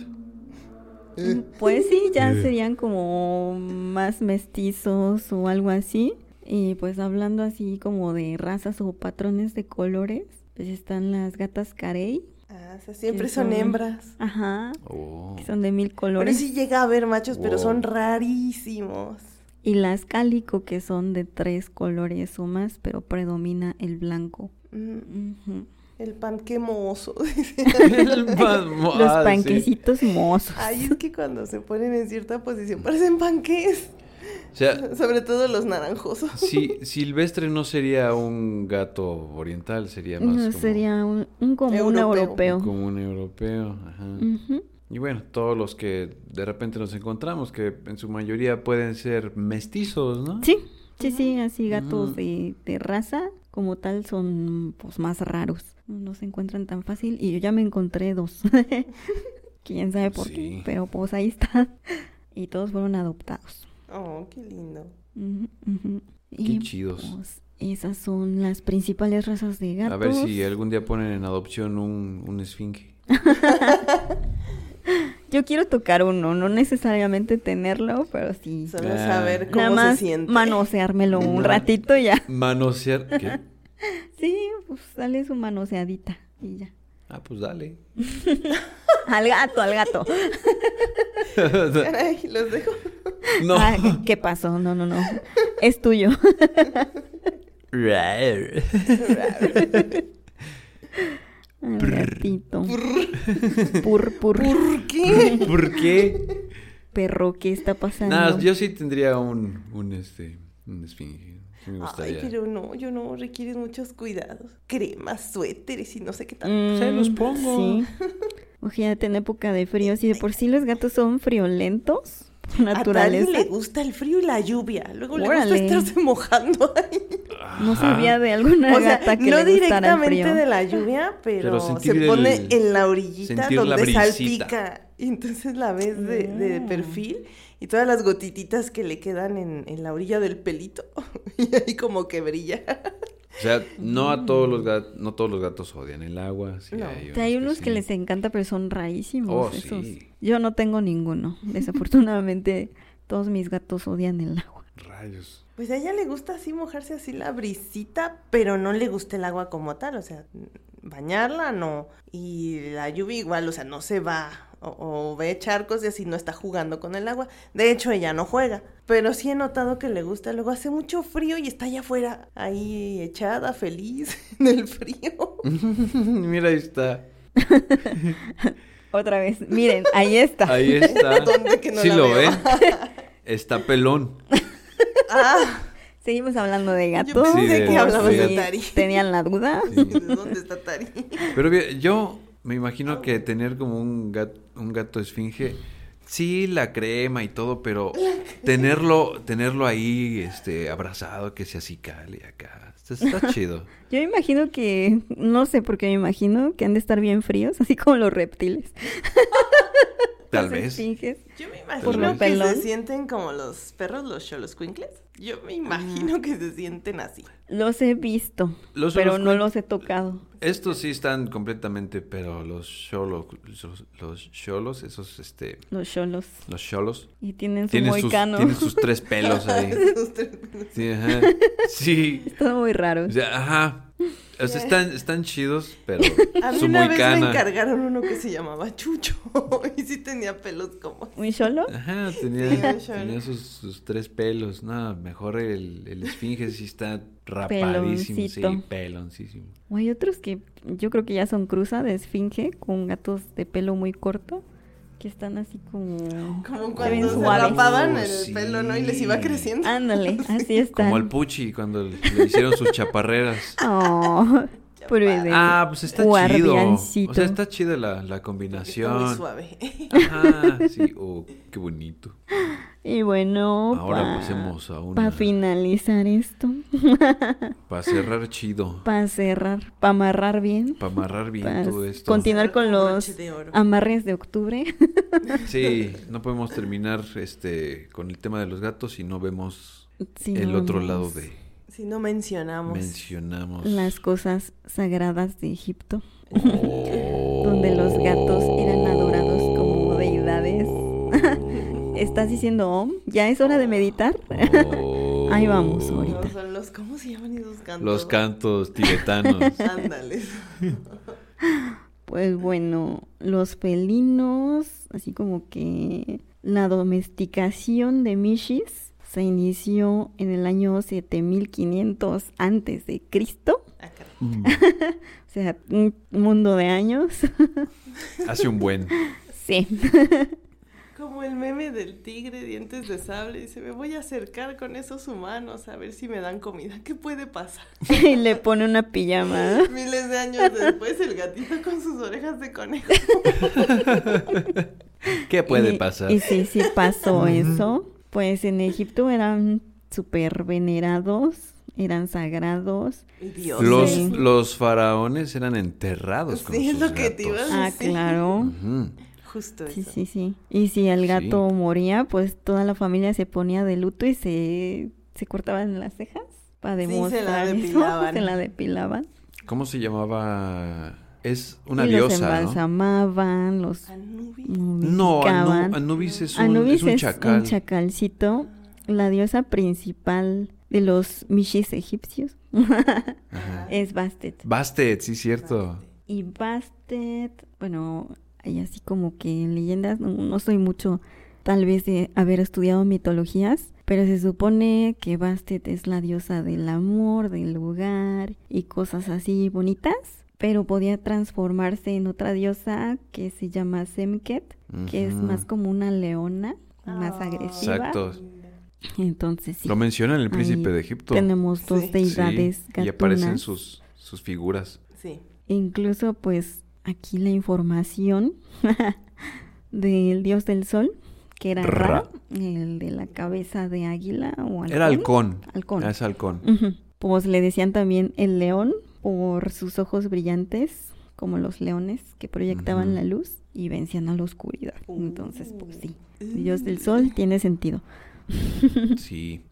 [SPEAKER 2] Ugh.
[SPEAKER 3] [LAUGHS] Pues sí, ya serían como más mestizos o algo así. Y pues hablando así como de razas o patrones de colores, pues están las gatas carey.
[SPEAKER 1] Ah, o sea, siempre
[SPEAKER 3] que
[SPEAKER 1] son hembras.
[SPEAKER 3] Ajá.
[SPEAKER 2] Oh.
[SPEAKER 3] Que son de mil
[SPEAKER 1] Pero
[SPEAKER 3] colores.
[SPEAKER 1] sí llega a haber machos, pero
[SPEAKER 2] Wow.
[SPEAKER 1] son rarísimos.
[SPEAKER 3] Y las cálico, que son de tres colores o más, pero predomina el blanco.
[SPEAKER 1] Mm,
[SPEAKER 3] Ujú.
[SPEAKER 1] El pan quemoso.
[SPEAKER 2] [LAUGHS]
[SPEAKER 1] [LAUGHS]
[SPEAKER 2] El pan-
[SPEAKER 3] [LAUGHS] Los
[SPEAKER 2] ah, sí. [LAUGHS]
[SPEAKER 3] panquecitos mozos.
[SPEAKER 1] Ay, es que cuando se ponen en cierta posición parecen panques.
[SPEAKER 2] O sea,
[SPEAKER 1] Sobre todo los naranjosos.
[SPEAKER 2] si, silvestre no sería un gato oriental, sería más
[SPEAKER 3] No,
[SPEAKER 2] como,
[SPEAKER 3] sería un, un común
[SPEAKER 1] Europeo.
[SPEAKER 3] europeo.
[SPEAKER 2] como un europeo. Ajá.
[SPEAKER 3] Ujú.
[SPEAKER 2] Y bueno, todos los que de repente nos encontramos, que en su mayoría pueden ser mestizos, ¿no?
[SPEAKER 3] Sí, sí, sí, así gatos
[SPEAKER 2] Ah.
[SPEAKER 3] de, de raza como tal son pues más raros. No se encuentran tan fácil y yo ya me encontré dos. [LAUGHS] Quién sabe por qué,
[SPEAKER 2] Sí.
[SPEAKER 3] pero pues ahí está. Y todos fueron adoptados.
[SPEAKER 1] Oh, qué lindo.
[SPEAKER 3] Ujú, ujú.
[SPEAKER 2] Qué
[SPEAKER 3] Y,
[SPEAKER 2] chidos.
[SPEAKER 3] pues, esas son las principales razas de pues, gatos.
[SPEAKER 2] A ver si algún día ponen en adopción un, un esfinge.
[SPEAKER 3] Yo quiero tocar uno, no necesariamente tenerlo, pero sí.
[SPEAKER 1] Solo
[SPEAKER 2] Ah.
[SPEAKER 1] saber cómo
[SPEAKER 3] Nada más
[SPEAKER 1] se siente. [LAUGHS]
[SPEAKER 3] manoseármelo un ratito y ya. [LAUGHS]
[SPEAKER 2] Manosear. ¿Qué?
[SPEAKER 3] Sí, pues sale su manoseadita
[SPEAKER 2] [LAUGHS]
[SPEAKER 3] y ya.
[SPEAKER 2] Ah, pues dale. [LAUGHS]
[SPEAKER 3] Al gato, al gato.
[SPEAKER 1] Caray, los dejo.
[SPEAKER 2] No.
[SPEAKER 3] Ah, ¿Qué pasó? No, no, no.
[SPEAKER 2] [LAUGHS]
[SPEAKER 3] Es tuyo.
[SPEAKER 2] Rar.
[SPEAKER 3] Al gatito. Pur, pur.
[SPEAKER 1] ¿Por
[SPEAKER 2] [LAUGHS]
[SPEAKER 1] qué?
[SPEAKER 2] [LAUGHS] ¿Por qué?
[SPEAKER 3] Perro, ¿qué está pasando?
[SPEAKER 2] Nada, yo sí tendría un, un, este, un esfinge. Sí me gustaría.
[SPEAKER 1] Ay, pero no, yo no, requieren muchos cuidados. Cremas, suéteres y no sé qué tal.
[SPEAKER 3] Mm,
[SPEAKER 2] Se los pongo.
[SPEAKER 3] Sí. Imagínate en época de frío. Si de por sí los gatos son friolentos,
[SPEAKER 2] Ah,
[SPEAKER 3] por
[SPEAKER 1] A
[SPEAKER 3] naturaleza.
[SPEAKER 1] Tali le gusta el frío y la lluvia. Luego
[SPEAKER 3] Órale.
[SPEAKER 1] le gusta estarse [LAUGHS] mojando ahí.
[SPEAKER 3] No sabía de alguna
[SPEAKER 1] o sea,
[SPEAKER 3] gata
[SPEAKER 1] no
[SPEAKER 3] que le gustara el
[SPEAKER 1] directamente
[SPEAKER 3] frío.
[SPEAKER 1] de la lluvia, pero,
[SPEAKER 2] Pero
[SPEAKER 1] se
[SPEAKER 2] sentir el-
[SPEAKER 1] pone en la orillita
[SPEAKER 2] sentir la
[SPEAKER 1] donde
[SPEAKER 2] brisita.
[SPEAKER 1] salpica. Y entonces la ves de, de
[SPEAKER 3] Mm.
[SPEAKER 1] perfil y todas las gotititas que le quedan en, en la orilla del pelito. [LAUGHS] y ahí como que brilla.
[SPEAKER 2] O sea, no a todos los gatos, no todos los gatos odian el agua. sí
[SPEAKER 1] No.
[SPEAKER 2] hay
[SPEAKER 3] O
[SPEAKER 2] unos,
[SPEAKER 3] sea, Mm. hay unos
[SPEAKER 2] que,
[SPEAKER 3] que
[SPEAKER 2] Pues sí.
[SPEAKER 3] les encanta, pero son rarísimos
[SPEAKER 2] Oh, sí.
[SPEAKER 3] esos. Yo no tengo ninguno. Desafortunadamente, todos mis gatos odian el agua.
[SPEAKER 2] Rayos. [LAUGHS]
[SPEAKER 1] Pues a ella le gusta así mojarse así la brisita, pero no le gusta el agua como tal, o sea, bañarla no. Y la lluvia igual, o sea, no se va o, o ve charcos y así no está jugando con el agua. De hecho, ella no juega, pero sí he notado que le gusta. Luego hace mucho frío y está allá afuera, ahí echada, feliz [LAUGHS] en el frío.
[SPEAKER 2] Mira, ahí está.
[SPEAKER 3] Otra vez, miren,
[SPEAKER 2] [LAUGHS]
[SPEAKER 3] ahí está.
[SPEAKER 2] Ahí está.
[SPEAKER 1] [LAUGHS] ¿Dónde que no
[SPEAKER 2] sí
[SPEAKER 1] la
[SPEAKER 2] lo
[SPEAKER 1] veo? [LAUGHS]
[SPEAKER 2] ven. Está pelón.
[SPEAKER 1] Ah,
[SPEAKER 3] Seguimos hablando de
[SPEAKER 1] yo
[SPEAKER 3] gatos.
[SPEAKER 2] Sí,
[SPEAKER 1] pensé
[SPEAKER 2] de-
[SPEAKER 1] que hablabas
[SPEAKER 2] sí.
[SPEAKER 1] de Tari.
[SPEAKER 3] Tenían la duda.
[SPEAKER 1] [LAUGHS]
[SPEAKER 2] Sí.
[SPEAKER 1] ¿De dónde está Tari?
[SPEAKER 2] Pero bien, yo me imagino que tener como un gato, un gato esfinge, sí, la crema y todo, pero tenerlo, tenerlo ahí, este, abrazado, que sea así cale acá. Está,
[SPEAKER 1] [LAUGHS]
[SPEAKER 2] está chido.
[SPEAKER 3] Yo me imagino que, [LAUGHS] no sé por qué me imagino, que han de estar bien fríos, así como los reptiles.
[SPEAKER 2] Tal
[SPEAKER 3] Las
[SPEAKER 2] vez.
[SPEAKER 3] esfinges.
[SPEAKER 1] Yo me
[SPEAKER 3] Por lo
[SPEAKER 1] imagino que
[SPEAKER 3] pelón.
[SPEAKER 1] se sienten como los perros, los xoloscuincles. Yo me imagino que se sienten así.
[SPEAKER 3] Los he visto,
[SPEAKER 2] Los
[SPEAKER 3] pero
[SPEAKER 2] unos
[SPEAKER 3] no
[SPEAKER 2] cuen-
[SPEAKER 3] los he tocado.
[SPEAKER 2] Estos sí están completamente, pero los cholos, los, los cholos, esos, este,
[SPEAKER 3] Los cholos.
[SPEAKER 2] los cholos,
[SPEAKER 3] Y tienen su
[SPEAKER 2] tienen sus,
[SPEAKER 3] moicano.
[SPEAKER 2] tienen
[SPEAKER 3] [LAUGHS]
[SPEAKER 2] sus tres
[SPEAKER 1] [LAUGHS]
[SPEAKER 2] pelos ahí. Sí, ajá. Sí.
[SPEAKER 3] Están muy raros.
[SPEAKER 2] O sea, ajá. O sea, están, están chidos, pero
[SPEAKER 1] [LAUGHS] A mí
[SPEAKER 2] su
[SPEAKER 1] una vez me
[SPEAKER 2] moicana.
[SPEAKER 1] encargaron uno que se llamaba Chucho [LAUGHS] y sí tenía pelos como...
[SPEAKER 3] ¿Un cholo?
[SPEAKER 2] Ajá,
[SPEAKER 1] Sí,
[SPEAKER 2] tenía,
[SPEAKER 1] un cholo.
[SPEAKER 2] tenía sus, sus tres pelos. No, mejor el, el esfinge sí está rapadísimo. Sí,
[SPEAKER 3] Peloncito.
[SPEAKER 2] peloncísimo.
[SPEAKER 3] O hay otros que yo creo que ya son cruza de esfinge con gatos de pelo muy corto que están así como...
[SPEAKER 1] Como
[SPEAKER 3] ven
[SPEAKER 1] cuando se
[SPEAKER 3] suaves. Ah,
[SPEAKER 1] rapaban el
[SPEAKER 2] Oh, Sí.
[SPEAKER 1] pelo, ¿no? Y les iba creciendo.
[SPEAKER 3] Ándale, así están.
[SPEAKER 2] Como el Puchi cuando le hicieron
[SPEAKER 1] [LAUGHS]
[SPEAKER 2] sus chaparreras.
[SPEAKER 3] Oh, pobre bebé.
[SPEAKER 2] Ah, pues está chido. O
[SPEAKER 3] Guardiancito.
[SPEAKER 2] sea, está chida la, la
[SPEAKER 1] Está muy
[SPEAKER 2] combinación.
[SPEAKER 1] suave. [LAUGHS]
[SPEAKER 2] Ah, sí. Oh, qué bonito.
[SPEAKER 3] Y bueno,
[SPEAKER 2] Ahora
[SPEAKER 3] pa-
[SPEAKER 2] pasemos a una-
[SPEAKER 3] pa finalizar esto,
[SPEAKER 2] Para cerrar chido.
[SPEAKER 3] para cerrar, para amarrar bien,
[SPEAKER 2] Para amarrar bien
[SPEAKER 1] Pues,
[SPEAKER 3] pa
[SPEAKER 2] todo esto.
[SPEAKER 3] continuar con
[SPEAKER 1] Broche
[SPEAKER 3] los
[SPEAKER 1] de oro.
[SPEAKER 3] amarres de octubre. [LAUGHS]
[SPEAKER 2] Sí, no podemos terminar este con el tema de los gatos si no vemos
[SPEAKER 3] Si
[SPEAKER 2] el
[SPEAKER 3] no
[SPEAKER 2] otro
[SPEAKER 3] vemos
[SPEAKER 2] lado de
[SPEAKER 1] Si no mencionamos. [LAUGHS]
[SPEAKER 2] mencionamos
[SPEAKER 3] las cosas sagradas de Egipto,
[SPEAKER 2] Oh.
[SPEAKER 3] donde los gatos eran adorados como deidades. [LAUGHS] ¿Estás diciendo, Om? ¿Ya es hora de meditar?
[SPEAKER 2] Oh.
[SPEAKER 3] [LAUGHS] Ahí vamos ahorita.
[SPEAKER 1] No, son los, ¿Cómo se llaman esos cantos?
[SPEAKER 2] Los cantos
[SPEAKER 3] [LAUGHS]
[SPEAKER 2] tibetanos.
[SPEAKER 1] Ándales.
[SPEAKER 3] Pues bueno, los felinos, así como que la domesticación de Mishis se inició en el año 7500 antes de Cristo,
[SPEAKER 1] Ah, caray.
[SPEAKER 3] o sea, un mundo de años. [LAUGHS]
[SPEAKER 2] Hace un buen.
[SPEAKER 3] Sí.
[SPEAKER 1] Como el meme del tigre, dientes de sable. Dice, me voy a acercar con esos humanos a ver si me dan comida. ¿Qué puede pasar? [LAUGHS]
[SPEAKER 3] Y le pone una pijama.
[SPEAKER 1] Miles de años después, el gatito con sus orejas de conejo.
[SPEAKER 2] ¿Qué puede
[SPEAKER 3] Y-
[SPEAKER 2] pasar?
[SPEAKER 3] Y sí, sí pasó eso. Pues en Egipto eran súper venerados, eran sagrados.
[SPEAKER 1] Y Dios.
[SPEAKER 2] Los,
[SPEAKER 3] Sí.
[SPEAKER 2] los faraones eran enterrados con
[SPEAKER 1] Sí, es
[SPEAKER 2] sus
[SPEAKER 1] lo que te iba a
[SPEAKER 2] gatos.
[SPEAKER 3] Ah,
[SPEAKER 1] Sí.
[SPEAKER 3] claro.
[SPEAKER 2] Ujú.
[SPEAKER 1] Justo
[SPEAKER 3] Sí,
[SPEAKER 1] eso.
[SPEAKER 3] sí, sí. Y si el gato
[SPEAKER 2] Sí.
[SPEAKER 3] moría, pues toda la familia se ponía de luto y se, se cortaban las cejas para
[SPEAKER 1] Sí, se la
[SPEAKER 3] demostrar [LAUGHS] eso.
[SPEAKER 1] depilaban.
[SPEAKER 3] Se la depilaban.
[SPEAKER 2] ¿Cómo se llamaba? Es una
[SPEAKER 3] y los
[SPEAKER 2] diosa, ¿no?
[SPEAKER 3] embalsamaban, los
[SPEAKER 1] Ah, Anubis.
[SPEAKER 2] No,
[SPEAKER 3] nubificaban.
[SPEAKER 2] Anu- Anubis es un,
[SPEAKER 3] Anubis
[SPEAKER 2] es un chacal.
[SPEAKER 3] chacalcito, la diosa principal de los mishis egipcios. [LAUGHS]
[SPEAKER 2] Ajá.
[SPEAKER 3] es Bastet.
[SPEAKER 2] Bastet, sí, cierto.
[SPEAKER 3] Y Bastet, bueno, hay así como que en leyendas, no, no soy mucho tal vez de haber estudiado mitologías, pero se supone que Bastet es la diosa del amor, del hogar y cosas así bonitas, pero podía transformarse en otra diosa que se llama Semket, que es
[SPEAKER 2] Ujú.
[SPEAKER 3] más como una leona, más
[SPEAKER 1] Ah.
[SPEAKER 3] agresiva.
[SPEAKER 2] Exacto.
[SPEAKER 3] Entonces sí,
[SPEAKER 2] Lo menciona en el Príncipe
[SPEAKER 3] Ahí
[SPEAKER 2] de Egipto.
[SPEAKER 3] tenemos dos
[SPEAKER 1] Sí.
[SPEAKER 3] deidades
[SPEAKER 2] Sí,
[SPEAKER 3] gatunas.
[SPEAKER 2] y aparecen sus, sus figuras.
[SPEAKER 1] Sí.
[SPEAKER 3] E Incluso pues aquí la información [LAUGHS] del dios del sol, que era Ra,
[SPEAKER 2] Ra.
[SPEAKER 3] el de la cabeza de águila o halcón.
[SPEAKER 2] Era halcón.
[SPEAKER 3] Halcón.
[SPEAKER 2] Ah, Es halcón.
[SPEAKER 3] Ujú. Pues le decían también el león por sus ojos brillantes, como los leones que proyectaban
[SPEAKER 2] Ujú.
[SPEAKER 3] la luz y vencían a la oscuridad.
[SPEAKER 1] Oh.
[SPEAKER 3] Entonces, pues sí, el dios del
[SPEAKER 1] Uh.
[SPEAKER 3] sol tiene sentido.
[SPEAKER 2] Sí.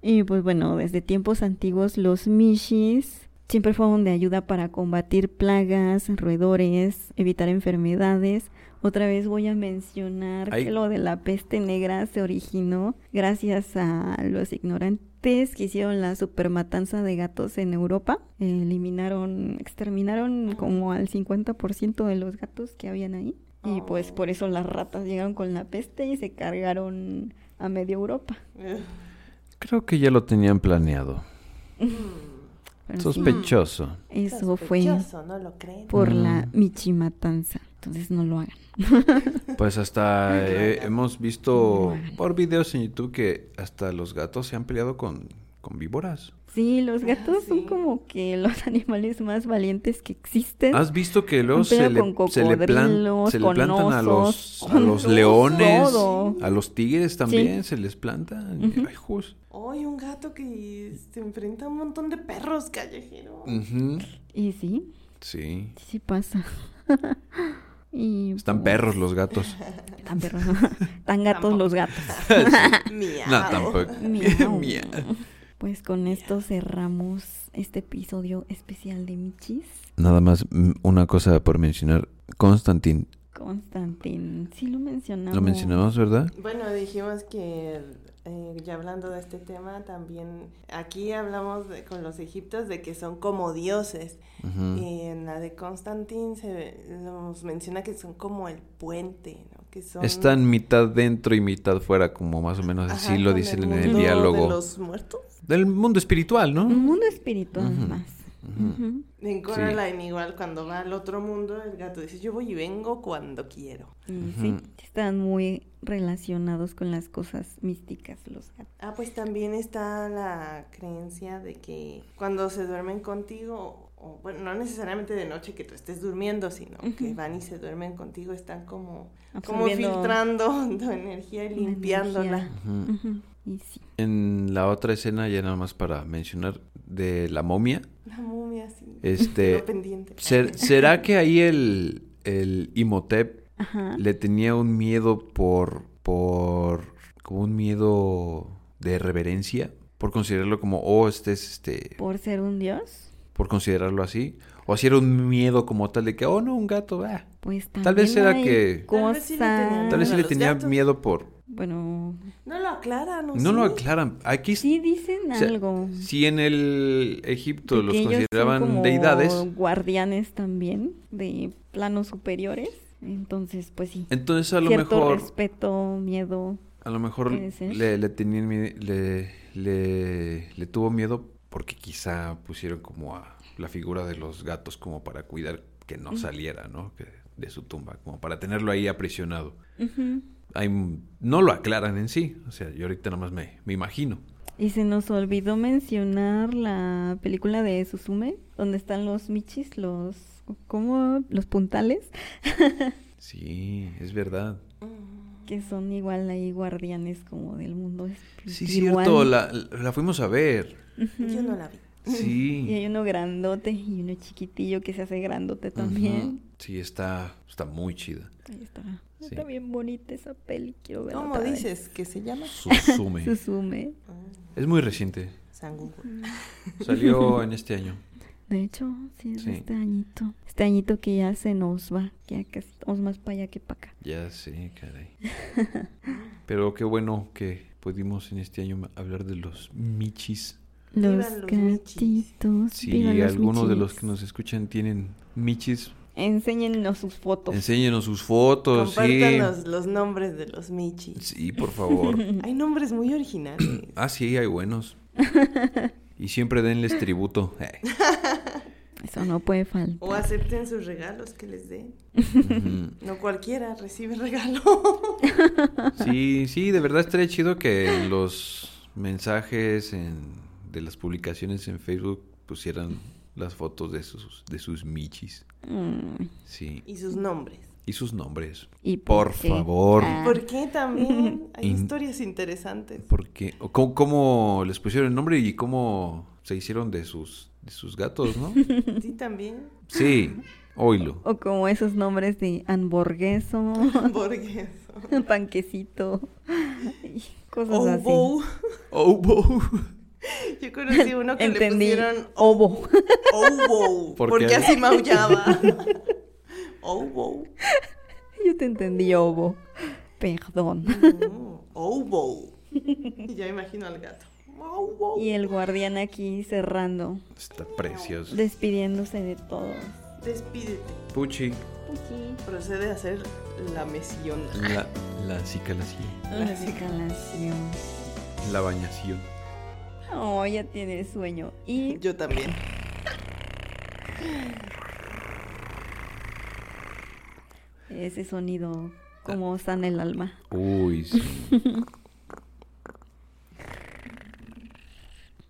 [SPEAKER 3] Y pues bueno, desde tiempos antiguos los mishis siempre fueron de ayuda para combatir plagas, roedores, evitar enfermedades. Otra vez voy a mencionar
[SPEAKER 2] Ay.
[SPEAKER 3] que lo de la peste negra se originó gracias a los ignorantes que hicieron la supermatanza de gatos en Europa. Eliminaron, exterminaron como al 50% de los gatos que habían ahí. Y pues por eso las ratas llegaron con la peste y se cargaron a media Europa.
[SPEAKER 1] [LAUGHS]
[SPEAKER 2] Creo que ya lo tenían planeado.
[SPEAKER 3] Pero sí.
[SPEAKER 2] Sospechoso.
[SPEAKER 3] Eso fue
[SPEAKER 1] Sospechoso, ¿no lo creen?
[SPEAKER 3] por
[SPEAKER 2] Mm.
[SPEAKER 3] la Michimatanza. Entonces no lo hagan.
[SPEAKER 2] Pues hasta eh, hemos visto por videos en YouTube que hasta los gatos se han peleado con, con víboras.
[SPEAKER 3] Ah, Sí, los gatos son
[SPEAKER 1] sí.
[SPEAKER 3] como que los [LAUGHS] animales más valientes que existen.
[SPEAKER 2] ¿Has visto que luego
[SPEAKER 3] Han
[SPEAKER 2] se le,
[SPEAKER 3] peleado con
[SPEAKER 2] se le plan-
[SPEAKER 3] cocodrilos,
[SPEAKER 2] se le
[SPEAKER 3] con
[SPEAKER 2] plantan a
[SPEAKER 3] osos,
[SPEAKER 2] los, a
[SPEAKER 3] con
[SPEAKER 2] los
[SPEAKER 3] todo.
[SPEAKER 2] leones?
[SPEAKER 3] Todo.
[SPEAKER 2] A los tigres también se les plantan. Ay, jus.
[SPEAKER 1] Hoy un gato que se enfrenta a un montón de perros
[SPEAKER 2] [LAUGHS]
[SPEAKER 1] callejeros.
[SPEAKER 2] Ujú.
[SPEAKER 3] Y sí,
[SPEAKER 2] Sí.
[SPEAKER 3] sí, sí pasa. [LAUGHS] Y,
[SPEAKER 2] Están
[SPEAKER 3] pues,
[SPEAKER 2] perros los gatos.
[SPEAKER 3] Tan perros. [LAUGHS] Tan gatos los gatos. [LAUGHS]
[SPEAKER 1] [LAUGHS] Miau.
[SPEAKER 2] No,
[SPEAKER 1] [LAUGHS]
[SPEAKER 2] tampoco. [LAUGHS]
[SPEAKER 3] Miau.
[SPEAKER 2] Miau.
[SPEAKER 3] Pues con esto cerramos este episodio especial de Michis.
[SPEAKER 2] Nada más mm, una cosa por mencionar. Constantin,
[SPEAKER 3] Constantín. Sí lo mencionamos.
[SPEAKER 2] lo mencionamos, ¿verdad?
[SPEAKER 1] Bueno, dijimos que eh, ya hablando de este tema, también aquí hablamos de- con los egiptos de que son como dioses.
[SPEAKER 2] Ujú.
[SPEAKER 1] Y en la de Constantín se nos menciona que son como el puente, ¿no? Que son...
[SPEAKER 2] Están mitad dentro y mitad fuera, como más o menos
[SPEAKER 1] Ajá,
[SPEAKER 2] así lo
[SPEAKER 1] con
[SPEAKER 2] dicen en el
[SPEAKER 1] mundo
[SPEAKER 2] diálogo.
[SPEAKER 1] De los muertos.
[SPEAKER 2] Del mundo espiritual, ¿no?
[SPEAKER 3] Un mundo espiritual
[SPEAKER 2] Ujú.
[SPEAKER 3] más.
[SPEAKER 2] Ujú.
[SPEAKER 3] Ujú.
[SPEAKER 1] En Coraline igual, cuando va al otro mundo, el gato dice, yo voy y vengo cuando quiero.
[SPEAKER 3] Y Mm, sí, están muy relacionados con las cosas místicas los gatos.
[SPEAKER 1] Ah, pues también está la creencia de que cuando se duermen contigo, o bueno, no necesariamente de noche que tú estés durmiendo, sino que van y se duermen contigo, están como, como
[SPEAKER 3] Absorbiendo
[SPEAKER 1] filtrando [LAUGHS] tu energía y limpiándola.
[SPEAKER 3] energía.
[SPEAKER 2] Ujú.
[SPEAKER 3] Ujú. Y sí.
[SPEAKER 2] En la otra escena, ya nada más para mencionar, de
[SPEAKER 1] [LAUGHS]
[SPEAKER 2] la momia.
[SPEAKER 1] La momia así,
[SPEAKER 2] Este,
[SPEAKER 1] lo pendiente.
[SPEAKER 2] ser- ¿Será que ahí el, el Imhotep
[SPEAKER 3] Ajá.
[SPEAKER 2] le tenía un miedo por, por, como un miedo de reverencia, por considerarlo como, oh, este es este,
[SPEAKER 3] Por ser un dios.
[SPEAKER 2] por considerarlo así, o si era un miedo como tal de que, oh, no, un gato, ah.
[SPEAKER 3] Pues también
[SPEAKER 2] Tal vez era
[SPEAKER 3] hay
[SPEAKER 2] que-
[SPEAKER 1] Tal vez sí le tenía
[SPEAKER 3] cosas-
[SPEAKER 2] Tal vez sí le
[SPEAKER 1] Los
[SPEAKER 2] tenía
[SPEAKER 1] gatos.
[SPEAKER 2] miedo por,
[SPEAKER 3] Bueno,
[SPEAKER 1] No lo aclaran, ¿o
[SPEAKER 2] no lo
[SPEAKER 1] sí?
[SPEAKER 2] aclaran, aquí s-
[SPEAKER 3] Oh, sí dicen
[SPEAKER 2] o sea,
[SPEAKER 3] algo.
[SPEAKER 2] Si en el Egipto
[SPEAKER 3] de
[SPEAKER 2] los
[SPEAKER 3] que ellos son
[SPEAKER 2] consideraban
[SPEAKER 3] como
[SPEAKER 2] deidades,
[SPEAKER 3] Guardianes también, de planos superiores. Entonces, pues sí.
[SPEAKER 2] entonces a lo
[SPEAKER 3] Cierto
[SPEAKER 2] mejor
[SPEAKER 3] respeto, miedo.
[SPEAKER 2] A lo mejor
[SPEAKER 3] Puede ser.
[SPEAKER 2] le, le tenían mie- le, le, le tuvo miedo porque quizá pusieron como a la figura de los gatos como para cuidar que no saliera, ¿no? Que de su tumba, como para tenerlo ahí aprisionado.
[SPEAKER 3] Ujú.
[SPEAKER 2] Ahí m- no lo aclaran en sí, o sea, yo ahorita nada más me, me imagino.
[SPEAKER 3] Y se nos olvidó mencionar la película de Susume, donde están los michis, los... ¿Cómo? Los puntales,
[SPEAKER 2] Sí, es verdad.
[SPEAKER 3] que son igual ahí guardianes como del mundo
[SPEAKER 2] Sí,
[SPEAKER 3] espiritual.
[SPEAKER 2] cierto, la, la fuimos a ver.
[SPEAKER 3] [LAUGHS]
[SPEAKER 1] Yo no la vi.
[SPEAKER 3] Y
[SPEAKER 2] Sí.
[SPEAKER 3] hay uno grandote y uno chiquitillo que se hace grandote
[SPEAKER 2] Ujú.
[SPEAKER 3] también.
[SPEAKER 2] Sí, está, está muy
[SPEAKER 3] [LAUGHS]
[SPEAKER 2] chida.
[SPEAKER 3] Ahí está.
[SPEAKER 2] Sí.
[SPEAKER 3] Está bien bonita esa peli, quiero verla
[SPEAKER 1] ¿Cómo
[SPEAKER 3] otra vez.
[SPEAKER 1] dices que se llama? Ah,
[SPEAKER 2] Susume.
[SPEAKER 3] Susume.
[SPEAKER 2] es muy reciente.
[SPEAKER 1] Sangu.
[SPEAKER 2] Salió en este año.
[SPEAKER 3] De hecho, sí, es de
[SPEAKER 2] Sí.
[SPEAKER 3] este añito. Este añito que ya se nos va, que ya casi estamos más para allá que para acá.
[SPEAKER 2] Ya sé, caray. Pero qué bueno que pudimos en este año ma- hablar de los michis.
[SPEAKER 1] Vivan
[SPEAKER 3] Los
[SPEAKER 1] los michis.
[SPEAKER 3] gatitos.
[SPEAKER 2] Si
[SPEAKER 3] vivan los
[SPEAKER 2] alguno de los
[SPEAKER 3] michis.
[SPEAKER 2] que nos escuchan tienen michis,
[SPEAKER 3] Enséñennos sus fotos.
[SPEAKER 2] enséñenos sus fotos, sí.
[SPEAKER 1] Compártanos los nombres de los michis.
[SPEAKER 2] Sí, por favor.
[SPEAKER 1] Hay nombres muy
[SPEAKER 2] [CLEARS THROAT]
[SPEAKER 1] originales.
[SPEAKER 2] ah, sí, hay buenos. Y siempre denles tributo. Eh.
[SPEAKER 3] Eso no puede faltar.
[SPEAKER 1] O acepten sus regalos que les den.
[SPEAKER 2] Ujú.
[SPEAKER 1] No cualquiera recibe regalo. [LAUGHS]
[SPEAKER 2] Sí, sí, de verdad estaría chido que los mensajes en- de las publicaciones en Facebook pusieran las fotos de sus, de sus michis.
[SPEAKER 3] Mm,
[SPEAKER 2] Sí.
[SPEAKER 1] y sus nombres.
[SPEAKER 2] Y sus nombres.
[SPEAKER 3] y
[SPEAKER 2] Por
[SPEAKER 3] qué?
[SPEAKER 2] favor.
[SPEAKER 3] Ah,
[SPEAKER 1] ¿Por qué también? Hay
[SPEAKER 2] In-
[SPEAKER 1] historias interesantes.
[SPEAKER 2] Porque, o ¿cómo, cómo les pusieron el nombre y cómo se hicieron de sus, de sus gatos, ¿no?
[SPEAKER 1] Sí,
[SPEAKER 3] [LAUGHS]
[SPEAKER 1] también.
[SPEAKER 2] Sí, oilo.
[SPEAKER 3] O como esos nombres de hamburgueso, [LAUGHS]
[SPEAKER 1] Borges.
[SPEAKER 3] panquecito, y cosas así.
[SPEAKER 1] Obo. uh.
[SPEAKER 2] Obo.
[SPEAKER 1] [LAUGHS] Yo conocí uno que
[SPEAKER 3] Entendí.
[SPEAKER 1] le pusieron
[SPEAKER 3] Obo.
[SPEAKER 1] Obo.
[SPEAKER 2] ¿Por
[SPEAKER 1] porque
[SPEAKER 2] qué?
[SPEAKER 1] así maullaba.
[SPEAKER 2] [LAUGHS]
[SPEAKER 1] Obo.
[SPEAKER 3] [LAUGHS] [LAUGHS] Yo te entendí, Obo. Perdón.
[SPEAKER 1] Mm, Obo. Y ya imagino al gato. Obo.
[SPEAKER 3] Y el guardián aquí cerrando,
[SPEAKER 2] Está precioso.
[SPEAKER 3] despidiéndose de todos.
[SPEAKER 1] Despídete.
[SPEAKER 2] Puchi.
[SPEAKER 1] Procede a hacer la mesión.
[SPEAKER 2] La, la cicalación.
[SPEAKER 3] La escalación.
[SPEAKER 2] La bañación.
[SPEAKER 3] Oh, ya tiene sueño. Y
[SPEAKER 1] Yo también.
[SPEAKER 3] ese sonido como sana el alma.
[SPEAKER 2] Uy, sí.